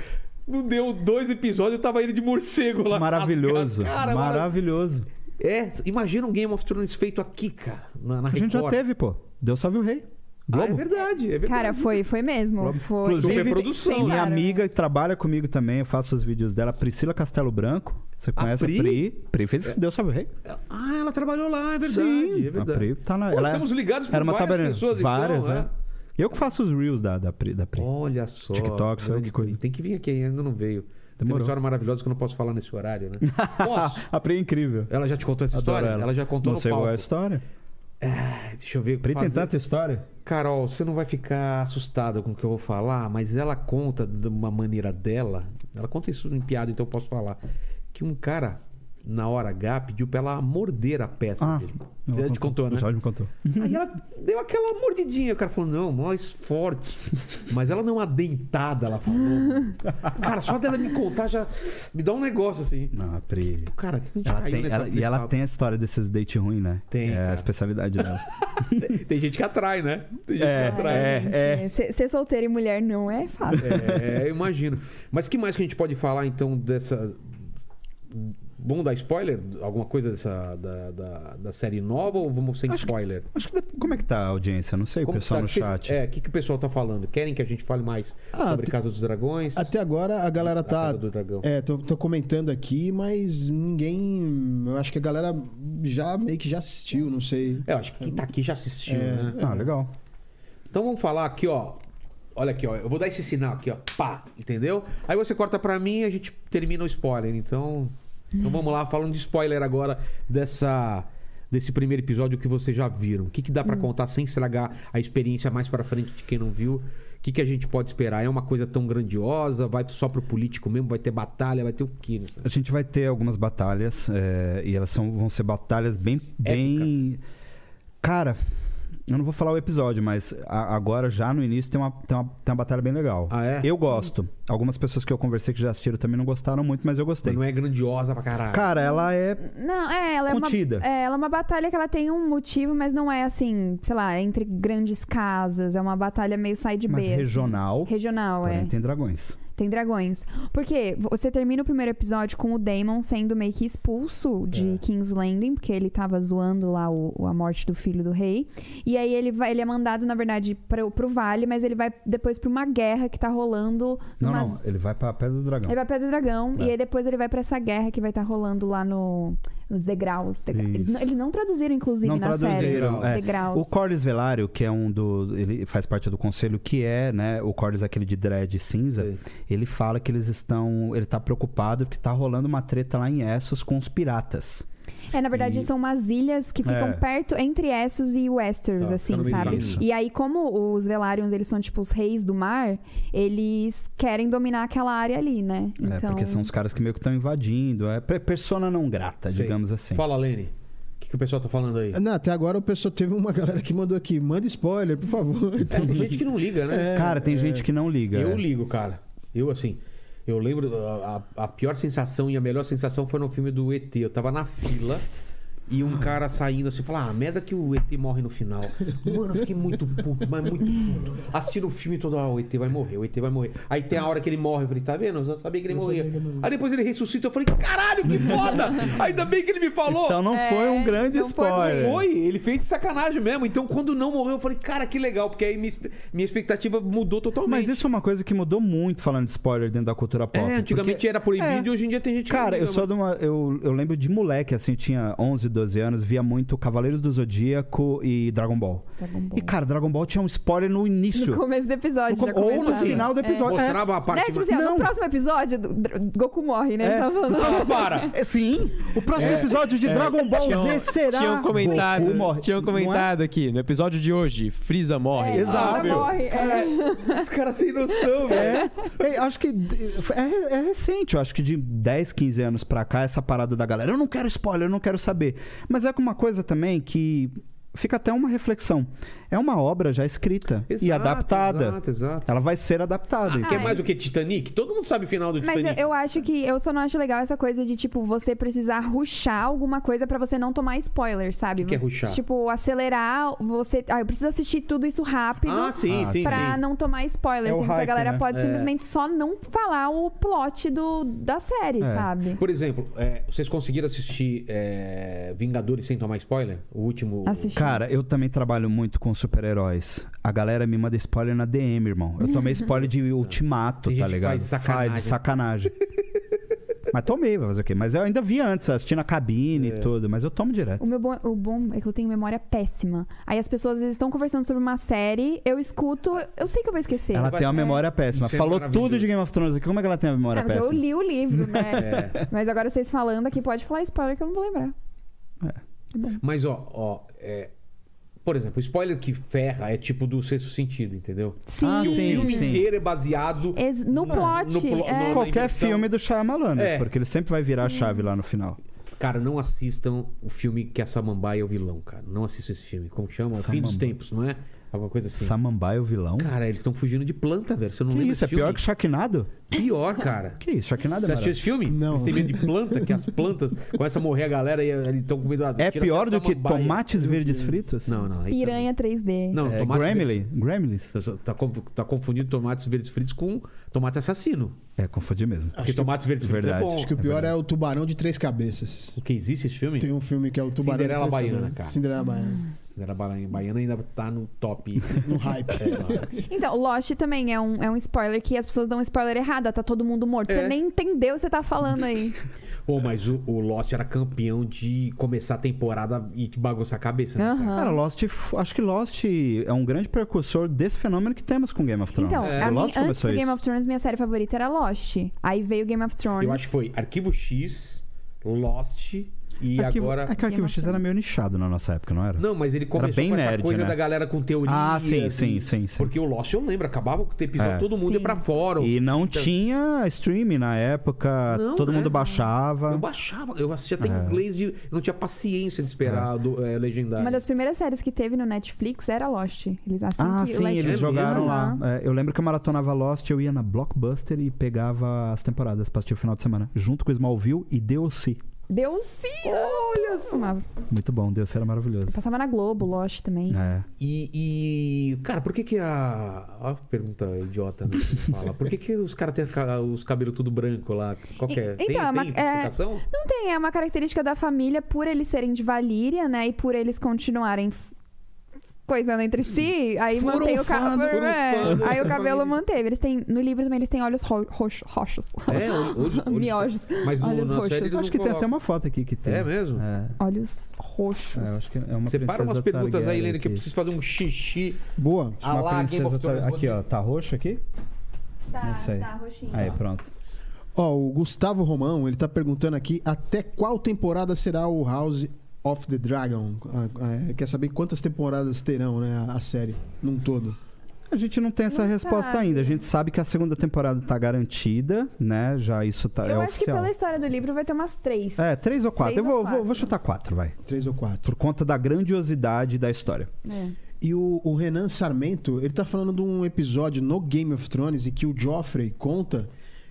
S1: Não deu dois episódios, eu tava ele de morcego lá.
S4: Maravilhoso,
S1: Cara, mara-
S4: maravilhoso.
S1: É, imagina um Game of Thrones feito aqui, cara, na, na
S4: A gente já
S1: Record.
S4: teve, pô. Deus salve o rei.
S1: Ah, é
S4: Globo.
S1: verdade, é verdade.
S3: <laughs> Cara, foi, foi mesmo. Foi.
S4: Inclusive,
S1: Superprodução,
S3: tem- tem
S4: Minha
S3: claro,
S4: amiga
S3: né?
S4: que trabalha comigo também, eu faço os vídeos dela, Priscila Castelo Branco. Você conhece a
S1: Pri? É.
S4: Pri? Pri, fez Deus salve o rei.
S1: Ah, ela trabalhou lá, é verdade. é
S4: A
S1: verdade.
S4: Pri tá na.
S1: Pô,
S4: ela
S1: estamos ligados por
S4: era uma
S1: várias
S4: taberna-
S1: pessoas, então,
S4: Várias,
S1: é.
S4: né? Eu que faço os reels da, da Pri. Da Pri.
S1: Olha só.
S4: TikTok, sabe
S1: grande
S4: que coisa.
S1: Pri. Tem que vir aqui, ainda não veio. Tem uma
S4: Demorou.
S1: história maravilhosa que eu não posso falar nesse horário,
S4: <laughs>
S1: né? Posso?
S4: <laughs> a Pri é incrível.
S1: Ela já te contou essa
S4: Adoro
S1: história? Ela. já contou
S4: Não
S1: no
S4: sei
S1: palco.
S4: qual é a história.
S1: Ah, deixa eu ver. o que
S4: Pri tem
S1: fazer.
S4: tanta história.
S1: Carol, você não vai ficar assustada com o que eu vou falar, mas ela conta de uma maneira dela. Ela conta isso em piada, então eu posso falar. Que um cara na hora H, pediu pra ela morder a peça
S4: Ah,
S1: dele.
S4: ela
S1: Já te contou, né?
S4: Já me contou.
S1: Aí ela deu aquela mordidinha. O cara falou, não, mais forte. Mas ela não é uma dentada, ela falou. Cara, só dela me contar já me dá um negócio assim.
S4: Não, a Pri.
S1: Cara, que a gente
S4: Ela
S1: caiu
S4: tem,
S1: nessa
S4: ela- e ela
S1: nessa-
S4: tem a história desses date ruim, né?
S1: Tem,
S4: É
S1: cara.
S4: a especialidade
S1: <laughs>
S4: dela.
S1: Tem gente que atrai, né? Tem gente
S4: É,
S1: que atrai.
S3: é. Ser, ser solteira e mulher não é fácil.
S1: É, eu imagino. Mas que mais que a gente pode falar, então, dessa. Vamos dar spoiler? Alguma coisa dessa, da, da, da série nova ou vamos sem
S4: Acho que-
S1: spoiler?
S4: Acho que dep- como é que tá a audiência? Não sei, o
S1: Como
S4: pessoal
S1: tá-
S4: no
S1: vocês-
S4: chat.
S1: É, o que, que o pessoal tá falando? Querem que a gente fale mais
S2: Ah,
S1: sobre
S2: te-
S1: Casa dos
S4: Ah,
S1: Dragões?
S2: Até agora a galera tá.
S1: Casa do Dragão.
S2: É, tô, tô comentando aqui, mas ninguém. Eu acho que a galera já meio que já assistiu, não sei.
S1: É, eu acho que quem tá aqui já assistiu,
S2: É.
S1: né?
S4: Ah, legal.
S1: Então vamos falar aqui, ó. Olha aqui, ó. Eu vou dar esse sinal aqui, ó. Pá, entendeu? Aí você corta pra mim e a gente termina o spoiler. Então, então vamos lá, falando de spoiler agora dessa desse primeiro episódio que vocês já viram. O que, que dá
S2: Hum.
S1: pra contar sem estragar a experiência mais pra frente de quem não viu? O que, que a gente pode esperar? É uma coisa tão grandiosa? Vai só pro político mesmo? Vai ter batalha? Vai ter o quê? nisso?
S4: A gente vai ter algumas batalhas é, e elas são, vão ser batalhas bem, bem. Cara, eu não vou falar o episódio, mas a- agora já no início tem uma, tem uma, tem uma batalha bem legal.
S1: Ah, é?
S4: Eu gosto. Algumas pessoas que eu conversei que já assistiram também não gostaram muito, mas eu gostei.
S1: Mas Não é grandiosa pra caralho.
S4: Cara, ela é.
S3: Não, é, ela é
S4: Contida.
S3: uma. É, ela é uma batalha que ela tem um motivo, mas não é assim, sei lá, entre grandes casas. É uma batalha meio side
S4: Mas
S3: B. assim.
S4: regional.
S3: Regional, é.
S4: Porém, tem dragões.
S3: Tem dragões. Porque você termina o primeiro episódio com o Damon sendo meio que expulso
S4: É.
S3: de King's Landing, porque ele tava zoando lá o, o- a morte do filho do rei. E aí ele vai, ele é mandado, na verdade, pro, pro vale, mas ele vai depois pra uma guerra que tá rolando
S4: Não,
S3: numas.
S4: não. Ele vai pra Pedra do Dragão.
S3: Ele vai pra Pedra do Dragão
S4: É.
S3: e aí depois ele vai pra essa guerra que vai estar rolando lá no, nos degraus. degra-
S4: Isso.
S3: Eles, não- eles não traduziram, inclusive,
S4: Não
S3: na
S4: traduziram,
S3: série.
S4: é.
S3: Degraus.
S4: O Corlys Velário, que é um do. Ele faz parte do conselho, que é, né? O Corlys, aquele de dread cinza.
S1: Sei.
S4: Ele fala que eles estão. Ele tá preocupado porque tá rolando uma treta lá em Essos com os piratas.
S3: É, na verdade,
S4: E-
S3: são umas ilhas que ficam
S4: É.
S3: perto entre Essos e Westeros,
S1: Tá, fica
S3: assim,
S1: no meio
S3: sabe?
S1: disso.
S3: E aí, como os Velaryon, eles são tipo os reis do mar, eles querem dominar aquela área ali, né?
S4: É, porque são os caras que meio que estão invadindo. É pe- persona não grata,
S1: Sei.
S4: digamos assim.
S1: Fala, Lene. O que, que o pessoal tá falando aí?
S2: Não, até agora o pessoal teve uma <laughs> galera que mandou aqui, manda spoiler,
S1: <laughs>
S2: por favor.
S1: É, tem gente que não liga, né?
S2: É.
S4: Cara, tem gente que não liga.
S1: Eu
S4: é.
S1: ligo, cara. Eu, assim, eu lembro, a, a- a pior sensação e a melhor sensação foi no filme do ET. Eu tava na fila e um cara saindo assim, falar, ah, merda que o ET morre no final. Mano, eu fiquei muito puto, mas muito puto. Assistindo o filme todo, ah, o ET vai morrer, o ET vai morrer. Aí tem a hora que ele morre, eu falei, tá vendo? Eu já sabia que ele morria. Aí depois ele ressuscita, eu falei, caralho, que
S4: <laughs>
S1: foda! Ainda bem que ele me falou.
S4: Então não
S3: É,
S4: foi um grande
S3: não foi
S4: spoiler.
S1: Foi, ele fez de sacanagem mesmo. Então, quando não morreu, eu falei, cara, que legal, porque aí minha, minha expectativa mudou totalmente.
S4: Mas isso é uma coisa que mudou muito falando de spoiler dentro da cultura pop.
S1: É, antigamente
S4: porque-
S1: era proibido
S4: É.
S1: e hoje em dia tem gente
S4: Cara,
S1: que não
S4: eu sou de uma. Eu, eu lembro de moleque, assim, tinha 11, 12 anos, via muito Cavaleiros do Zodíaco e Dragon Ball.
S3: Dragon Ball.
S4: E, cara, Dragon Ball tinha um spoiler no
S3: <laughs>
S4: início.
S3: No começo do episódio,
S4: No
S3: já
S4: com- ou no
S3: começava.
S4: final do episódio. É.
S1: Mostrava a parte...
S3: É, tipo assim, ó,
S4: Não.
S3: no próximo episódio, do- do- Goku morre, né?
S4: É.
S3: Tava falando.
S1: Nossa, para!
S4: É, sim, o próximo episódio de Dragon Ball
S5: um-
S4: Z será.
S5: Tinham comentado,
S4: Goku morre.
S5: tinham
S4: Não é?
S5: comentado aqui, no episódio de hoje, Frieza morre.
S3: É,
S4: <laughs> Exato.
S3: Freeza morre. é.
S1: Os caras sem
S3: <laughs>
S1: noção, velho.
S4: É, é, acho que é, é recente, eu acho que de 10, 15 anos pra cá, essa parada da galera. Eu não quero spoiler, eu não quero saber. Mas é com uma coisa também que fica até uma reflexão. É uma obra já escrita e
S1: Exato,
S4: adaptada.
S1: Exato, exato.
S4: Ela vai ser
S3: Ah,
S4: adaptada.
S1: Quer
S4: entendeu?
S1: mais o que? Titanic? Todo mundo sabe o final do
S3: é. Mas eu,
S1: Titanic.
S3: eu acho que eu só não acho legal essa coisa de tipo você precisar ruxar alguma coisa pra você não tomar spoiler, sabe?
S1: Que que é
S3: Você-
S1: rushar?
S3: Tipo acelerar, você, ah, eu preciso assistir tudo isso rápido.
S1: Ah, sim,
S4: Ah,
S1: sim,
S3: Pra
S1: sim.
S3: não tomar spoiler,
S4: É o
S3: assim, porque a
S4: hype,
S3: galera
S4: né?
S3: pode
S1: É.
S3: simplesmente só não falar o plot do, da série,
S4: É.
S3: sabe?
S1: Por exemplo, é, vocês conseguiram assistir é, Vingadores sem tomar spoiler? O último...
S3: Assistir.
S4: Cara, eu também trabalho muito com super-heróis. A galera me manda spoiler na DM, irmão. Eu
S3: <laughs>
S4: tomei spoiler de Ultimato,
S1: Tem
S4: tá
S1: gente que
S4: ligado?
S1: faz sacanagem.
S4: de sacanagem. mas tomei, vai fazer o quê? Mas eu ainda vi antes, assistindo a cabine
S1: É.
S4: e tudo. Mas eu tomo direto.
S3: O meu bom, o bom é que eu tenho memória péssima. Aí as pessoas às vezes estão conversando sobre uma série, eu escuto, eu sei que eu vou esquecer.
S4: Ela
S1: vai-
S4: tem uma memória péssima.
S1: Isso é
S4: Falou
S1: maravilhoso.
S4: tudo de Game of Thrones aqui. Como é que ela tem uma memória
S3: É, porque eu
S4: péssima?
S3: li o livro,
S1: <laughs>
S3: né?
S1: É.
S3: Mas agora vocês falando aqui, pode falar spoiler que eu não vou lembrar.
S1: Mas, ó, ó... é, Por exemplo, o spoiler que ferra é tipo do Sexto Sentido, entendeu?
S3: Sim,
S4: Ah,
S1: E o
S4: sim,
S1: filme
S4: sim.
S1: inteiro é baseado...
S3: Ex- no
S1: Não,
S3: plot.
S1: no plo-
S3: é.
S1: no-
S4: Qualquer
S1: invenção.
S4: filme do Shyamalan, né?
S1: É.
S4: Porque ele sempre vai virar a chave lá no final.
S1: Cara, não assistam o filme que a Samambaia é o vilão, cara. Não assistam esse filme. Como que chama? Fim dos
S4: Samambaia.
S1: Tempos, não é? Alguma coisa assim.
S4: Samambaia é o vilão?
S1: Cara, eles estão fugindo de planta, velho. Você não
S4: que
S1: lembra
S4: isso? É
S1: esse
S4: pior
S1: filme?
S4: que Sharknado?
S1: Pior, cara.
S4: <laughs> Que isso? Sharknado é
S1: Você assistiu
S4: maravilhoso.
S1: esse filme?
S2: Não.
S1: Eles têm medo de planta, que as
S2: <laughs>
S1: plantas começam a morrer a galera e eles estão com medo... ah,
S4: É
S1: tira até
S4: pior
S1: a
S4: do que
S1: samambaia.
S4: tomates verdes fritos?
S1: Não, não. aí também.
S3: Piranha 3D.
S1: Não,
S4: É,
S1: tomates
S4: Gremlin.
S1: verdes-
S4: Gremlins.
S1: Tá- Tá, conf- tá confundindo tomates verdes fritos com tomate assassino.
S4: É, confundi mesmo.
S3: Ah.
S1: Porque tomates verdes fritos é
S4: Verdade.
S1: bom.
S2: Acho que o pior é, o Tubarão de Três Cabeças.
S1: O que existe esse filme?
S2: Tem um filme que é o Tubarão
S1: Cinderela
S2: de Três
S1: Baiana,
S2: Cabeças.
S1: cara.
S2: Cinderela Baiana.
S1: Era Baiana, Baiana ainda tá no
S2: <laughs>
S1: top.
S2: No hype.
S1: <laughs>
S3: Então, Lost também é um, é um spoiler que as pessoas dão um spoiler errado. Ah, tá todo mundo morto.
S1: É.
S3: Você nem entendeu o que você tá falando aí.
S4: <laughs>
S1: Pô, mas o, o Lost era campeão de começar a temporada e te bagunçar a cabeça. né, cara?
S3: Aham.
S4: Cara, Lost, f- acho que Lost é um grande precursor desse fenômeno que temos com Game of Thrones.
S3: Então,
S4: O
S3: a mim,
S4: Lost
S3: antes do
S4: começou
S3: Game
S4: isso.
S3: of Thrones, minha série favorita era Lost. Aí veio Game of Thrones.
S1: Eu acho que foi Arquivo X, Lost e
S4: Arquivo-
S1: agora.
S4: É que o
S3: Game
S4: Arquivo
S3: of
S4: X era
S3: Thrones.
S4: meio nichado na nossa época, não era?
S1: Não, mas ele começou
S4: bem
S1: com essa
S4: nerd,
S1: coisa
S4: né?
S1: da galera com teoria.
S4: Ah, sim, sim,
S1: e-
S3: assim,
S4: sim, sim.
S1: Porque o Lost eu lembro, acabava o episódio,
S4: É.
S1: todo mundo ia
S3: Sim.
S1: pra fórum.
S4: E não
S3: então
S4: tinha streaming na época,
S1: Não,
S4: todo
S1: né?
S3: é.
S4: mundo baixava.
S1: Eu baixava, eu assistia até em
S4: É.
S1: inglês, de, eu não tinha paciência de esperar do, é, legendário.
S3: Uma das primeiras séries que teve no Netflix era Lost. Eles assim
S4: ah,
S3: que
S4: sim,
S3: Lost-
S4: eles
S1: mesmo?
S4: jogaram lá.
S3: Aham.
S4: É, eu lembro que eu maratonava Lost, eu ia na Blockbuster e pegava as temporadas pra assistir o final de semana, junto com Smallville e DLC.
S3: Deu sim! Olha só!
S4: Muito bom, DLC era maravilhoso.
S3: Passava na Globo, Lost também.
S4: É.
S1: E, e, cara, por que que a... Ó, pergunta idiota, né? que Fala. Por que que os caras têm ca- os cabelos tudo branco lá? Qual que é?
S3: E- então, é uma-
S1: tem, tem
S3: é-
S1: explicação?
S3: Não tem, é uma característica da família por eles serem de Valíria, né? E por eles continuarem f- coisando entre si, aí mantém o cabelo.
S1: Furunfando, furunfando.
S3: aí o cabelo manteve. Eles têm, no livro também eles têm olhos ro- roxo- roxos.
S1: É, olho- olho- olho-
S3: <laughs> Miojos.
S1: Mas no,
S3: Olhos
S1: na
S3: roxos.
S1: série eles
S4: Eu
S1: não
S4: acho que tem
S1: colocam.
S4: até uma foto aqui que tem.
S1: É mesmo?
S4: É.
S3: Olhos roxos.
S4: É, eu acho que é uma
S1: Separa
S4: princesa
S1: umas perguntas aí,
S4: Targaryen
S1: Helena, que eu
S4: aqui.
S1: preciso fazer um xixi.
S2: Boa.
S1: Ah lá,
S4: Uma
S1: Game of
S4: princesa Tar-
S1: Thrones.
S4: Aqui, ó. Tá roxo aqui?
S3: Tá,
S4: Não sei.
S3: tá,
S1: Uhum.
S3: roxinho.
S4: Aí, pronto.
S2: Ó, o Gustavo Romão, ele tá perguntando aqui até qual temporada será o House of the Dragon. Ah, ah, Quer saber quantas temporadas terão, né, a- a série, num todo.
S4: A gente não tem essa
S3: Não
S4: resposta
S3: sabe.
S4: ainda. A gente sabe que a segunda temporada tá garantida, né? Já isso tá,
S3: Eu
S4: é
S3: acho
S4: oficial.
S3: que pela história do livro vai ter umas três.
S4: É, três ou quatro.
S3: Três
S4: eu vou,
S3: ou
S4: vou-
S3: quatro.
S4: vou chutar quatro, vai.
S2: Três ou quatro.
S4: Por conta da grandiosidade da história.
S3: É.
S2: E o, o Renan Sarmento, ele tá falando de um episódio no Game of Thrones em que o Joffrey conta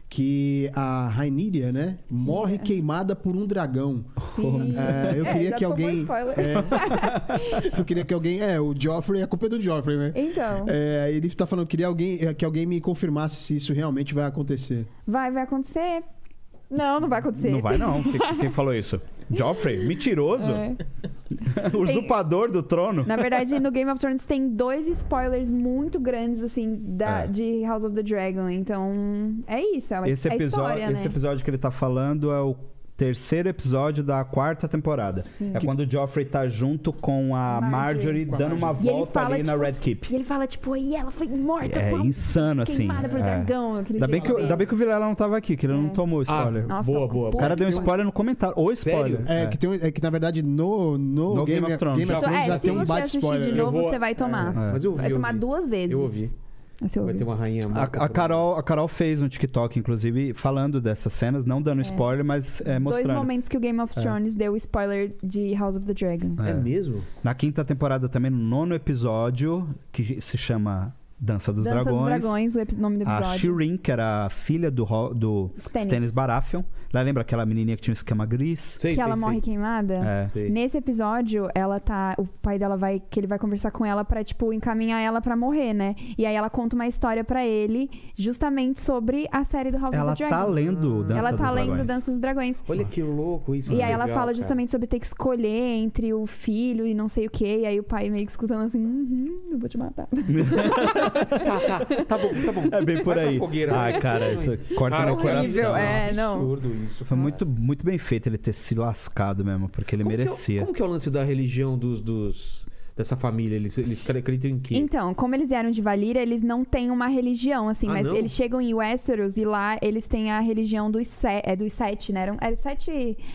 S2: que a Rhaenyra, né, morre queimada por um dragão.
S3: É. Sim.
S2: É, eu
S3: <laughs> É,
S2: queria
S3: já
S2: que
S3: tomou
S2: alguém,
S3: spoiler.
S4: é.
S2: eu queria que alguém, é, o Joffrey, a culpa é do Joffrey, né?
S3: Então,
S2: É, ele tá falando, queria alguém, é, que alguém me confirmasse se isso realmente vai acontecer.
S3: vai, vai acontecer. Não, não vai acontecer.
S4: Não vai, não. Quem, quem
S3: <laughs>
S4: falou isso? Joffrey, mentiroso,
S3: É.
S4: usurpador do trono.
S3: Na verdade, no Game of Thrones tem dois spoilers muito grandes, assim, da,
S4: É.
S3: de House of the Dragon. Então, é isso. É,
S4: Esse,
S3: é
S4: episódio,
S3: história,
S4: esse
S3: né?
S4: episódio que ele tá falando é o terceiro episódio da quarta temporada. É quando o Joffrey tá junto com a Marjorie,
S3: Marjorie.
S2: Com a
S4: dando uma
S3: E ele
S4: volta
S3: fala,
S4: ali na
S3: tipo,
S4: Red Keep.
S3: E ele fala, tipo, e ela foi morta
S4: É
S3: por um
S4: insano, assim.
S3: queimada por
S4: É.
S3: dragão. aquele
S4: Ainda bem,
S3: jeito
S4: que, o-
S3: dele.
S4: ainda bem que o Vilela não tava aqui, que ele não tomou
S2: Ah.
S4: o spoiler.
S3: Nossa,
S1: boa,
S3: tá
S1: boa.
S4: o
S3: É. puta
S4: cara deu um
S3: que
S4: spoiler no comentário. O spoiler.
S1: Sério?
S2: É, Que, tem, um- é que na verdade no, no,
S4: No
S2: Game, of Thrones,
S3: pariu. é,
S2: já
S3: se
S2: tem um
S3: você
S2: bate
S3: assistir
S2: spoiler.
S3: de
S1: Eu
S3: novo,
S1: vou-
S3: você vai tomar.
S4: É.
S1: Mas eu ouvi,
S3: Vai
S1: eu
S3: tomar
S1: ouvi.
S3: duas vezes.
S1: Eu ouvi.
S3: Aí você
S1: Vai
S3: ouviu.
S1: ter uma rainha
S4: A,
S1: morta
S2: né?
S4: a
S1: também.
S4: Carol, a Carol fez um TikTok, inclusive, falando dessas cenas, não dando spoiler, mas é,
S3: Dois
S4: mostrando.
S3: momentos que o Game of Thrones deu spoiler de House of the Dragon.
S1: É
S4: É.
S1: mesmo?
S4: Na quinta temporada também, no nono episódio, que se chama Dança dos
S3: Dança
S4: Dragões.
S3: dos Dragões, o epi- nome do
S4: A
S3: episódio.
S4: Shireen, que era a filha do, Ro- do
S3: Stannis.
S4: Stannis Baratheon. Lá lembra aquela menininha que tinha um esquema gris?
S1: Sei,
S3: que
S1: sei,
S3: ela
S1: sei.
S3: morre queimada.
S4: É.
S1: Sei.
S3: Nesse episódio, ela tá. O pai dela vai. Que ele vai conversar com ela pra, tipo, encaminhar ela pra morrer, né? E aí ela conta uma história pra ele, justamente sobre a série do House
S4: Ela
S3: of the
S4: tá
S3: Dragon.
S4: lendo Dança
S3: ela
S4: dos
S3: tá lendo
S4: Dragões. <laughs> né?
S3: Dança dos Dragões.
S1: Olha que louco isso.
S3: E
S1: que
S3: aí ela
S1: legal,
S3: fala
S1: cara.
S3: justamente sobre ter que escolher entre o filho e não sei o quê. E aí o pai meio que escutando assim, uhum, eu vou te matar.
S1: Tá, tá, tá bom, tá bom.
S4: É bem por
S1: Vai pra
S4: aí.
S1: fogueira.
S4: Ai, cara, isso corta
S1: Cara,
S4: meu coração.
S3: horrível, é, não.
S1: Absurdo isso.
S4: Foi muito, muito bem feito ele ter se lascado mesmo, porque ele
S1: Como que é o-
S4: merecia.
S1: como que é o lance da religião dos, dos- dessa família? Eles, eles acreditam em quê?
S3: Então, como eles vieram de Valíria, eles não têm uma religião, assim,
S1: Ah,
S3: mas
S1: não?
S3: eles chegam em Westeros e lá eles têm a religião dos, se- é, dos sete, né? Eram, é sete.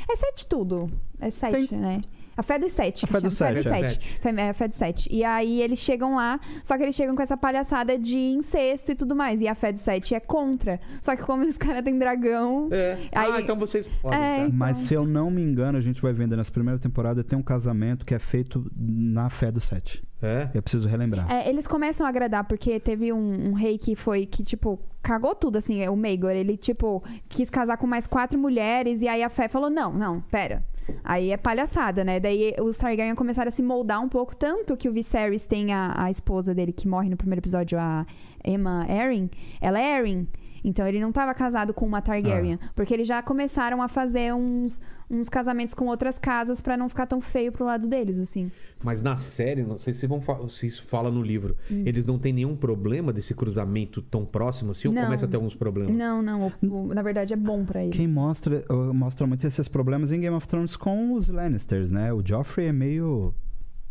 S3: É sete tudo. É sete, né? A Fé dos Sete.
S4: A Fé dos
S3: Chama-
S4: Sete,
S1: é.
S3: Fé, é, Fé dos Sete. E aí eles chegam lá, só que eles chegam com essa palhaçada de incesto e tudo mais. E a Fé dos Sete é contra. Só que como os <laughs> caras têm dragão...
S1: É. Ah,
S3: Aí-
S1: então vocês podem.
S3: É,
S1: tá?
S3: então.
S4: Mas se eu não me engano, a gente vai vendo nessa primeira temporada, tem um casamento que é feito na fé do sete.
S1: É.
S4: Eu preciso relembrar.
S3: É, eles começam a agradar, porque teve um, um rei que foi, que, tipo, cagou tudo, assim, o Maegor. Ele, tipo, quis casar com mais quatro mulheres, e aí a Fé falou, não, não, pera. Aí é palhaçada, né? Daí os Targaryen começaram a se moldar um pouco, tanto que o Viserys tem a, a esposa dele, que morre no primeiro episódio, a Emma Arryn. Ela é Arryn. Então ele não estava casado com uma Targaryen, porque eles já começaram a fazer uns, uns casamentos com outras casas pra não ficar tão feio pro lado deles, assim.
S1: Mas na série, não sei se, vão fa- se isso fala no livro,
S3: Hum.
S1: eles não têm nenhum problema desse cruzamento tão próximo assim ou
S3: Não.
S1: começa a ter alguns problemas?
S3: Não, não, o- o- na verdade é bom pra eles.
S4: Quem mostra, uh, mostra muito esses problemas em Game of Thrones com os Lannisters, né? O Joffrey é meio.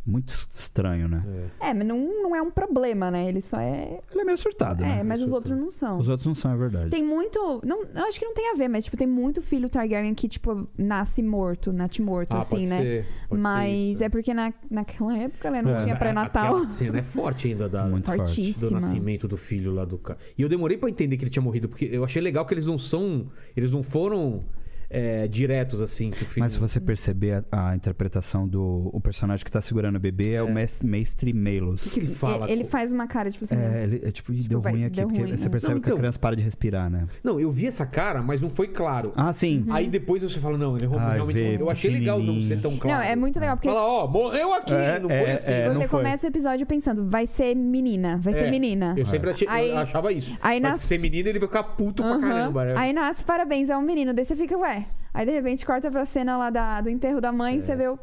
S4: muito estranho, né?
S1: É.
S3: É, mas não, não é um problema, né? Ele só é.
S4: Ele é meio surtado, né?
S3: É, mas os
S4: Surtado.
S3: outros não são.
S4: Os outros não são, é verdade.
S3: Tem muito. Não, eu acho que não tem a ver, mas, tipo, tem muito filho Targaryen que, tipo, nasce morto, nate morto,
S1: Ah,
S3: assim,
S1: pode
S3: né?
S1: ser, pode ser
S3: mas
S1: isso.
S3: é porque na, naquela época, né? Não
S4: É.
S3: tinha
S1: Mas a-
S3: pré-natal.
S1: Aquela cena é forte ainda da,
S4: Muito forte.
S1: do
S3: Fortíssima.
S1: nascimento do filho lá do cara. E eu demorei pra entender que ele tinha morrido, porque eu achei legal que eles não são. Eles não foram é, diretos assim. Que o filho...
S4: Mas se você perceber a, a interpretação do o personagem que tá segurando o bebê é, o mes- mestre
S1: O que,
S4: Melos.
S1: que ele fala?
S3: E- Ele faz uma cara, tipo assim.
S4: É, ele é tipo, "Ih,
S3: Tipo,
S4: deu
S3: vai-
S4: ruim aqui,
S3: deu
S4: porque
S3: ruim,
S4: você
S3: né?
S4: percebe
S1: Não,
S4: que
S1: então-
S4: a criança para de respirar, né?
S1: Não, eu vi essa cara, mas não foi claro.
S4: Ah, sim.
S3: Uhum.
S1: Aí depois você fala, não, ele roubou
S4: Ai,
S1: realmente.
S4: vê,
S1: eu achei legal não
S4: pequenininho.
S1: ser tão claro.
S3: Não, é muito legal, porque
S1: Fala, ó, morreu aqui,
S4: É,
S1: não foi
S4: é,
S1: assim.
S4: é, não
S3: você
S4: foi.
S3: começa o episódio pensando, vai ser menina, vai
S1: É,
S3: ser menina.
S1: Eu sempre achei- eu
S3: Aí-
S1: achava isso.
S3: aí
S1: Mas
S3: nas-
S1: ser menino, ele vai ficar puto
S3: Aham.
S1: pra caramba, né?
S3: Aí nasce, parabéns, é um menino. Daí você fica, ué. Aí de repente corta pra cena lá da- do enterro da mãe e
S1: É.
S3: você vê o.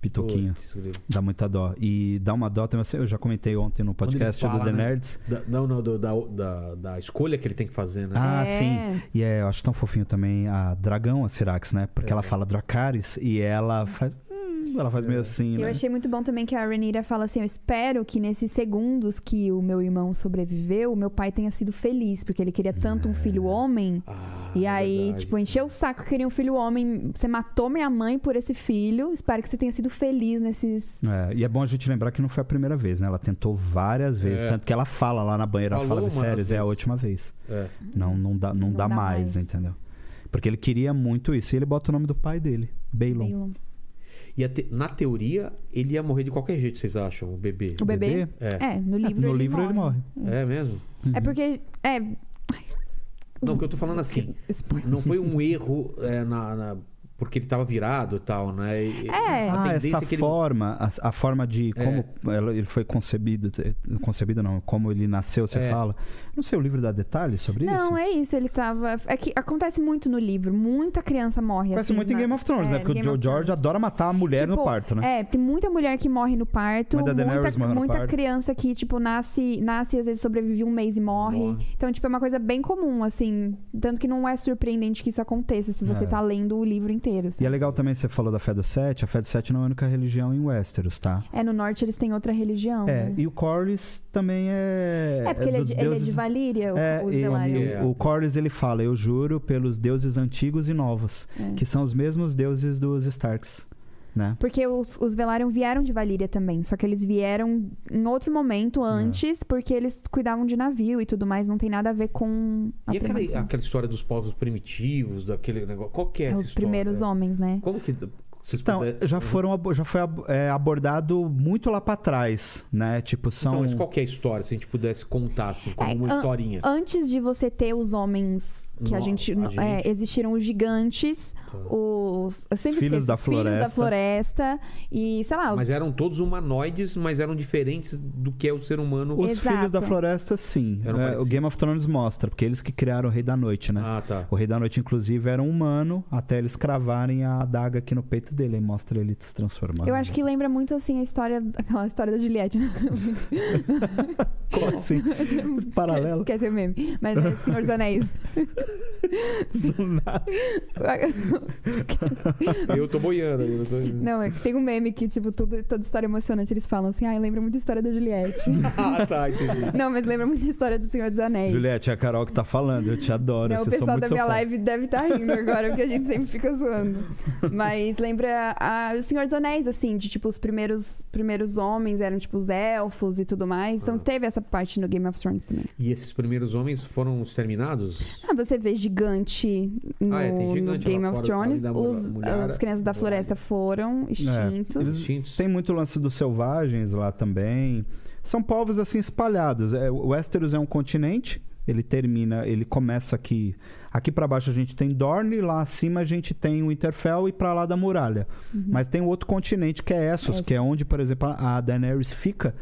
S4: Pitoquinho.
S1: Putz, grilo.
S4: Dá muita dó. E dá uma dó também. eu sei- Eu já comentei ontem no
S1: Quando ele
S4: podcast
S1: fala,
S4: do The
S1: né?
S4: Nerds.
S1: Da- não, não, do- da, da, da escolha que ele tem que fazer, né?
S4: Ah,
S3: É.
S4: sim. E é, eu acho tão fofinho também a Dragão, a Sirax, né? Porque
S1: Uhum.
S4: ela fala Dracarys e ela faz. hum, ela
S1: É.
S4: faz meio assim,
S3: Eu
S4: né?
S3: achei muito bom também que a Renira fala assim: Eu espero que nesses segundos que o meu irmão sobreviveu, o meu pai tenha sido feliz, porque ele queria tanto um
S4: É.
S3: filho homem.
S1: Ah,
S3: E aí,
S1: verdade.
S3: tipo, encheu o saco, queria um filho homem. Você matou minha mãe por esse filho. Espero que você tenha sido feliz nesses.
S4: É, e é bom a gente lembrar que não foi a primeira vez, né? Ela tentou várias vezes.
S1: É.
S4: Tanto que ela fala lá na banheira, ela
S1: Falou
S4: fala
S1: uma
S4: Viserys, é a
S1: vez."
S4: última vez.
S1: É.
S3: Uhum.
S4: Não, não dá, não dá, mais, entendeu? Porque ele queria muito isso. E ele bota o nome do pai dele, Baylon.
S3: Baylon.
S1: E a te- na teoria, ele ia morrer de qualquer jeito, vocês acham? O bebê.
S3: O bebê?
S4: bebê?
S1: É.
S3: É, no livro,
S4: no
S3: ele,
S4: livro
S3: morre.
S4: ele morre. Uhum.
S1: É mesmo?
S3: É porque. É.
S1: Não, o que eu tô falando assim,
S3: spoiler.
S1: não foi um erro é, na, na- porque ele tava virado e tal, né? E-
S3: É.
S1: a
S4: Ah,
S1: tendência
S4: essa
S1: é que ele-
S4: forma, a, a forma de
S1: É.
S4: como ela- ele foi concebido, te- concebido não, como ele nasceu, você
S1: É.
S4: fala. Não sei, o livro dá detalhes sobre isso?
S3: Não, é isso, ele tava. É que acontece muito no livro, muita criança morre.
S4: Parece
S3: assim,
S4: muito em
S3: na-
S4: Game of Thrones,
S3: é,
S4: né? Porque
S3: Game
S4: o Joe
S3: of
S4: George
S3: Thrones.
S4: adora matar a mulher no
S3: Tipo,
S4: parto, né?
S3: É, tem muita mulher que morre no parto,
S4: Mas a Daenerys
S3: muita,
S4: morre no
S3: muita
S4: parto.
S3: criança que, tipo, nasce, nasce e às vezes sobrevive um mês e morre.
S1: Morre.
S3: Então, tipo, é uma coisa bem comum, assim. Tanto que não é surpreendente que isso aconteça se você
S4: É.
S3: tá lendo o livro inteiro. assim.
S4: E é
S3: sabe?
S4: legal também, você falou da fé do sete. A fé do sete não é a única religião em Westeros, tá?
S3: É, no norte eles têm outra religião.
S4: É,
S3: né?
S4: e o Corlys também é...
S3: É, porque ele, é
S4: dos
S3: de, ele é de
S4: deuses-
S3: Valíria, o-
S4: É,
S3: os
S4: e-
S3: Velaryon.
S4: e o Corlys, ele fala, eu juro pelos deuses antigos e novos,
S3: É.
S4: que são os mesmos deuses dos Starks, né?
S3: Porque os, os Velaryon vieram de Valíria também, só que eles vieram em outro momento
S4: É.
S3: antes, porque eles cuidavam de navio e tudo mais, não tem nada a ver com a
S1: E aquela,
S3: primação.
S1: aquela história dos povos primitivos, daquele negócio. Qual que é,
S3: É,
S1: essa
S3: os
S1: história?
S3: primeiros
S1: É.
S3: homens, né?
S1: Como que. Vocês
S4: Então,
S1: puder-
S4: já, foram, abo- já foi ab- é, abordado muito lá pra trás, né? Tipo,
S1: Então,
S4: são...
S1: mas qual que é a história? Se a gente pudesse contar, assim, como
S3: É,
S1: uma
S3: an-
S1: historinha.
S3: Antes de você ter os homens que a
S1: No-
S3: gente.
S1: a gente.
S3: é, existiram os gigantes, os. eu sempre
S4: Filhos
S3: esqueço,
S4: da
S3: os filhos da floresta. E, sei lá, os-
S1: Mas eram todos humanoides, mas eram diferentes do que é o ser humano.
S4: Os
S3: Exato.
S4: Filhos da Floresta, sim.
S1: Eram
S4: É, o
S1: parecidos.
S4: Game of Thrones mostra, porque eles que criaram o Rei da Noite, né?
S1: Ah, tá.
S4: O Rei da Noite, inclusive, era um humano, até eles cravarem a adaga aqui no peito dele. Aí mostra ele se transformando.
S3: eu acho que lembra muito assim a história. Aquela história da Juliette.
S1: Qual
S4: assim, paralelo.
S3: Esquece o meme. Mas é Senhor dos Anéis.
S4: Do nada.
S1: Eu tô boiando ali, não tô...
S3: Não, é que tem um meme que, tipo, tudo, toda história emocionante, eles falam assim, ai, lembra muito a história da Juliette.
S1: <laughs> Ah, tá, entendi.
S3: Não, mas lembra muito a história do Senhor dos Anéis.
S4: Juliette, é a Carol que tá falando, eu te adoro.
S3: Não, o
S4: vocês são
S3: pessoal
S4: muito
S3: da minha
S4: seu fã.
S3: live deve estar
S4: <laughs>
S3: rindo agora, porque a gente sempre fica zoando. Mas lembra a- o Senhor dos Anéis, assim, de tipo, os primeiros, primeiros homens eram tipo os elfos e tudo mais. Então teve essa parte no Game of Thrones também.
S1: E esses primeiros homens foram exterminados?
S3: Ah, você vê gigante no,
S1: Ah, é, tem
S3: no
S1: gigante lá
S3: Game of
S1: fora,
S3: Thrones.
S1: além da
S3: Os,
S1: mulher-
S3: as crianças da floresta
S4: É.
S3: foram extintos.
S4: Eles-
S1: Extintos?
S4: Tem muito lance dos selvagens lá também. São povos assim espalhados. É, o Westeros é um continente. Ele termina, ele começa aqui. Aqui pra baixo a gente tem Dorne, lá acima a gente tem o Winterfell e pra lá da muralha.
S3: Uhum.
S4: Mas tem um outro continente que é Essos, que é onde, por exemplo, a Daenerys fica.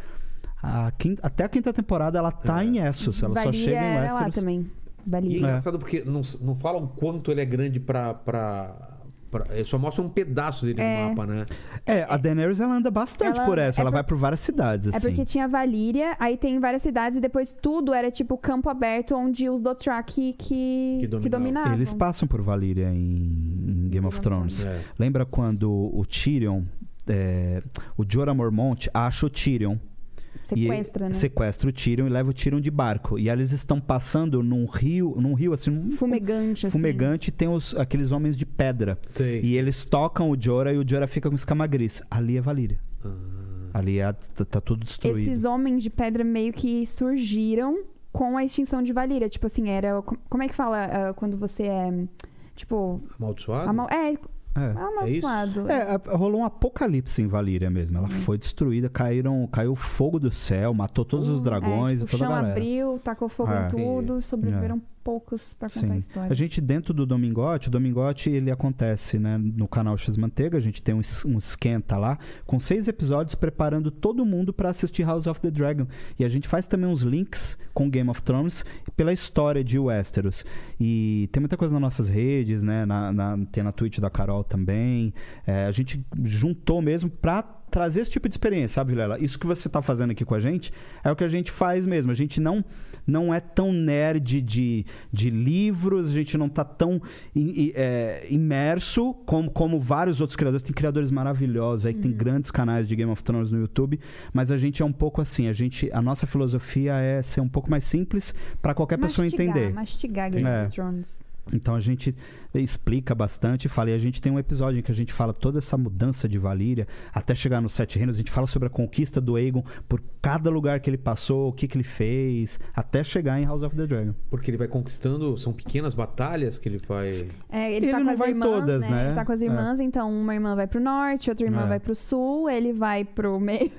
S4: A quinta- até a quinta temporada ela tá em Essos, ela só
S3: Valia
S4: chega em
S3: era lá
S4: Westeros.
S3: também.
S1: E é
S3: Valia.
S1: engraçado porque não, não falam quanto ele é grande pra... pra... pra- eu Só mostra um pedaço dele
S3: É.
S1: no mapa, né?
S4: É, a Daenerys ela anda bastante
S3: Ela-
S4: por
S3: é
S4: essa, ela
S3: por-
S4: vai por várias cidades assim.
S3: É porque tinha Valíria, aí tem várias cidades e depois tudo era tipo campo aberto onde os Dothraki que,
S1: Que
S3: que,
S1: dominavam.
S3: dominavam.
S4: Eles passam por Valyria em, em Game of Thrones.
S1: É.
S4: Lembra quando o Tyrion, é, o Jorah Mormont acha o Tyrion e-
S3: Sequestra, né?
S4: sequestra o Tyrion e leva o Tyrion de barco. E aí eles estão passando num rio, num rio assim, um
S3: Fumegante, assim.
S4: fumegante, tem os, aqueles homens de pedra.
S1: Sei.
S4: E eles tocam o Jorah e o Jorah fica com escama gris. Ali é Valyria. Ali é, tá, tá tudo destruído.
S3: Esses homens de pedra meio que surgiram com a extinção de Valíria. Tipo assim, era. com- Como é que fala ah, quando você é. Tipo.
S1: Amaldiçoado?
S3: Amal... É,
S4: É.
S3: amaldiçoado.
S4: É, a- rolou um apocalipse em Valíria mesmo.
S3: Uhum.
S4: Ela foi destruída, caíram, caiu fogo do céu, matou todos os dragões
S3: é,
S4: e
S3: tipo,
S4: toda
S3: O
S4: a
S3: chão
S4: galera.
S3: abriu, tacou fogo
S4: É.
S3: em tudo, sobreviveram poucos pra contar a
S4: Sim.
S3: história.
S4: A gente dentro do Domingote, o Domingote ele acontece, né, no canal X Manteiga, a gente tem um, es- um esquenta lá com seis episódios preparando todo mundo pra assistir House of the Dragon. E a gente faz também uns links com Game of Thrones pela história de Westeros. E tem muita coisa nas nossas redes, né, na, na- tem na Twitch da Carol também. É, a gente juntou mesmo pra trazer esse tipo de experiência, sabe, Vilela? Isso que você tá fazendo aqui com a gente é o que a gente faz mesmo. A gente não não é tão nerd de, de livros, a gente não tá tão i- i- é, imerso como, como vários outros criadores. Tem criadores maravilhosos aí que
S3: Uhum.
S4: tem grandes canais de Game of Thrones no YouTube, mas a gente é um pouco assim, a gente a nossa filosofia é ser um pouco mais simples pra qualquer pessoa
S3: Mastigar,
S4: entender.
S3: Mastigar Game
S4: É.
S3: of Thrones.
S4: Então a gente explica bastante, fala, e a gente tem um episódio em que a gente fala toda essa mudança de Valíria até chegar nos Sete Reinos, a gente fala sobre a conquista do Aegon por cada lugar que ele passou, o que, que ele fez, até chegar em House of
S3: <laughs>
S4: the Dragon.
S1: Porque ele vai conquistando... São pequenas batalhas que ele vai...
S3: É, ele,
S4: Ele
S3: tá
S4: não
S3: com as
S4: vai
S3: irmãs,
S4: todas, né?
S3: Ele tá com as
S4: É.
S3: irmãs, então uma irmã vai pro norte, outra irmã
S4: É.
S3: vai pro sul, ele vai pro meio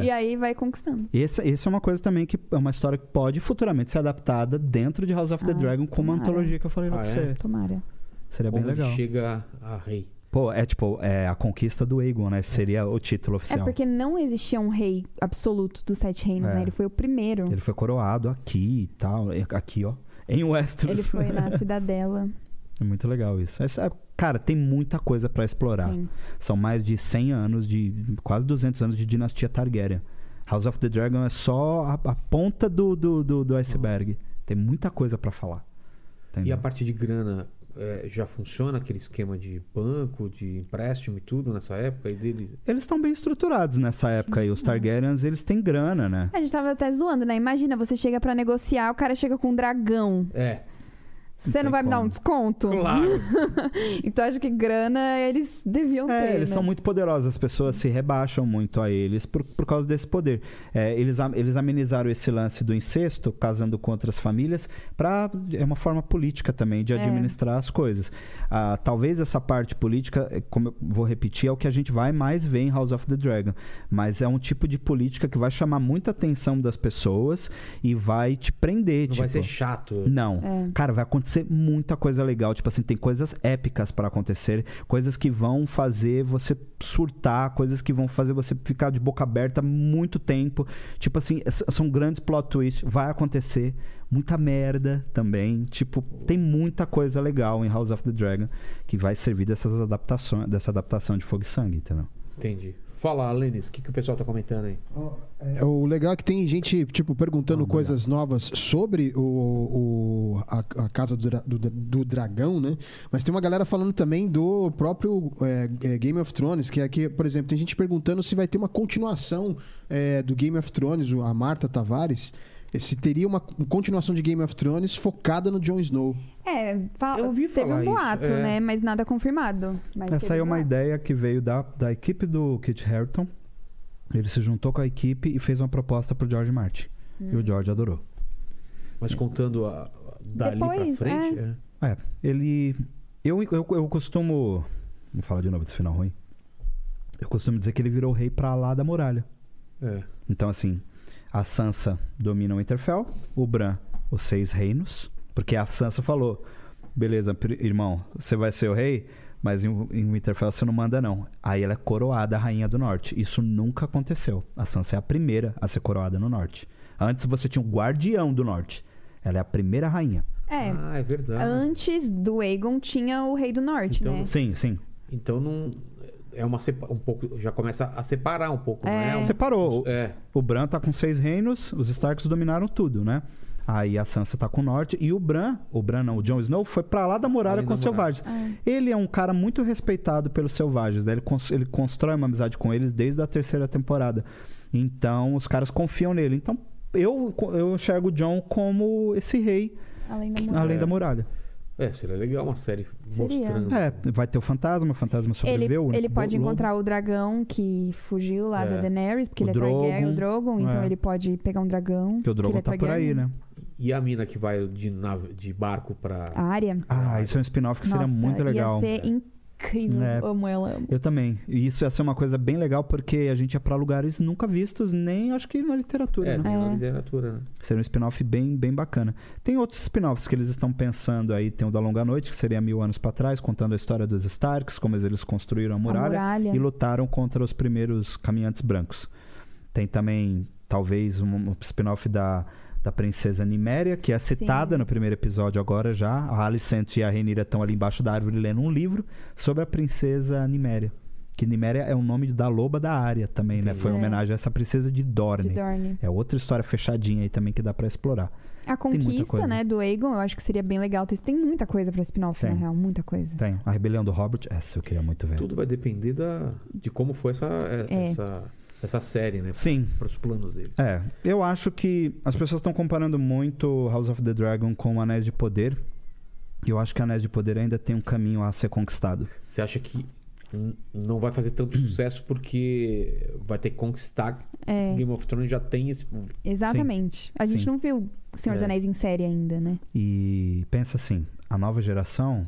S4: É.
S3: <laughs> e aí vai conquistando.
S4: Esse- Essa é uma coisa também que é uma história que pode futuramente ser adaptada dentro de House of the
S3: Ah,
S4: Dragon como a
S3: tomara.
S4: antologia que eu falei
S1: Ah,
S4: pra
S1: é?
S4: você.
S3: Tomara.
S4: Seria é bem
S1: Onde
S4: legal.
S1: chega a rei.
S4: Pô, é tipo, é a conquista do Aegon, né? Seria o título oficial.
S3: É porque não existia um rei absoluto dos Sete Reinos,
S4: É.
S3: né? Ele foi o primeiro.
S4: Ele foi coroado aqui e tal, e- aqui, ó. Em Westeros.
S3: Ele foi na
S4: <laughs>
S3: cidadela.
S4: É muito legal isso. Essa- é- cara, tem muita coisa pra explorar.
S3: Tem.
S4: São mais de 100 anos, de quase 200 anos de dinastia Targaryen. House of the Dragon é só a, a ponta do, do, do, do iceberg. Tem muita coisa pra falar.
S1: E a
S4: Entendeu?
S1: parte de grana é, já funciona aquele esquema de banco, de empréstimo e tudo nessa época? E dele...
S4: Eles estão bem estruturados nessa época aí. Os Targaryens, eles têm grana, né?
S3: A gente tava até zoando, né? Imagina, você chega pra negociar, o cara chega com um dragão.
S1: É,
S3: Você não
S4: tem
S3: vai me dar um
S4: como.
S3: desconto?
S1: claro.
S3: Então acho que grana eles deviam ter.
S4: É, eles
S3: né?
S4: são muito poderosos. As pessoas se rebaixam muito a eles por, por causa desse poder. É, eles, a- eles amenizaram esse lance do incesto, casando com outras famílias, pra, é uma forma política também
S3: É.
S4: de administrar as coisas. Ah, talvez essa parte política, é, como eu vou repetir, é o que a gente vai mais ver em House of the Dragon. Mas é um tipo de política que vai chamar muita atenção das pessoas e vai te prender.
S1: Não vai
S4: tipo-
S1: ser chato.
S4: não. Cara, vai acontecer muita coisa legal. Tipo assim, tem coisas épicas pra acontecer, coisas que vão fazer você surtar, coisas que vão fazer você ficar de boca aberta muito tempo. Tipo assim, s- são grandes plot twists. Vai acontecer muita merda também. Tipo, tem muita coisa legal em House of the Dragon que vai servir dessas adaptações, dessa adaptação de Fogo e Sangue, entendeu?
S1: Entendi. Fala, Lenis, o que, que o pessoal tá comentando aí?
S2: É, O legal é que tem gente, tipo, perguntando coisas novas sobre o, o- a, a Casa do, Dra- do, do Dragão, né? Mas tem uma galera falando também do próprio é, é, Game of Thrones, que aqui, por exemplo, tem gente perguntando se vai ter uma continuação é, do Game of Thrones, o- a Marta Tavares, se teria uma continuação de Game of Thrones focada no Jon Snow.
S3: É, fa-
S1: Eu ouvi
S3: teve
S1: falar
S3: um
S1: isso,
S3: boato,
S1: é.
S3: né? Mas nada confirmado. Mas
S4: Essa aí
S3: teve
S4: é
S3: um
S4: uma
S3: boato.
S4: ideia que veio da, da equipe do Kit Harington. Ele se juntou com a equipe e fez uma proposta pro George Martin. E o George adorou.
S1: Mas contando a, dali
S3: Depois,
S1: pra frente. é.
S4: É, ele. Eu, eu, eu costumo. Vamos falar de novo desse final ruim. Eu costumo dizer que ele virou rei pra lá da muralha.
S1: É.
S4: Então, assim, a Sansa domina o Winterfell, o Bran, os seis reinos. Porque a Sansa falou: beleza, pri- irmão, você vai ser o rei, mas em, em Winterfell você não manda, não. Aí ela é coroada a rainha do norte. Isso nunca aconteceu. A Sansa é a primeira a ser coroada no norte. Antes você tinha o guardião do norte. Ela é a primeira rainha.
S3: É.
S1: Ah, é verdade.
S3: Antes do Aegon tinha o Rei do Norte,
S1: Então,
S3: né?
S4: Sim, sim.
S1: Então não. É uma sepa- um pouco. Já começa a separar um pouco, não é? Um-
S4: Separou.
S1: É.
S4: O Bran tá com seis reinos, os Starks dominaram tudo, né? Aí a Sansa tá com o norte e o Bran, o Bran não, o Jon Snow foi pra lá da muralha
S1: Além
S4: com
S1: da
S4: os
S1: muralha.
S4: selvagens.
S3: Ah,
S4: Ele é um cara muito respeitado pelos selvagens, né? ele, cons- ele constrói uma amizade com eles desde a terceira temporada. Então os caras confiam nele. Então eu, eu enxergo o Jon como esse rei
S3: Além da
S4: que-
S3: mulher.
S4: além da muralha.
S1: É, seria legal uma série
S3: Seria.
S1: mostrando.
S4: É, vai ter o fantasma, o fantasma
S3: Ele,
S4: sobreviveu.
S3: ele
S4: o
S3: pode
S4: lobo.
S3: encontrar o dragão que fugiu lá
S1: É.
S3: da Daenerys, porque
S4: O
S3: ele é Targaryen,
S4: Drogon.
S3: o Drogon, então
S4: É.
S3: ele pode pegar um dragão.
S4: Porque o Drogon
S3: ele é
S4: tá por aí,
S3: Targaryen.
S4: né?
S1: E a mina que vai de, nave- de barco pra.
S3: A área.
S4: Ah, isso é um spin-off que seria muito legal.
S3: Ia ser incrível.
S4: É.
S3: Amo ela, amo.
S4: Eu também. E isso ia ser uma coisa bem legal, porque a gente ia pra lugares nunca vistos, nem acho que na literatura,
S1: é,
S4: né?
S1: tem na
S3: É.
S1: literatura, né?
S4: Seria um spin-off bem, bem bacana. Tem outros spin-offs que eles estão pensando aí. Tem o da Longa Noite, que seria mil anos pra trás, contando a história dos Starks, como eles construíram a
S3: a
S4: muralha,
S3: muralha.
S4: e lutaram contra os primeiros caminhantes brancos. Tem também, talvez, um um spin-off da, da Princesa Niméria, que é citada
S3: Sim.
S4: no primeiro episódio agora já. A Alicent e a Renira estão ali embaixo da árvore lendo um livro sobre a Princesa Niméria. Que Niméria é o nome da loba da área também, né?
S1: Entendi.
S4: Foi uma
S3: É.
S4: homenagem a essa princesa
S3: de
S4: de Dorne.
S3: Dorne.
S4: É outra história fechadinha aí também que dá pra explorar.
S3: A
S4: muita
S3: conquista,
S4: coisa.
S3: né, do Aegon, eu acho que seria bem legal. ter isso. Tem muita coisa pra spin-off, na
S4: Tem.
S3: real. Muita coisa.
S4: Tem. A Rebelião do Robert, essa eu queria muito ver.
S1: Tudo vai depender da, de como foi essa, é-
S3: É.
S1: essa, essa série, né?
S4: Sim.
S1: Para os planos dele.
S4: É, eu acho que as pessoas estão comparando muito House of the Dragon com Anéis de Poder. E eu acho que Anéis de Poder ainda tem um caminho a ser conquistado.
S1: Você acha que n- não vai fazer tanto sucesso porque vai ter que conquistar.
S3: É.
S1: Game of Thrones já tem esse público.
S3: Exatamente. A gente
S4: Sim.
S3: não viu Senhor dos
S1: É.
S3: Anéis em série ainda, né?
S4: E pensa assim, a nova geração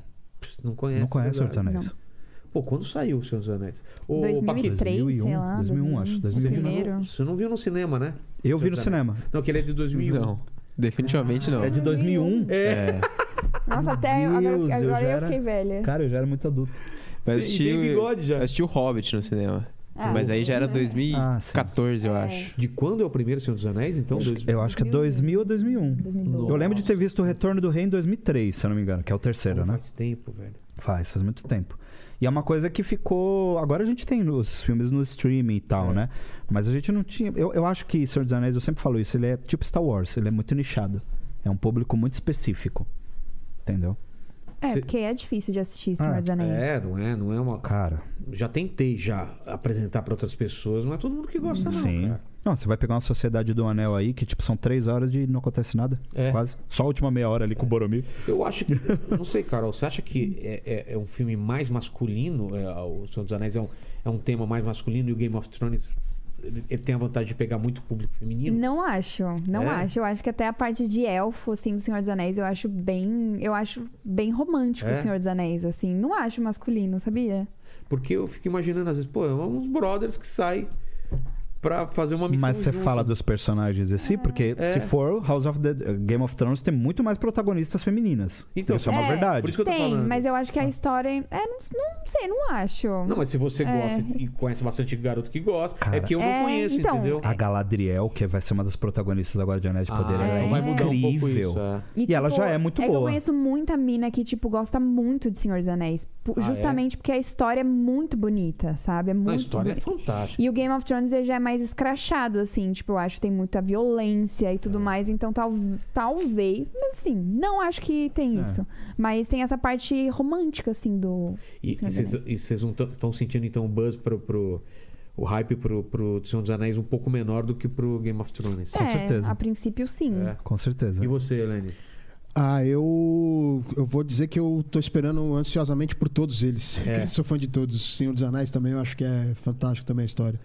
S1: Não conhece.
S4: não conhece
S1: é verdade.
S4: Senhor dos Anéis.
S1: Pô, quando saiu o Senhor dos Anéis? Ô,
S3: 2003,
S1: Paquito,
S4: 2001,
S3: sei lá.
S4: 2001, acho,
S1: você viu no-
S4: 2001.
S3: Primeiro.
S1: Você não viu no cinema, né?
S4: Eu
S1: Senhor
S4: vi no
S1: dos
S4: cinema.
S1: Não, que ele é de 2001.
S5: Ah, Não, definitivamente não.
S4: É de 2001.
S1: <laughs>
S5: É,
S3: Nossa, até
S4: Meu
S3: agora,
S4: Deus, eu
S3: agora eu,
S4: já era-
S3: fiquei
S1: É.
S3: velha.
S4: Cara, eu já era muito adulto.
S5: vai
S1: Tem- tem
S5: assistir
S1: bigode já.
S5: assisti o Hobbit no cinema.
S3: Ah,
S5: Mas aí já
S4: é.
S5: era
S3: né?
S5: 2014, eu
S3: É.
S4: Ah,
S5: acho.
S1: De quando é o primeiro Senhor dos Anéis? Então, dois... um.
S4: Eu acho que é 2000 ou 2001.
S3: 2012.
S4: Eu lembro de ter visto o Retorno do Rei em 2003, se eu não me engano, que é o terceiro,
S1: Pô,
S4: né?
S1: um faz tempo, velho.
S4: Faz, faz muito tempo. E é uma coisa que ficou. Agora a gente tem os filmes no streaming e tal,
S1: É.
S4: né? Mas a gente não tinha. Eu, eu acho que Senhor dos Anéis, eu sempre falo isso, ele é tipo Star Wars, ele é muito nichado. É um público muito específico. Entendeu?
S3: É,
S1: Cê-
S3: porque é difícil de assistir Senhor
S4: Ah,
S3: dos Anéis.
S1: É, não é, não é uma.
S4: Cara,
S1: Já tentei já apresentar pra outras pessoas, não é todo mundo que gosta, não.
S4: sim.
S1: cara.
S4: Não, você vai pegar uma Sociedade do Anel aí, que tipo, são três horas de não acontece nada.
S1: É.
S4: Quase. Só a última meia hora ali com o Boromir.
S1: Eu acho que. eu não sei, Carol, você acha que é, é- é um filme mais masculino? É, o Senhor dos Anéis é um, é um tema mais masculino e o Game of Thrones ele, ele tem a vantagem de pegar muito público feminino?
S3: Não acho, não
S1: É?
S3: acho. Eu acho que até a parte de elfo, assim, do Senhor dos Anéis, eu acho bem. Eu acho bem romântico
S1: É?
S3: o Senhor dos Anéis, assim. Não acho masculino, sabia?
S1: Porque eu fico imaginando, às vezes, pô, é uns brothers que saem pra fazer uma missão.
S4: Mas você
S1: junto.
S4: fala dos personagens assim, porque
S1: É.
S4: se for House of the Game of Thrones tem muito mais protagonistas femininas.
S1: Então,
S4: isso é uma
S3: É,
S4: verdade.
S1: por isso que eu tô
S3: Tem,
S1: falando. Ah.
S3: mas eu acho que a história. É, não, não sei, não acho.
S1: Não, mas se você
S3: É.
S1: gosta e conhece bastante garoto que gosta, é
S4: Cara.
S1: que eu não
S3: É,
S1: conheço,
S3: então.
S1: entendeu?
S4: A Galadriel, que vai ser uma das protagonistas agora de Anéis de
S1: Ah,
S4: Poder, ela é,
S1: então vai mudar um pouco
S4: incrível.
S1: isso, é.
S4: E ela já é muito
S3: é Que eu
S4: boa.
S3: conheço muita mina que, tipo, gosta muito de Senhor dos Anéis. pu-
S1: Ah, é?
S3: justamente porque a história é muito bonita, sabe? É muito
S1: Não, a história é
S3: bonita.
S1: fantástica.
S3: E o Game of Thrones ele já é mais escrachado, assim. Tipo, eu acho que tem muita violência e tudo
S4: É.
S3: mais. Então, tal, talvez. Mas, assim, não acho que tem
S4: É.
S3: isso. Mas tem essa parte romântica, assim, do.
S1: E
S3: Senhor dos Anéis.
S1: e vocês não estão sentindo, então, o buzz pro. pro o hype pro, pro Senhor dos Anéis um pouco menor do que pro Game of Thrones.
S4: com
S3: é,
S4: certeza.
S3: A princípio, sim.
S1: É.
S4: Com certeza.
S1: E você, Helene?
S2: Ah, eu. Eu vou dizer que eu tô esperando ansiosamente por todos eles.
S1: É.
S2: <laughs> Sou fã de todos. Senhor dos Anéis também, eu acho que é fantástico também a história.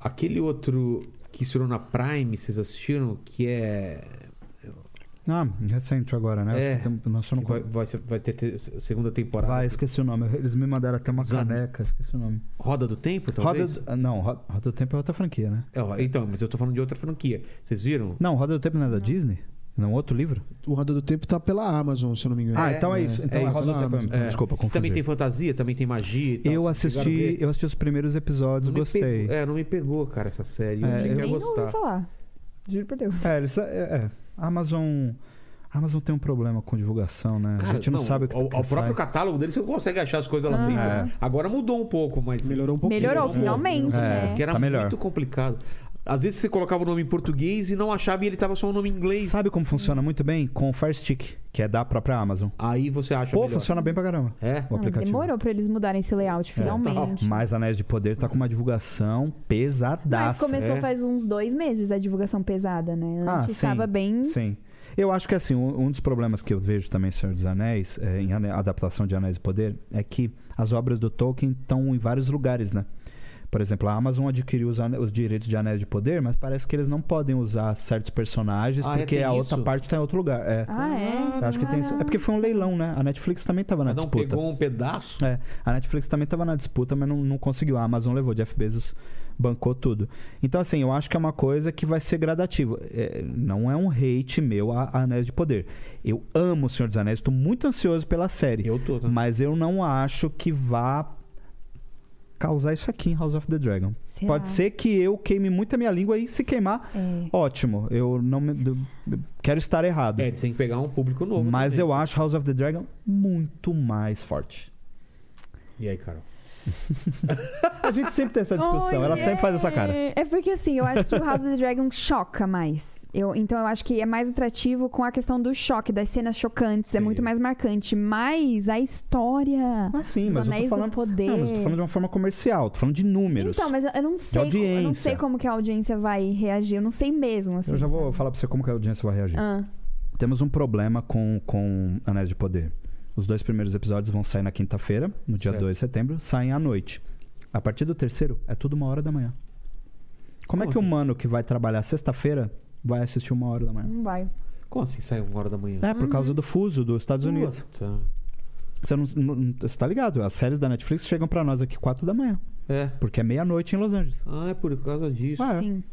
S1: Aquele outro que estreou na Prime, vocês assistiram? Que é.
S4: Ah, recente agora, né?
S1: É.
S4: Você tem- Nossa, eu
S1: Que
S4: não...
S1: vai,
S4: vai,
S1: vai, ser- vai ter, ter segunda temporada.
S4: esqueci o nome. Eles me mandaram até uma
S1: Zan-
S4: caneca, esqueci o nome.
S1: Roda do Tempo,
S4: Roda
S1: talvez?
S4: do... ah, Não, Ro- Roda do Tempo é outra franquia, né?
S1: É, ó, Então, mas eu tô falando de outra franquia. Vocês viram?
S4: Não, Roda do Tempo não é da Disney? Não, outro livro?
S2: O Roda do Tempo tá pela Amazon, se eu não me engano.
S4: ah, então é, isso. Então
S1: é
S4: é,
S1: isso.
S4: Roda do
S2: Não,
S4: Tempo.
S2: mas-
S4: mesmo.
S1: é.
S4: Desculpa, confundi.
S1: Também tem fantasia, também tem magia e tal.
S4: Eu
S1: Vocês chegaram a
S4: assisti,
S1: ver?
S4: eu assisti os primeiros episódios,
S1: Não me
S4: gostei.
S1: pegou- é, não me pegou, cara, essa série. Eu
S4: É,
S1: achei
S4: eu-
S1: que ia
S3: Nem ouvi
S1: gostar.
S3: falar. Juro por Deus.
S4: É, eles, é, é. A Amazon, a Amazon tem um problema com divulgação, né?
S1: Cara,
S4: a gente não, sabe o que,
S1: ao,
S4: que
S1: ao
S4: sai.
S1: próprio catálogo deles você não consegue achar as coisas lá dentro.
S4: Aham.
S1: né? Agora mudou um pouco, mas.
S2: Melhorou um pouquinho.
S3: Melhorou,
S2: É.
S3: finalmente,
S4: É.
S3: né?
S1: Que era
S4: Tá melhor.
S1: muito complicado. Às vezes você colocava o nome em português e não achava e ele tava só o nome em inglês.
S4: Sabe como funciona muito bem? Com o Fire Stick, que é da própria Amazon.
S1: Aí você acha
S4: Pô,
S1: melhor.
S4: funciona bem pra caramba.
S1: É?
S4: O
S3: Não,
S4: aplicativo.
S3: demorou pra eles mudarem esse layout, finalmente.
S4: É. Mas Anéis de Poder tá com uma divulgação
S3: Mas
S4: pesadaça.
S3: começou
S1: É.
S3: faz uns dois meses a divulgação pesada, né?
S4: Ah,
S3: Antes
S4: sim.
S3: estava bem.
S4: Sim. Eu acho que assim, um um dos problemas que eu vejo também em Senhor dos Anéis, é, em ane- adaptação de Anéis de Poder, é que as obras do Tolkien estão em vários lugares, né? Por exemplo, a Amazon adquiriu os, ane- os direitos de Anéis de Poder, mas parece que eles não podem usar certos personagens
S1: Ah, é,
S4: porque
S1: tem
S4: a outra
S1: isso?
S4: parte está em outro lugar. É.
S3: Ah, é?
S4: Eu acho que tem isso. É porque foi um leilão, né? A Netflix também estava na
S1: Cada um
S4: disputa.
S1: pegou um pedaço.
S4: É, a Netflix também estava na disputa, mas não, não conseguiu. A Amazon levou, Jeff Bezos bancou tudo. Então, assim, eu acho que é uma coisa que vai ser gradativo. É, não é um hate meu a, a Anéis de Poder. Eu amo O Senhor dos Anéis, estou muito ansioso pela série.
S1: Eu tô. Tá?
S4: Mas eu não acho que vá causar isso aqui em House of the Dragon.
S3: Será?
S4: Pode ser que eu queime muito a minha língua e se queimar,
S3: É.
S4: ótimo. Eu não me- eu quero estar errado.
S1: É, você tem que pegar um público novo.
S4: mas
S1: também.
S4: eu acho House of the Dragon muito mais forte.
S1: E aí, Carol?
S4: A gente sempre tem essa discussão,
S3: Olha!
S4: ela sempre faz essa cara.
S3: É porque assim, eu acho que o House of the Dragon choca mais. Eu, então eu acho que é mais atrativo com a questão do choque, das cenas chocantes, é
S1: Sim.
S3: muito mais marcante. Mas a história.
S4: Ah, sim,
S3: do
S4: mas eu tô
S3: Anéis
S4: falando.
S3: do Poder.
S4: Não, mas eu tô falando de uma forma comercial, tô falando de números.
S3: Então, mas eu- eu não sei. co- Eu não
S4: audiência.
S3: sei como que a audiência vai reagir. Eu não sei mesmo, assim.
S4: eu já vou
S3: sabe?
S4: falar pra você como que a audiência vai reagir.
S3: Ah,
S4: Temos um problema com, com Anéis de Poder. Os dois primeiros episódios vão sair na quinta-feira, no dia
S1: Certo.
S4: 2 de setembro, saem à noite. A partir do terceiro, é tudo uma hora da manhã. Como é
S1: Como
S4: que o
S1: assim?
S4: mano que vai trabalhar sexta-feira vai assistir uma hora da manhã?
S3: não vai.
S1: Como assim sai uma hora da manhã? Tá.
S4: É,
S3: Hum.
S4: por causa do fuso dos Estados Unidos.
S1: Nossa.
S4: Você, não, não- você tá ligado? As séries da Netflix chegam pra nós aqui quatro da manhã,
S1: É.
S4: porque é meia-noite em Los Angeles.
S1: Ah, é por causa disso.
S4: Ah, é.
S3: Sim.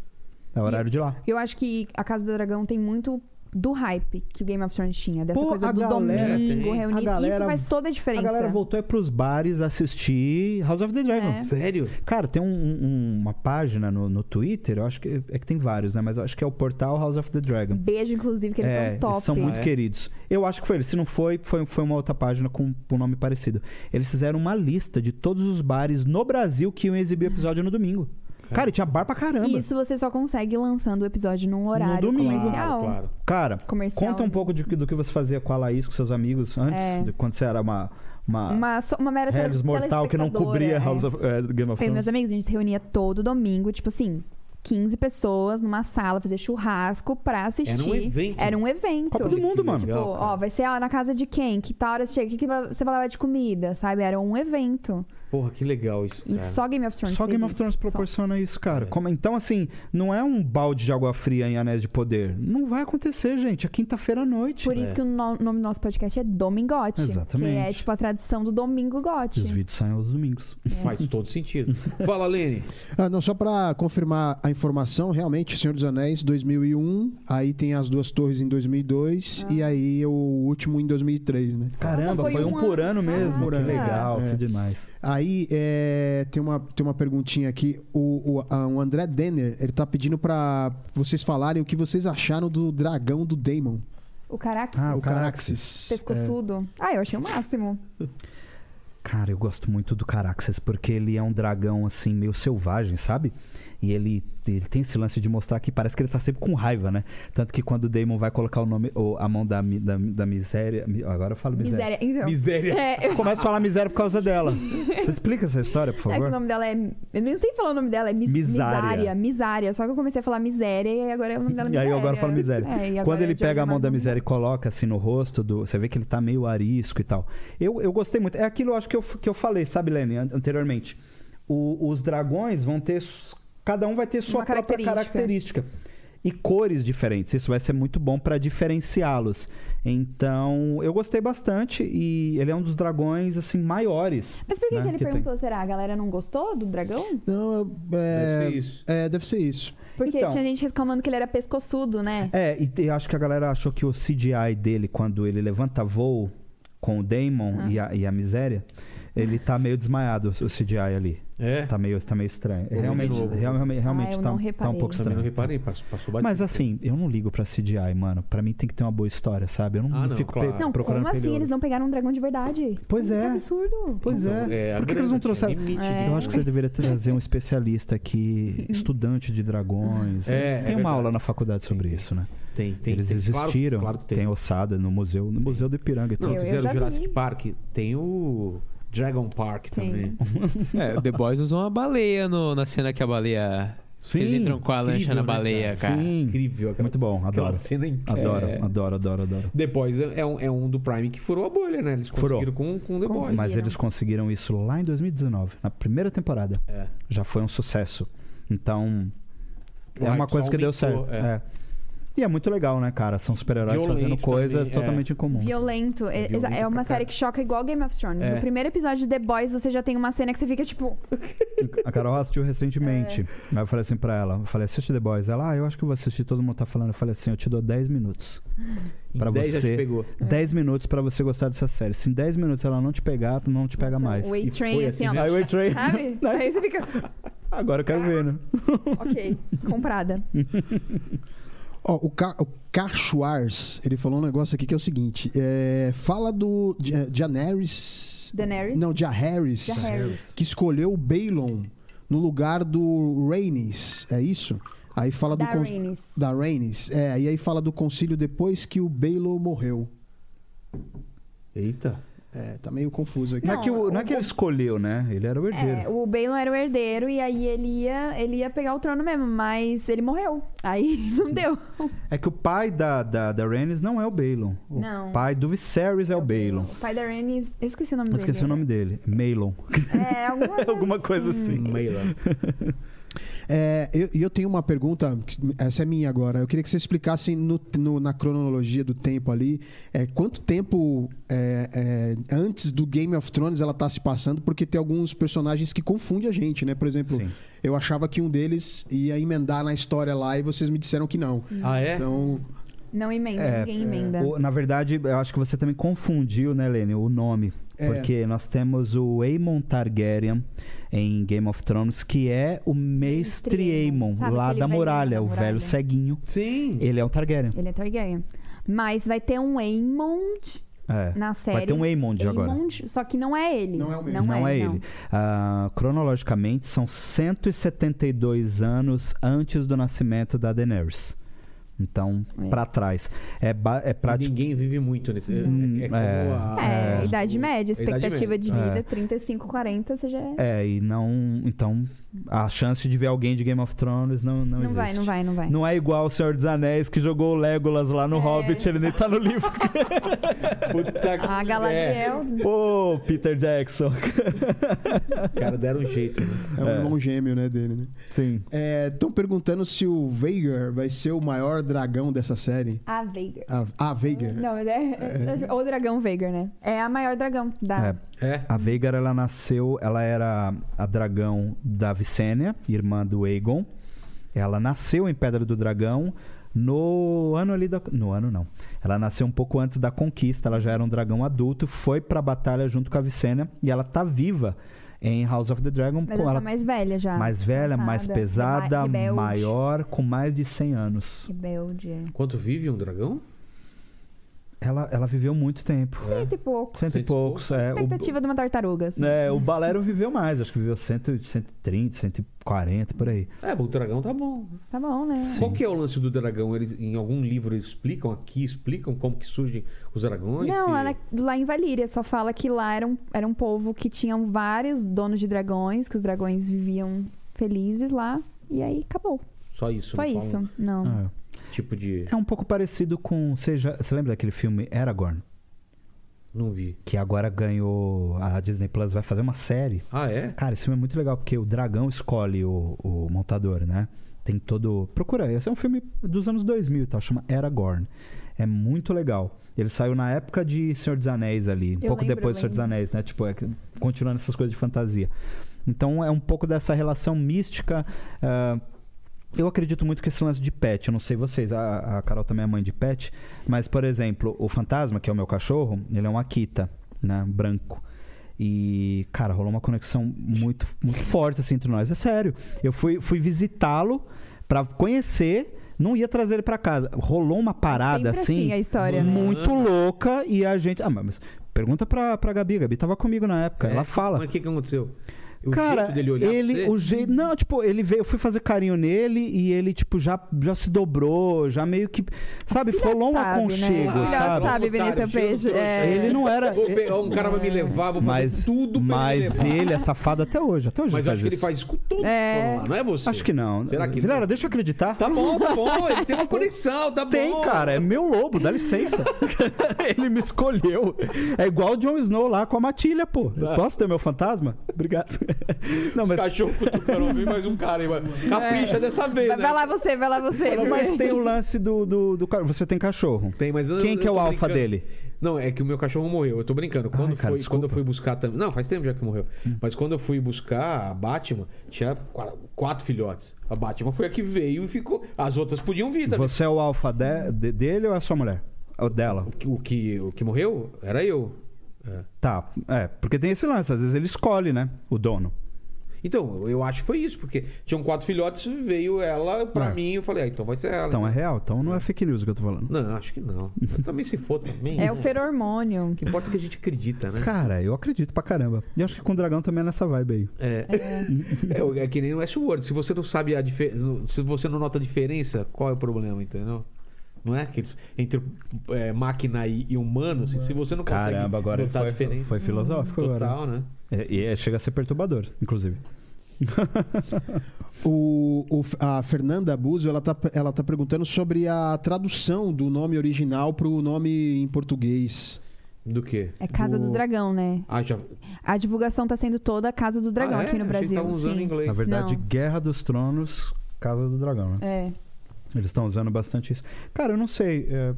S4: É o horário de lá.
S3: Eu acho que a Casa do Dragão tem muito do hype que o Game of Thrones tinha, dessa
S4: Pô,
S3: coisa
S4: a
S3: do
S4: galera
S3: domingo
S1: tem.
S3: reunido.
S4: A galera-
S3: Isso faz toda a diferença.
S4: A galera voltou é pros bares assistir House of the Dragon.
S3: É.
S1: Sério?
S4: Cara, tem um- um- uma página no, no Twitter, eu acho que é que tem vários, né? Mas eu acho que é o portal House of the Dragon.
S3: Beijo, inclusive, que eles
S4: é,
S3: são top.
S4: Eles são muito
S1: É.
S4: queridos. Eu acho que foi eles. Se não foi, foi, foi uma outra página com um nome parecido. Eles fizeram uma lista de todos os bares no Brasil que iam exibir o episódio no domingo. Cara, e tinha bar pra caramba.
S3: E isso você só consegue lançando o episódio num horário
S4: domingo.
S3: comercial.
S1: Claro, claro.
S4: Cara,
S3: Comercial.
S4: conta um pouco de- do que você fazia com a Laís, com seus amigos, antes,
S3: É.
S4: de- quando você era uma... uma...
S3: Uma, só- uma mera tele-
S4: Hellis mortal que não
S3: telespectadora,
S4: cobria
S3: é.
S4: House of, eh, Game of
S3: Eu e
S4: Thrones.
S3: meus amigos, a gente se reunia todo domingo, tipo assim, 15 pessoas numa sala, fazer churrasco pra assistir.
S1: Era um evento.
S3: Era um evento.
S4: Copa do Mundo, mano.
S3: Tipo,
S1: Legal, cara.
S3: ó, vai ser ó, na casa de quem? Que tal hora você chega? O que, que você vai levar de comida? Sabe? Era um evento.
S1: Porra, que legal isso.
S3: E
S1: cara.
S3: só Game of Thrones.
S4: Só
S3: fez
S4: Game of
S3: isso,
S4: Thrones
S3: só.
S4: proporciona isso, cara.
S1: É.
S4: Como- então, assim, não é um balde de água fria em Anéis de Poder. Não vai acontecer, gente. É quinta-feira à noite.
S3: Por isso que o no- nome do nosso podcast é Domingote.
S4: É. Exatamente.
S3: Que é tipo a tradição do Domingo
S4: E os
S3: Gote.
S4: vídeos saem aos domingos.
S1: Faz todo
S3: <laughs>
S1: sentido. Fala, Lene.
S2: Ah, não, só pra confirmar a informação, realmente, Senhor dos Anéis, 2001, aí tem as duas torres em 2002
S3: Ah.
S2: e aí o último em 2003, né?
S4: Caramba,
S3: foi
S4: foi, um
S3: um
S4: por
S3: ano.
S4: ano mesmo.
S2: por
S4: que
S2: ano.
S4: legal,
S2: É.
S4: que demais.
S2: Aí é, tem, uma, tem uma perguntinha aqui. O, o, a- o André Denner, ele tá pedindo pra vocês falarem o que vocês acharam do dragão do Daemon.
S3: O Caraca,
S4: Ah,
S2: o Caraxes. É.
S3: pescoçudo. Ah, eu achei o máximo.
S4: Cara, eu gosto muito do Caraxes porque ele é um dragão, assim, meio selvagem, sabe? E ele, ele tem esse lance de mostrar que parece que ele tá sempre com raiva, né? Tanto que quando o Damon vai colocar o nome, ou a mão da, mi- da, da miséria. mi- Agora eu falo miséria.
S3: Miséria. Então,
S1: Miséria.
S3: é, eu-
S4: Começa a falar miséria por
S3: <laughs>
S4: causa dela. Explica essa história, por
S3: é que
S4: favor.
S3: o nome dela é. Eu nem sei falar o nome dela, é mis...
S4: Misária.
S3: misária. misária. Só que eu comecei a falar miséria e agora o nome dela é
S4: E aí
S3: miséria.
S4: eu agora falo miséria.
S3: É, e agora
S4: Quando ele
S3: já
S4: pega a mão
S3: não-
S4: da miséria e coloca assim no rosto, do, você vê que ele tá meio arisco e tal. Eu, eu gostei muito. É aquilo eu acho que eu, que eu falei, sabe, Lenny, an- anteriormente. O- os dragões vão ter. s- Cada um vai ter sua
S3: Uma
S4: própria
S3: característica.
S4: característica. E cores diferentes. Isso vai ser muito bom pra diferenciá-los. Então, eu gostei bastante. E ele é um dos dragões, assim, maiores.
S3: Mas por que,
S4: né,
S3: que ele
S4: que tem.
S3: perguntou? Será a galera não gostou do dragão?
S2: Não, é,
S1: Deve ser isso.
S2: é, deve ser isso.
S3: Porque
S4: Então.
S3: tinha gente reclamando que ele era pescoçudo, né?
S4: É, e te- eu acho que a galera achou que o CGI dele, quando ele levanta voo com o Damon e,
S1: Ah.
S4: a, e a miséria, ele tá meio desmaiado, o CGI ali.
S1: É.
S4: Tá meio, tá meio estranho.
S1: Vou ver
S4: Realmente,
S1: de novo.
S4: real- realmente, realmente
S3: Ah, eu não
S4: tá, um- tá um
S3: reparei.
S4: pouco
S1: Também não
S4: estranho.
S1: reparei, passou, passou batido.
S4: Mas assim, eu não ligo pra CGI, mano. Pra mim tem que ter uma boa história, sabe? Eu não,
S1: Ah,
S4: não
S1: não,
S4: fico
S1: claro.
S4: pe-
S3: Não,
S4: É, procurando
S3: como assim?
S4: pneu.
S3: Eles não pegaram um dragão de verdade?
S4: Pois
S3: Que
S4: é.
S3: absurdo.
S4: Pois é.
S1: É, a
S4: Por que, que eles não
S1: grana tinha
S4: trouxeram?
S1: limite, né?
S3: É.
S4: Eu acho que você deveria trazer um especialista
S3: <laughs>
S4: aqui, estudante de dragões.
S1: É, é
S4: tem uma
S1: verdade.
S4: aula na faculdade sobre isso, né?
S1: Tem, tem.
S4: Eles
S1: tem. Claro,
S4: existiram.
S1: claro que tem.
S4: tem ossada no museu, no museu do Ipiranga.
S1: Não,
S3: Eu- eu
S1: fizeram
S3: já
S1: o Jurassic
S3: vi.
S1: Park. Tem o Dragon Park também.
S5: É, The Boys usam uma baleia no- na cena que a baleia. que eles
S4: Sim,
S5: entram com a lancha
S1: incrível,
S5: na
S1: né,
S5: baleia,
S1: cara?
S5: cara.
S4: Sim.
S1: Incrível. Aquela,
S4: Muito bom,
S1: aquela
S4: adoro.
S1: cena incrível.
S4: Adoro,
S1: É.
S4: adoro, adoro, adoro.
S1: The Boys é um, é um do Prime que furou a bolha, né? Eles
S4: Furou.
S1: conseguiram com, com The
S3: Consegui-
S1: Boys.
S4: Mas eles conseguiram isso lá em 2019, na primeira temporada.
S1: É.
S4: Já foi um sucesso. Então,
S1: O
S4: é uma
S1: hype
S4: coisa
S1: só
S4: que deu
S1: aumentou,
S4: certo. É. E é muito legal, né, cara? São super-heróis
S1: Violento
S4: fazendo coisas
S1: também, é.
S4: totalmente incomuns.
S3: Violento. É,
S1: Violento
S3: é
S1: pra
S3: uma série
S1: caralho.
S3: que choca igual Game of Thrones.
S1: É.
S3: No primeiro episódio de The Boys, você já tem uma cena que você fica
S4: <laughs>
S3: tipo.
S4: A Carol assistiu recentemente. Aí eu falei assim pra ela, eu falei, assiste The Boys. Ela, ah, eu acho que eu vou assistir, todo mundo tá falando. Eu falei assim, eu te dou 10 minutos.
S1: Em
S4: É, Pra
S1: 10 já te
S4: você.
S1: pegou.
S3: É.
S4: 10 minutos pra você gostar dessa série. Se em 10 minutos ela não te pegar, não te pega
S3: nossa,
S4: mais.
S3: Way
S1: E
S3: Train,
S1: foi
S3: assim,
S1: assim,
S3: ó.
S4: Aí
S3: <laughs>
S4: eu entrei.
S3: Sabe?
S4: é
S3: Aí você fica.
S4: Agora eu quero ver, né?
S3: Ok, comprada.
S2: Ó, o, Ca o Cachoars, ele falou um negócio aqui que é o seguinte: é, fala do Ja- Janaris.
S3: Daenerys.
S2: Não, Jaharis.
S3: Já Harris.
S2: Que escolheu o Baelon no lugar do Rhaenys, é isso? Aí fala do.
S3: Da
S2: con-
S3: Rhaenys.
S2: Da Rhaenys. É, e aí fala do concílio depois que o Baelon morreu.
S1: Eita.
S2: É, tá meio confuso aqui.
S4: Não, é
S3: Não,
S4: que, o-
S3: o-
S4: não é que ele escolheu, né? Ele era o herdeiro.
S3: É, o Balon era o herdeiro e aí ele ia, ele ia pegar o trono mesmo, mas ele morreu. Aí <laughs> não deu.
S4: É que o pai da, da, da Rhaenys não é o Balon. O
S3: Não.
S4: pai do Viserys é o Balon.
S3: O pai da Rhaenys... Eu esqueci o nome
S4: Eu
S3: dele.
S4: esqueci o nome dele. Malon.
S3: É, alguma coisa,
S4: <laughs> Alguma coisa assim.
S1: Meila.
S2: É, eu- e eu, tenho uma pergunta, que- essa é minha agora. Eu queria que vocês explicassem no- no- na cronologia do tempo ali, é, quanto tempo é, é, antes do Game of Thrones ela tá se passando, porque tem alguns personagens que confundem a gente, né? Por exemplo,
S4: Sim.
S2: eu achava que um deles ia emendar na história lá e vocês me disseram que não.
S1: Ah, é?
S2: Então,
S3: assim. Não emenda,
S4: É,
S3: ninguém emenda.
S4: O- na verdade, eu acho que você também confundiu, né, Lene, o nome.
S2: É.
S4: Porque nós temos o Aemon Targaryen em Game of Thrones, que é o
S3: Mestre
S4: mestre
S3: Aemon.
S4: Aemon,
S3: Sabe
S4: lá
S3: aquele
S4: da
S3: velhinho
S4: muralha,
S3: da
S4: o
S3: muralha?
S4: velho ceguinho.
S1: Sim.
S4: Ele é o Targaryen.
S3: Ele é Targaryen. Mas vai ter um Aemond
S4: É.
S3: na série.
S4: Vai ter um Aemond agora.
S3: Aemond, só que não é ele.
S2: Não é o mesmo.
S4: Não, é,
S3: não.
S4: ele. Ah, cronologicamente, são 172 anos antes do nascimento da Daenerys. Então,
S3: É.
S4: pra trás. É, ba- é prático.
S1: Ninguém vive muito nesse.
S4: Hum,
S1: como
S4: é.
S3: É,
S1: a-
S3: idade média,
S1: a idade
S3: expectativa
S1: média.
S3: de
S4: média.
S3: vida,
S4: É.
S3: 35, 40, você já é.
S4: É, e não. Então, a chance de ver alguém de Game of Thrones não, não,
S3: Não,
S4: existe.
S3: vai, não vai, não vai. <laughs>
S4: Não é igual o Senhor dos Anéis que jogou o Legolas lá no
S3: É.
S4: Hobbit, ele nem tá
S3: <laughs>
S4: no livro.
S1: Puta que-
S3: A Ah,
S2: É.
S3: Galadriel.
S4: Ô, Peter Jackson.
S1: É, cara, deram um jeito. né?
S2: É um irmão gêmeo, né, dele, né?
S4: Sim.
S2: Estão perguntando se o Veigar vai ser o maior dragão dessa série.
S3: A Veigar.
S2: A, a Veigar.
S3: Não, ele é, é- O dragão Veigar, né? É a maior dragão da.
S4: É,
S1: É.
S4: a Veigar, ela nasceu, ela era a dragão da Vicênia, irmã do Aegon. Ela nasceu em Pedra do Dragão no ano ali da. No ano não. Ela nasceu um pouco antes da conquista, ela já era um dragão adulto, foi pra batalha junto com a Vicênia e ela tá viva em House of the Dragon.
S3: Mas ela
S4: com-
S3: tá
S4: ela
S3: mais velha já.
S4: mais velha, mais
S3: cansada,
S4: pesada,
S3: reba- rebelde.
S4: maior, com mais de 100 anos.
S3: Rebelde, é.
S1: Quanto vive um dragão?
S4: Ela, ela viveu muito tempo.
S3: Cento e pouco.
S4: Cento e
S1: Cento e
S4: poucos.
S1: poucos.
S4: É,
S3: tipo, Expectativa de uma tartaruga. assim.
S4: o, é, o Balero viveu mais, acho que viveu 100, 130, 140, por aí.
S1: É, bom, o dragão tá bom.
S3: Tá bom, né?
S1: Qual que é o lance do dragão? Eles, em algum livro eles explicam aqui, explicam como que surgem os dragões?
S3: Não,
S1: Se- é
S3: lá, na- lá em Valíria, só fala que lá era um, era um povo que tinham vários donos de dragões, que os dragões viviam felizes lá. E aí acabou.
S1: Só isso.
S3: Só
S1: não falam
S3: isso. Não.
S4: É.
S1: que Tipo de...
S4: É um pouco parecido com. Você, já- você lembra daquele filme Aragorn?
S1: Não vi.
S4: Que agora ganhou. A Disney Plus vai fazer uma série.
S1: Ah, é?
S4: Cara, esse filme é muito legal, porque o dragão escolhe o, o montador, né? Tem todo. Procura, aí, esse é um filme dos anos 2000 e tal, chama Aragorn. É muito legal. Ele saiu na época de Senhor dos Anéis ali, um
S3: Eu
S4: pouco
S3: lembro,
S4: depois do
S3: eu
S4: Senhor dos
S3: lembro.
S4: Anéis, né? Tipo, é que- continuando essas coisas de fantasia. Então é um pouco dessa relação mística. ah, eu acredito muito que esse lance de pet, eu não sei vocês, a, a Carol também é mãe de pet, mas, por exemplo, o fantasma, que é o meu cachorro, ele é um Akita, né? Branco. E, cara, rolou uma conexão muito, muito forte, assim, entre nós. É sério. Eu fui, fui visitá-lo pra conhecer, não ia trazer ele pra casa. Rolou uma parada,
S3: Sempre assim,
S4: assim,
S3: a história, né?
S4: muito louca e a gente... Ah, mas pergunta pra, pra Gabi. Gabi tava comigo na época.
S1: É?
S4: Ela fala
S1: Mas o que que aconteceu? O
S4: cara,
S1: jeito dele olhar pra
S4: ele,
S1: você?
S4: o jeito, não, tipo, ele veio, eu fui fazer carinho nele e ele tipo já, já se dobrou, já meio que, sabe,
S3: Filhote
S4: rolou um
S3: sabe, né?
S4: aconchego,
S3: Filhote
S4: sabe?
S3: sabe,
S1: Otário,
S3: Vinícius
S1: tira
S3: Peixe,
S1: do trouxa.
S3: é.
S4: Ele não era
S1: Vou pegar, um cara vai me levar, vou
S4: mas
S1: fazer tudo pra me
S4: mas
S1: levar.
S4: ele é safado até hoje, até hoje
S1: Mas eu
S4: faz
S1: acho que ele
S4: isso.
S1: faz isso com todos
S3: É.
S1: que foram lá, não é você?
S4: Acho que não.
S1: Será que
S4: Vilera,
S1: não?
S4: deixa eu acreditar.
S1: Tá bom, tá bom, ele
S4: <laughs>
S1: tem uma conexão, tá
S4: Tem,
S1: bom.
S4: cara, é meu lobo, dá
S1: <laughs>
S4: licença. ele me escolheu. É igual o Jon Snow lá com a matilha, pô. Eu posso ter meu fantasma? Obrigado. Não,
S1: Tá. Os
S4: mas
S1: cachorros cutucaram, vem mais um cara aí. vai. Capricha dessa vez,
S3: É. Vai,
S1: né?
S3: vai lá você, vai lá você.
S4: mas tem um o lance do, do, do ca- Você tem cachorro.
S1: Tem, mas eu-
S4: Quem
S1: eu
S4: que é
S1: tô
S4: o alfa
S1: brincando.
S4: dele?
S1: Não, é que o meu cachorro morreu. Eu tô brincando. Quando,
S4: Ai, cara,
S1: foi,
S4: desculpa. Hum.
S1: quando eu fui buscar também. Não, faz tempo já que morreu. Mas quando eu fui buscar a Batman, tinha qua- quatro filhotes. A Batman foi a que veio e ficou. As outras podiam vir também.
S4: Você é o alfa de- de- dele ou é a sua mulher? Ou dela?
S1: O que- O, que, o que morreu era eu. É.
S4: Tá, é, porque tem esse lance, às vezes ele escolhe, né? O dono.
S1: Então, eu acho que foi isso, porque tinham quatro filhotes, veio ela pra
S4: É.
S1: mim. Eu falei, ah, então vai ser ela.
S4: Então é real, então não é fake news o que eu tô falando.
S1: Não, acho que não. Mas também se for também.
S3: É o
S1: né?
S3: ferormônio.
S1: O que importa é que a gente acredita, né?
S4: Cara, eu acredito pra caramba. E acho que com o dragão também é nessa vibe aí.
S1: É. É, é que nem o S-Word. Se você não sabe a diferença. Se você não nota a diferença, qual é o problema, entendeu? Não é? Que eles- entre é, máquina e, e humano, assim, se você não consegue
S4: Caramba, agora
S1: notar a
S4: foi,
S1: diferença.
S4: foi filosófico agora.
S1: total, né?
S4: É, e é- chega a ser perturbador, inclusive.
S2: O, o- a Fernanda Abuso, ela tá, ela tá perguntando sobre a tradução do nome original pro nome em português.
S1: Do quê?
S3: É Casa do
S2: O-
S3: Dragão, né?
S1: Ah, já.
S3: A divulgação tá sendo toda a Casa do Dragão
S1: Ah, é?
S3: aqui no
S1: Achei que
S3: Brasil.
S1: estavam usando
S3: sim.
S1: em inglês.
S4: Na verdade,
S3: Não.
S4: Guerra dos Tronos, Casa do Dragão, né?
S3: É.
S4: Eles estão usando bastante isso. Cara, eu não sei. é,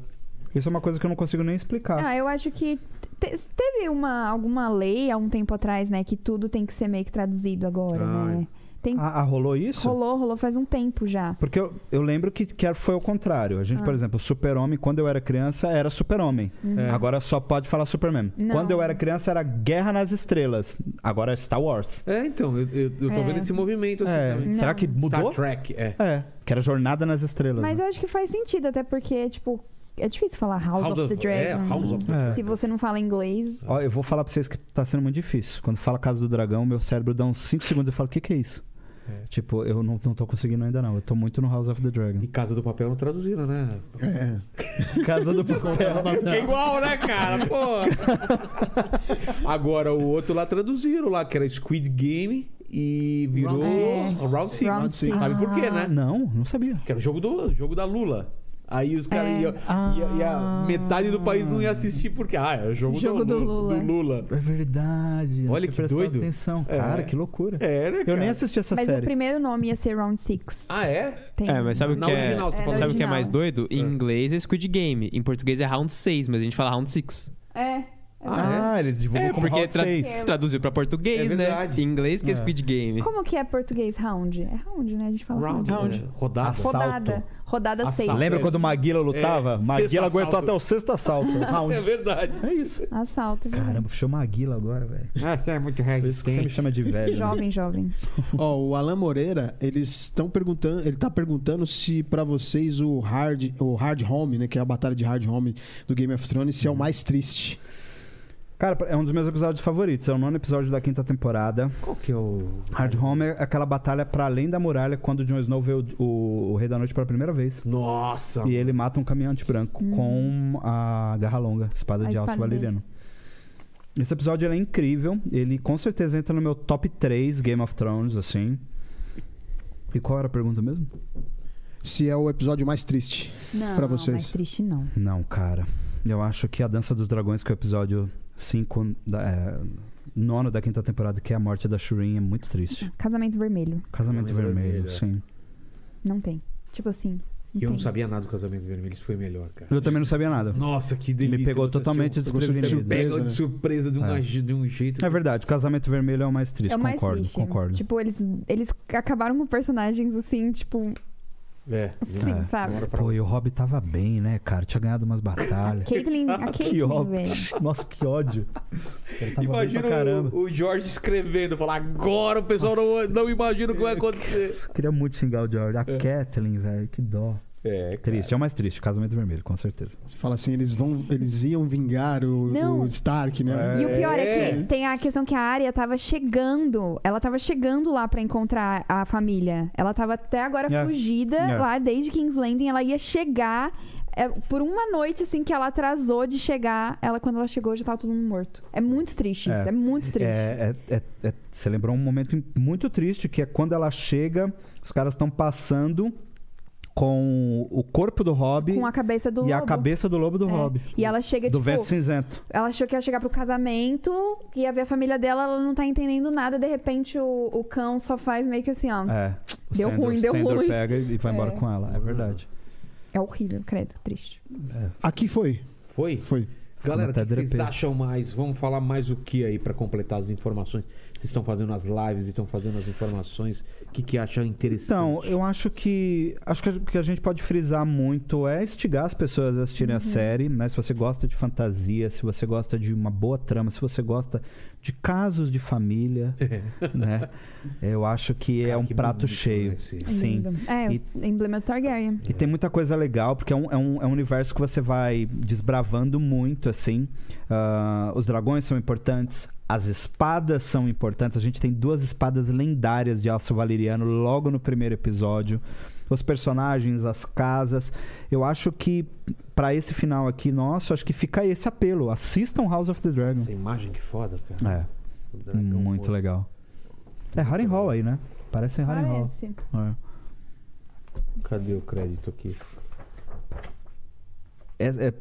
S4: isso é uma coisa que eu não consigo nem explicar.
S3: Ah, eu acho que te- teve uma, alguma lei há um tempo atrás, né? Que tudo tem que ser meio que traduzido agora,
S1: Ah,
S3: né? Tem,
S4: Ah, ah, rolou isso?
S3: rolou, rolou faz um tempo já.
S4: Porque eu, eu lembro que, que era- foi ao contrário. A gente,
S3: Ah.
S4: por exemplo, Super-Homem, quando eu era criança, era Super-Homem. Agora só pode falar Superman.
S3: Uhum. É. Não.
S4: Quando eu era criança, era Guerra nas Estrelas. Agora é Star Wars.
S1: É, então, eu, eu- eu tô
S3: É.
S1: vendo esse movimento assim
S4: É,
S1: também.
S4: Será que mudou?
S1: Star Trek, é.
S4: É, que era Jornada nas Estrelas.
S3: Mas
S4: né?
S3: eu acho que faz sentido, até porque, tipo, é difícil falar House, of, the Dragon.
S1: É, House of the
S4: É.
S1: Dragon.
S3: Se você não fala inglês.
S4: Ó, eu vou falar pra vocês que tá sendo muito difícil. Quando fala Casa do Dragão, meu cérebro dá uns 5 segundos e fala: o que, que é isso? Tipo, eu não, não tô conseguindo ainda não. Eu tô muito no House of the
S1: E
S4: Dragon.
S1: Casa do Papel não traduziram, né?
S2: É.
S4: Casa <laughs> do Papel.
S5: É igual, né, cara?
S1: <laughs>
S5: Pô.
S1: Agora, o outro lá traduziram lá, que era Squid Game e virou
S2: Round
S3: six.
S1: Round Six.
S3: Round six. Ah.
S1: Sabe por quê, né?
S4: Não, não sabia.
S1: Que era o jogo, do, jogo da Lula. Aí os caras.
S3: É. Ah.
S1: iam- ia- ia- metade do país não ia assistir porque. Ah, é o jogo,
S3: Jogo do Lula.
S1: do Lula.
S4: É verdade. não
S1: Olha
S4: tinha
S1: que
S4: prestado
S1: doido.
S4: atenção.
S1: É.
S4: Cara, que loucura.
S1: É, né,
S4: Eu
S1: cara?
S4: nem assisti essa
S3: Mas o
S4: série.
S3: primeiro nome ia ser Round Six.
S1: Ah, é?
S3: Tem-
S5: É, mas sabe o
S1: Na
S5: que é?
S1: original, você tá
S3: Era
S1: falando.
S5: Sabe o que é mais
S3: original.
S5: doido? Em
S1: É.
S5: inglês é Squid Game. Em português é Round 6, mas a gente fala Round 6.
S3: É.
S1: Ah,
S4: Ah, eles divulgam
S5: É,
S4: como
S5: porque
S4: Round
S5: tra-
S4: 6.
S5: traduziu pra português,
S1: É
S5: né?
S1: verdade.
S5: Em inglês que é,
S4: É.
S5: Squid Game.
S3: Como que é português round? É round, né? A gente fala
S1: Round.
S5: Round.
S1: né? Rodada.
S4: Assalto.
S3: Rodada. Rodada
S1: Assalto.
S3: 6.
S1: Lem-
S4: Lembra quando o Maguila lutava?
S1: É, sexto
S4: Maguila aguentou
S1: assalto.
S4: até o sexto
S5: <laughs>
S4: assalto.
S1: É
S4: Round.
S1: verdade.
S4: É isso.
S3: Assalto. viu?
S4: Caramba, puxou Maguila agora, velho.
S1: Ah, você é muito
S4: Por isso que você me chama de velho. né?
S3: Jovem, jovem.
S2: Ó, o Alan Moreira, eles estão perguntando, ele tá perguntando se pra vocês o Hard, o Hard Home, né, que é a batalha de Hard Home do Game of Thrones, se é o mais triste.
S4: Cara, é um dos meus episódios favoritos. É o nono episódio da quinta temporada.
S1: Qual que é o.
S4: Hard Home é aquela batalha pra além da muralha quando o Jon Snow vê o, o- o Rei da Noite pela primeira vez.
S1: Nossa.
S4: E ele mata um caminhante branco com a garra longa, espada
S3: Hum. A
S4: de aço
S3: espada dele.
S4: valeriano. Esse episódio ele é incrível. Ele com certeza entra no meu top 3 Game of Thrones, assim. E qual era a pergunta mesmo?
S2: Se é o episódio mais triste.
S3: Não,
S2: Pra vocês.
S3: mais triste não.
S4: Não, cara. Eu acho que a Dança dos Dragões, que é o episódio 5, da, é, nono da quinta temporada, que é a morte da Shireen, é muito triste.
S3: Casamento vermelho.
S4: Casamento,
S1: Casamento
S4: Vermelho,
S1: Vermelho, é.
S4: sim.
S3: Não tem. Tipo assim.
S1: E eu não
S3: tem.
S1: sabia nada do Casamento Vermelho. Isso foi melhor, cara.
S4: Eu também não sabia nada.
S1: Nossa, que delícia.
S4: Me pegou
S1: Você
S4: totalmente
S1: assistiu-
S2: pegou
S4: desprevenido.
S2: surpresa.
S1: Pega de
S2: né?
S1: surpresa de, uma-
S4: É.
S1: de um jeito.
S4: É verdade, Casamento Vermelho é o mais triste,
S3: É o mais
S4: concordo,
S3: triste.
S4: concordo.
S3: Tipo, eles, eles acabaram com personagens assim,
S4: <laughs>
S3: tipo,
S1: É.
S3: assim,
S4: É.
S3: sabe?
S1: Bora pra-
S4: Pô, e o Rob tava bem, né, cara? Tinha ganhado umas batalhas.
S3: Caitlyn, a
S4: que
S3: Caitlyn,
S4: ódio.
S3: velho. <laughs>
S4: Nossa, que ódio. Ele tava bem
S1: Imagina
S4: pra caramba.
S1: o, o Jorge escrevendo, falar agora o pessoal não, não imagina o que vai acontecer.
S4: Queria muito xingar o George. A Kathleen, velho, que dó.
S1: É,
S4: É. Triste, é o mais triste, Casamento Vermelho, com certeza.
S2: Você fala assim, eles vão, eles iam vingar o,
S3: Não.
S2: o Stark, né?
S3: E o pior é
S1: É.
S3: que tem a questão que a Arya tava chegando. Ela tava chegando lá pra encontrar a família. Ela tava até agora
S4: É.
S3: fugida
S4: É.
S3: lá desde King's Landing. Ela ia chegar. é, por uma noite, assim, que ela atrasou de chegar, ela, quando ela chegou, já tava todo mundo morto. É muito triste isso.
S4: É.
S3: É, muito triste.
S4: É, é- é- é- você lembrou um momento im- muito triste, que é quando ela chega, os caras estão passando com o corpo do Rob
S3: Com a cabeça do
S4: e a
S3: lobo.
S4: cabeça do lobo do
S3: É.
S4: Rob.
S3: E ela chega,
S4: do
S3: tipo,
S4: vento cinzento.
S3: ela achou que ia chegar pro casamento, que ia ver a família dela, ela não tá entendendo nada, de repente o, o cão só faz meio que assim, ó. É,
S4: É. O
S3: Deu ruim, deu
S4: Sandor
S3: ruim.
S4: pega e vai embora
S3: É.
S4: com ela, é verdade.
S3: horrível, credo, triste.
S2: Aqui foi,
S1: Foi?
S2: foi.
S1: Galera, o que
S4: Até
S1: que vocês
S4: derrapei.
S1: acham mais? Vamos falar mais o que aí pra completar as informações? Vocês estão fazendo as lives e estão fazendo as informações. O que, que acham interessante?
S4: Então, eu acho que. Acho que o que a gente pode frisar muito é instigar as pessoas a
S1: Uhum.
S4: assistirem a série, né? Se você gosta de fantasia, se você gosta de uma boa trama, se você gosta de casos de
S1: <laughs>
S4: família, né? Eu acho que
S1: Cara,
S4: é um
S1: que
S4: prato
S1: bonito,
S4: cheio.
S1: né, esse-
S4: Sim.
S3: Lindo. É,
S4: E-
S3: o emblema do Targaryen.
S4: E tem muita coisa legal, porque é um, é um, é um universo que você vai desbravando muito, assim. Ah, os dragões são importantes, as espadas são importantes. A gente tem duas espadas lendárias de aço valeriano logo no primeiro episódio. Os personagens, as casas. Eu acho que, pra esse final aqui, nosso, acho que fica esse apelo. Assistam House of the Dragon.
S1: Essa imagem que foda, cara.
S4: É,
S1: O dragão
S4: muito
S1: morto.
S4: legal. É Harrenhal aí, né? Parece Harrenhal.
S3: Parece.
S4: É.
S1: Cadê o crédito aqui?
S4: É- é-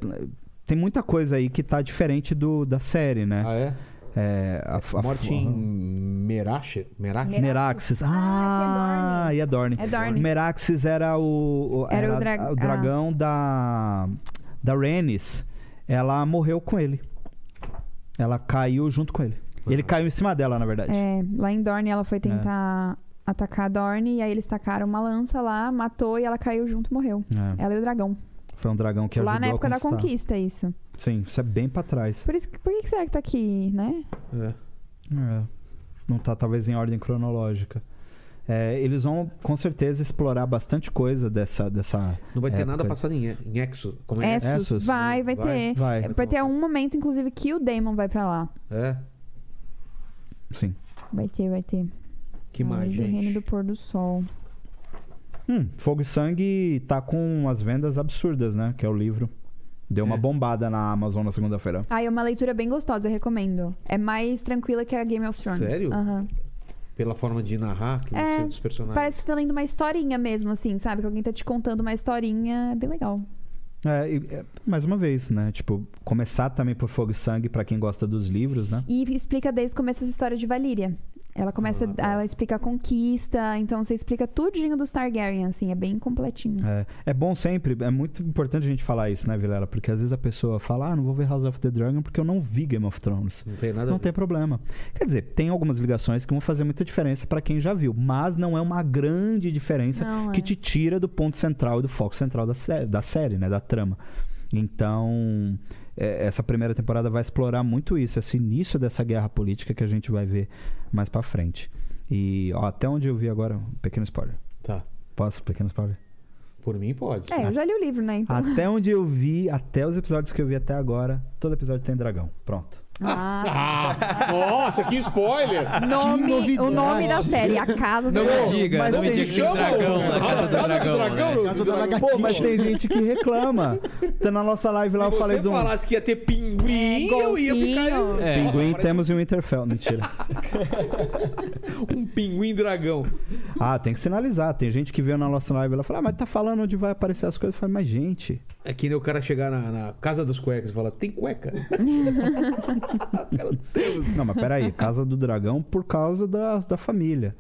S4: tem muita coisa aí que tá diferente do, da série, né?
S1: Ah, é?
S4: É, a, a,
S1: Morte em Merache? Merache?
S4: Meraxes.
S3: Ah,
S4: Ah, e Adorne.
S3: É Dorne.
S4: Meraxes era o, o-
S3: Era o drag- ah.
S4: o dragão da da Rhaenys. Ela morreu com ele. Ela caiu junto com ele.
S1: Uhum.
S4: Ele caiu em cima dela, na verdade.
S3: É, lá em Dorne ela
S4: É.
S3: foi tentar atacar a Dorne, e aí eles tacaram uma lança lá, matou e ela caiu junto e morreu.
S4: É.
S3: Ela e o dragão.
S4: Foi um dragão que
S3: lá
S4: ajudou
S3: na época
S4: a
S3: da
S4: conquistar.
S3: conquista, isso.
S4: Sim, isso é bem pra trás.
S3: Por, isso, que- por que que será que tá aqui, né?
S1: É.
S4: É. Não tá, talvez, em ordem cronológica. É, eles vão, com certeza, explorar bastante coisa dessa... dessa
S1: Não vai ter
S4: época.
S1: nada passado em, em Exo. Como é?
S4: Exo.
S3: Essos.
S4: Essos,
S3: Vai, vai,
S1: vai,
S3: ter.
S4: vai.
S3: Vai ter um momento, inclusive, que o Damon vai pra lá.
S1: É.
S4: Sim.
S3: Vai ter, vai ter.
S1: Que
S3: A Lei
S1: mais,
S3: do Reino
S1: gente?
S3: do Pôr do Sol.
S4: Hum, Fogo e Sangue tá com as vendas absurdas, né? Que é o livro. Deu uma
S5: É.
S4: bombada na Amazon na segunda-feira.
S3: Ah, é uma leitura bem gostosa, eu recomendo. É mais tranquila que a Game of Thrones.
S1: Sério?
S3: Aham.
S1: Pela forma de narrar que
S3: É,
S1: você dos personagens.
S3: Parece que você tá lendo uma historinha mesmo, assim, sabe? Que alguém tá te contando uma historinha. É bem legal.
S4: É, e, é, mais uma vez, né? Tipo, começar também por Fogo e Sangue pra quem gosta dos livros, né?
S3: E explica desde o começo essa história de Valíria. Ela começa,
S1: Ah, tá.
S3: ela explica a conquista, então você explica tudinho dos Targaryen, assim, é bem completinho.
S4: É, é bom sempre, é muito importante a gente falar isso, né, Vilela? Porque às vezes a pessoa fala, ah, não vou ver House of the Dragon porque eu não vi Game of Thrones.
S1: Não tem nada a
S4: Não
S1: ver.
S4: tem problema. Quer dizer, tem algumas ligações que vão fazer muita diferença pra quem já viu, mas não é uma grande diferença
S3: Não,
S4: que
S3: é.
S4: te tira do ponto central e do foco central da, sé- da série, né? Da trama. Então, é, essa primeira temporada vai explorar muito isso, esse início dessa guerra política que a gente vai ver mais pra frente. E ó, até onde eu vi agora, um pequeno spoiler.
S1: Tá.
S4: Posso, pequeno spoiler?
S1: Por mim, pode.
S3: É, eu já li o livro, né? Então.
S4: Até onde eu vi, até os episódios que eu vi até agora, todo episódio tem dragão. Pronto.
S3: Ah,
S1: Ah, nossa, que spoiler!
S3: nome, o
S2: novidade.
S3: nome da série, A Casa
S5: <laughs>
S3: do
S5: Não me
S3: Dragão.
S5: diga,
S4: mas
S5: não me
S4: tem
S5: diga que tem
S4: chama,
S5: dragão
S1: cara.
S5: na Casa do
S1: Casa do
S5: Dragão.
S1: Dragão,
S5: né?
S2: Casa da Lagartixa.
S4: Pô, mas tem gente que reclama. Tá na nossa live lá,
S1: Se
S4: eu falei
S1: você
S4: do. um-
S1: falasse que ia ter pinguim,
S3: É,
S1: eu ia
S3: golfinho.
S1: ficar.
S5: É.
S4: Pinguim
S1: Nossa,
S4: temos em Winterfell. Mentira.
S1: parece Um pinguim dragão.
S4: ah, tem que sinalizar. Tem gente que veio na nossa live lá e fala, ah, mas tá falando onde vai aparecer as coisas. Eu falei, mas gente.
S1: É que nem o cara chegar na, na casa dos cuecas e falar: tem cueca?
S4: Não, mas peraí. Casa do dragão por causa da, da família.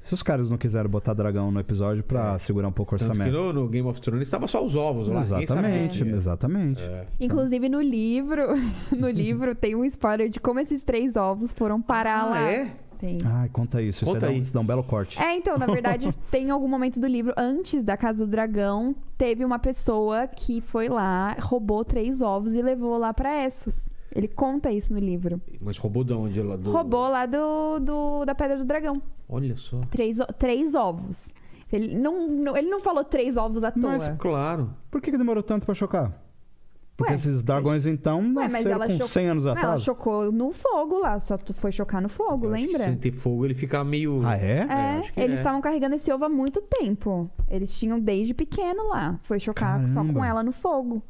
S4: Se os caras não quiseram botar dragão no episódio pra segurar um pouco o
S1: É. Tanto que no,
S4: orçamento.
S1: no Game of Thrones tava só os ovos lá. ninguém é. sabia.
S4: Exatamente,
S3: É.
S4: exatamente.
S3: Inclusive no livro, <laughs> no livro tem um spoiler de como esses três ovos foram parar
S1: Ah,
S3: Tá lá.
S1: é?
S3: Tem.
S4: Ai, conta isso.
S1: Conta
S4: isso, é
S1: aí.
S4: dá um, isso dá um belo corte.
S3: É, então,
S1: <laughs>
S3: na verdade, tem algum momento do livro, antes da Casa do Dragão, teve uma pessoa que foi lá, roubou três ovos e levou lá pra Essos. Ele conta isso no livro.
S1: Mas roubou de onde? Lá do...
S3: Roubou lá do, do- da Pedra do Dragão.
S1: Olha só.
S3: Três, o- três ovos. Ele não, não- ele não falou três ovos à toa.
S1: Mas claro.
S4: Por que, que demorou tanto pra chocar? Porque
S3: Ué,
S4: esses dragões, então,
S3: Ué, mas
S4: nasceram
S3: ela
S4: com
S3: chocou-
S4: 100 anos
S3: Não, ela
S4: atrás.
S3: chocou no fogo lá, só tu foi chocar no fogo,
S1: Eu acho que
S3: lembra?
S1: Sem ter fogo, ele fica meio.
S4: Ah, é?
S1: É,
S3: É,
S1: acho que
S3: eles
S1: é.
S3: estavam carregando esse ovo há muito tempo. Eles tinham desde pequeno lá. Foi chocar só com
S4: Caramba.
S3: ela no fogo.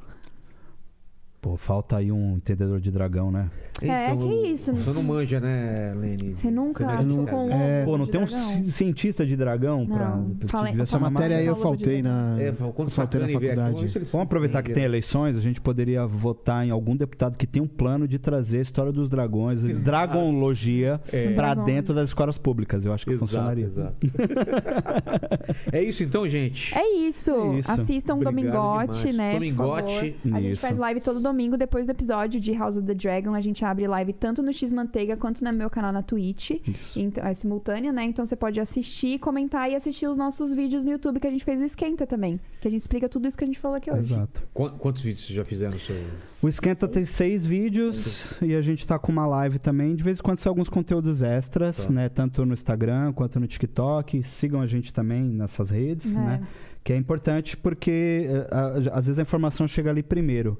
S4: Pô, falta aí um entendedor de dragão, né?
S3: É,
S1: Então,
S3: que isso.
S1: Você não manja, né, Lene?
S3: Você nunca
S1: não é
S2: não-
S3: chocou um ovo
S2: é.
S4: Pô, não
S3: de
S4: tem um
S3: dragão?
S4: ci- cientista de dragão
S3: Não,
S4: pra.
S3: fala-
S4: devia ser
S2: Essa
S3: fala-
S4: uma
S2: matéria aí eu
S3: Falou de
S2: faltei
S3: um-
S2: na.
S1: É, quando
S2: eu faltei na
S1: Sacani vier aqui,
S2: faculdade.
S1: vamos ver se eles-
S4: Vamos aproveitar que tem eleições, a gente poderia votar em algum deputado que tem um plano de trazer a história dos dragões, dragonologia, pra
S3: Dragon.
S4: dentro das escolas públicas. Eu acho que
S1: Exato,
S4: funcionaria.
S1: É, exato. <laughs> é isso então, gente.
S3: É isso.
S4: É isso.
S3: Assistam
S1: Obrigado
S3: Domingote,
S1: demais.
S3: né? por
S1: Domingote.
S3: favor. A gente
S4: Isso.
S3: faz live todo domingo depois do episódio de House of the Dragon. A gente abre live tanto no X Manteiga quanto no meu canal na Twitch.
S4: Isso.
S3: Então, é simultânea, né? Então você pode assistir, comentar e assistir os nossos vídeos no YouTube que a gente fez o Esquenta também. Que a gente explica tudo isso que a gente falou aqui hoje.
S4: Exato.
S1: Qu- Quantos vídeos vocês já fizeram sobre?
S4: O Esquenta tem seis vídeos e a gente tá com uma live também. De vez em quando são alguns conteúdos extras,
S1: Tá.
S4: né? Tanto no Instagram quanto no TikTok. Sigam a gente também nessas redes,
S3: É.
S4: né? Que é importante porque eh, a- às vezes a informação chega ali primeiro.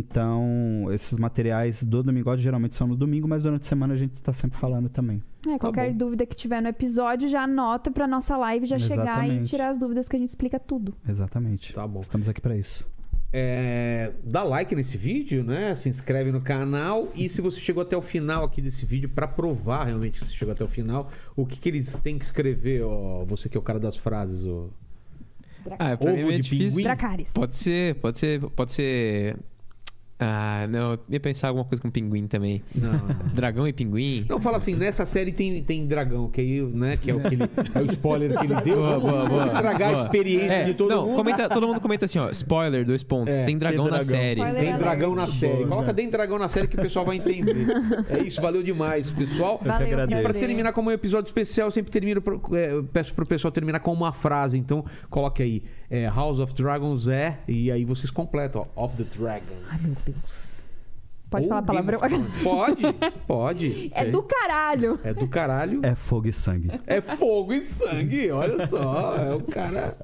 S4: Então, esses materiais do Domingo geralmente são no domingo, mas durante a semana a gente está sempre falando também.
S3: É, qualquer
S1: bom.
S3: dúvida que tiver no episódio, já anota pra nossa live já chegar e
S4: Exatamente.
S3: tirar as dúvidas que a gente explica tudo.
S4: Exatamente.
S1: Tá bom.
S4: Estamos aqui para isso.
S1: É, dá like nesse vídeo, né? Se inscreve no canal e se você chegou até o final aqui desse vídeo pra provar realmente que você chegou até o final, o que, que eles têm que escrever, ó, você que é o cara das frases, ó.
S5: Ah, pra mim é
S1: Ovo de
S5: difícil.
S1: pinguim?
S3: Dracarys.
S5: Pode ser, pode ser, pode ser. Ah, não, eu ia pensar alguma coisa com pinguim também. <laughs>
S1: Não.
S5: Dragão e pinguim.
S1: Não fala assim, nessa série tem, tem dragão, que aí, né, que é o que ele- é o spoiler que ele deu.
S5: Boa, boa, boa.
S1: Estragar a
S5: Boa.
S1: experiência
S5: É,
S1: de todo
S5: não,
S1: mundo.
S5: comenta- todo mundo comenta assim, ó. Spoiler, dois pontos.
S1: É,
S5: tem dragão
S4: tem
S5: na
S4: dragão.
S5: série.
S3: Spoiler.
S1: Tem dragão na
S3: Boa,
S1: série.
S2: Zé.
S1: Coloca tem dragão na série que o pessoal vai entender. É isso, valeu demais,
S5: É
S1: pessoal.
S3: Valeu,
S4: agradeço.
S1: E pra
S3: prazer.
S1: terminar como um episódio especial, eu sempre termino pro, é, eu peço pro pessoal terminar com uma frase. Então, coloque aí é, House of Dragons é e aí vocês completam, ó, of the Dragon.
S3: Ai, meu Deus. Pode
S1: Ou
S3: falar
S1: Game
S3: palavrão.
S1: of Thrones. Pode, pode.
S3: <laughs> É do caralho.
S1: É do caralho.
S4: É fogo e sangue.
S1: É fogo e sangue, olha só, é o cara.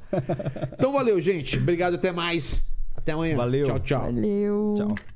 S1: Então valeu, gente. Obrigado, até mais. Até amanhã.
S4: Valeu.
S1: Tchau, tchau.
S3: Valeu.
S4: Tchau.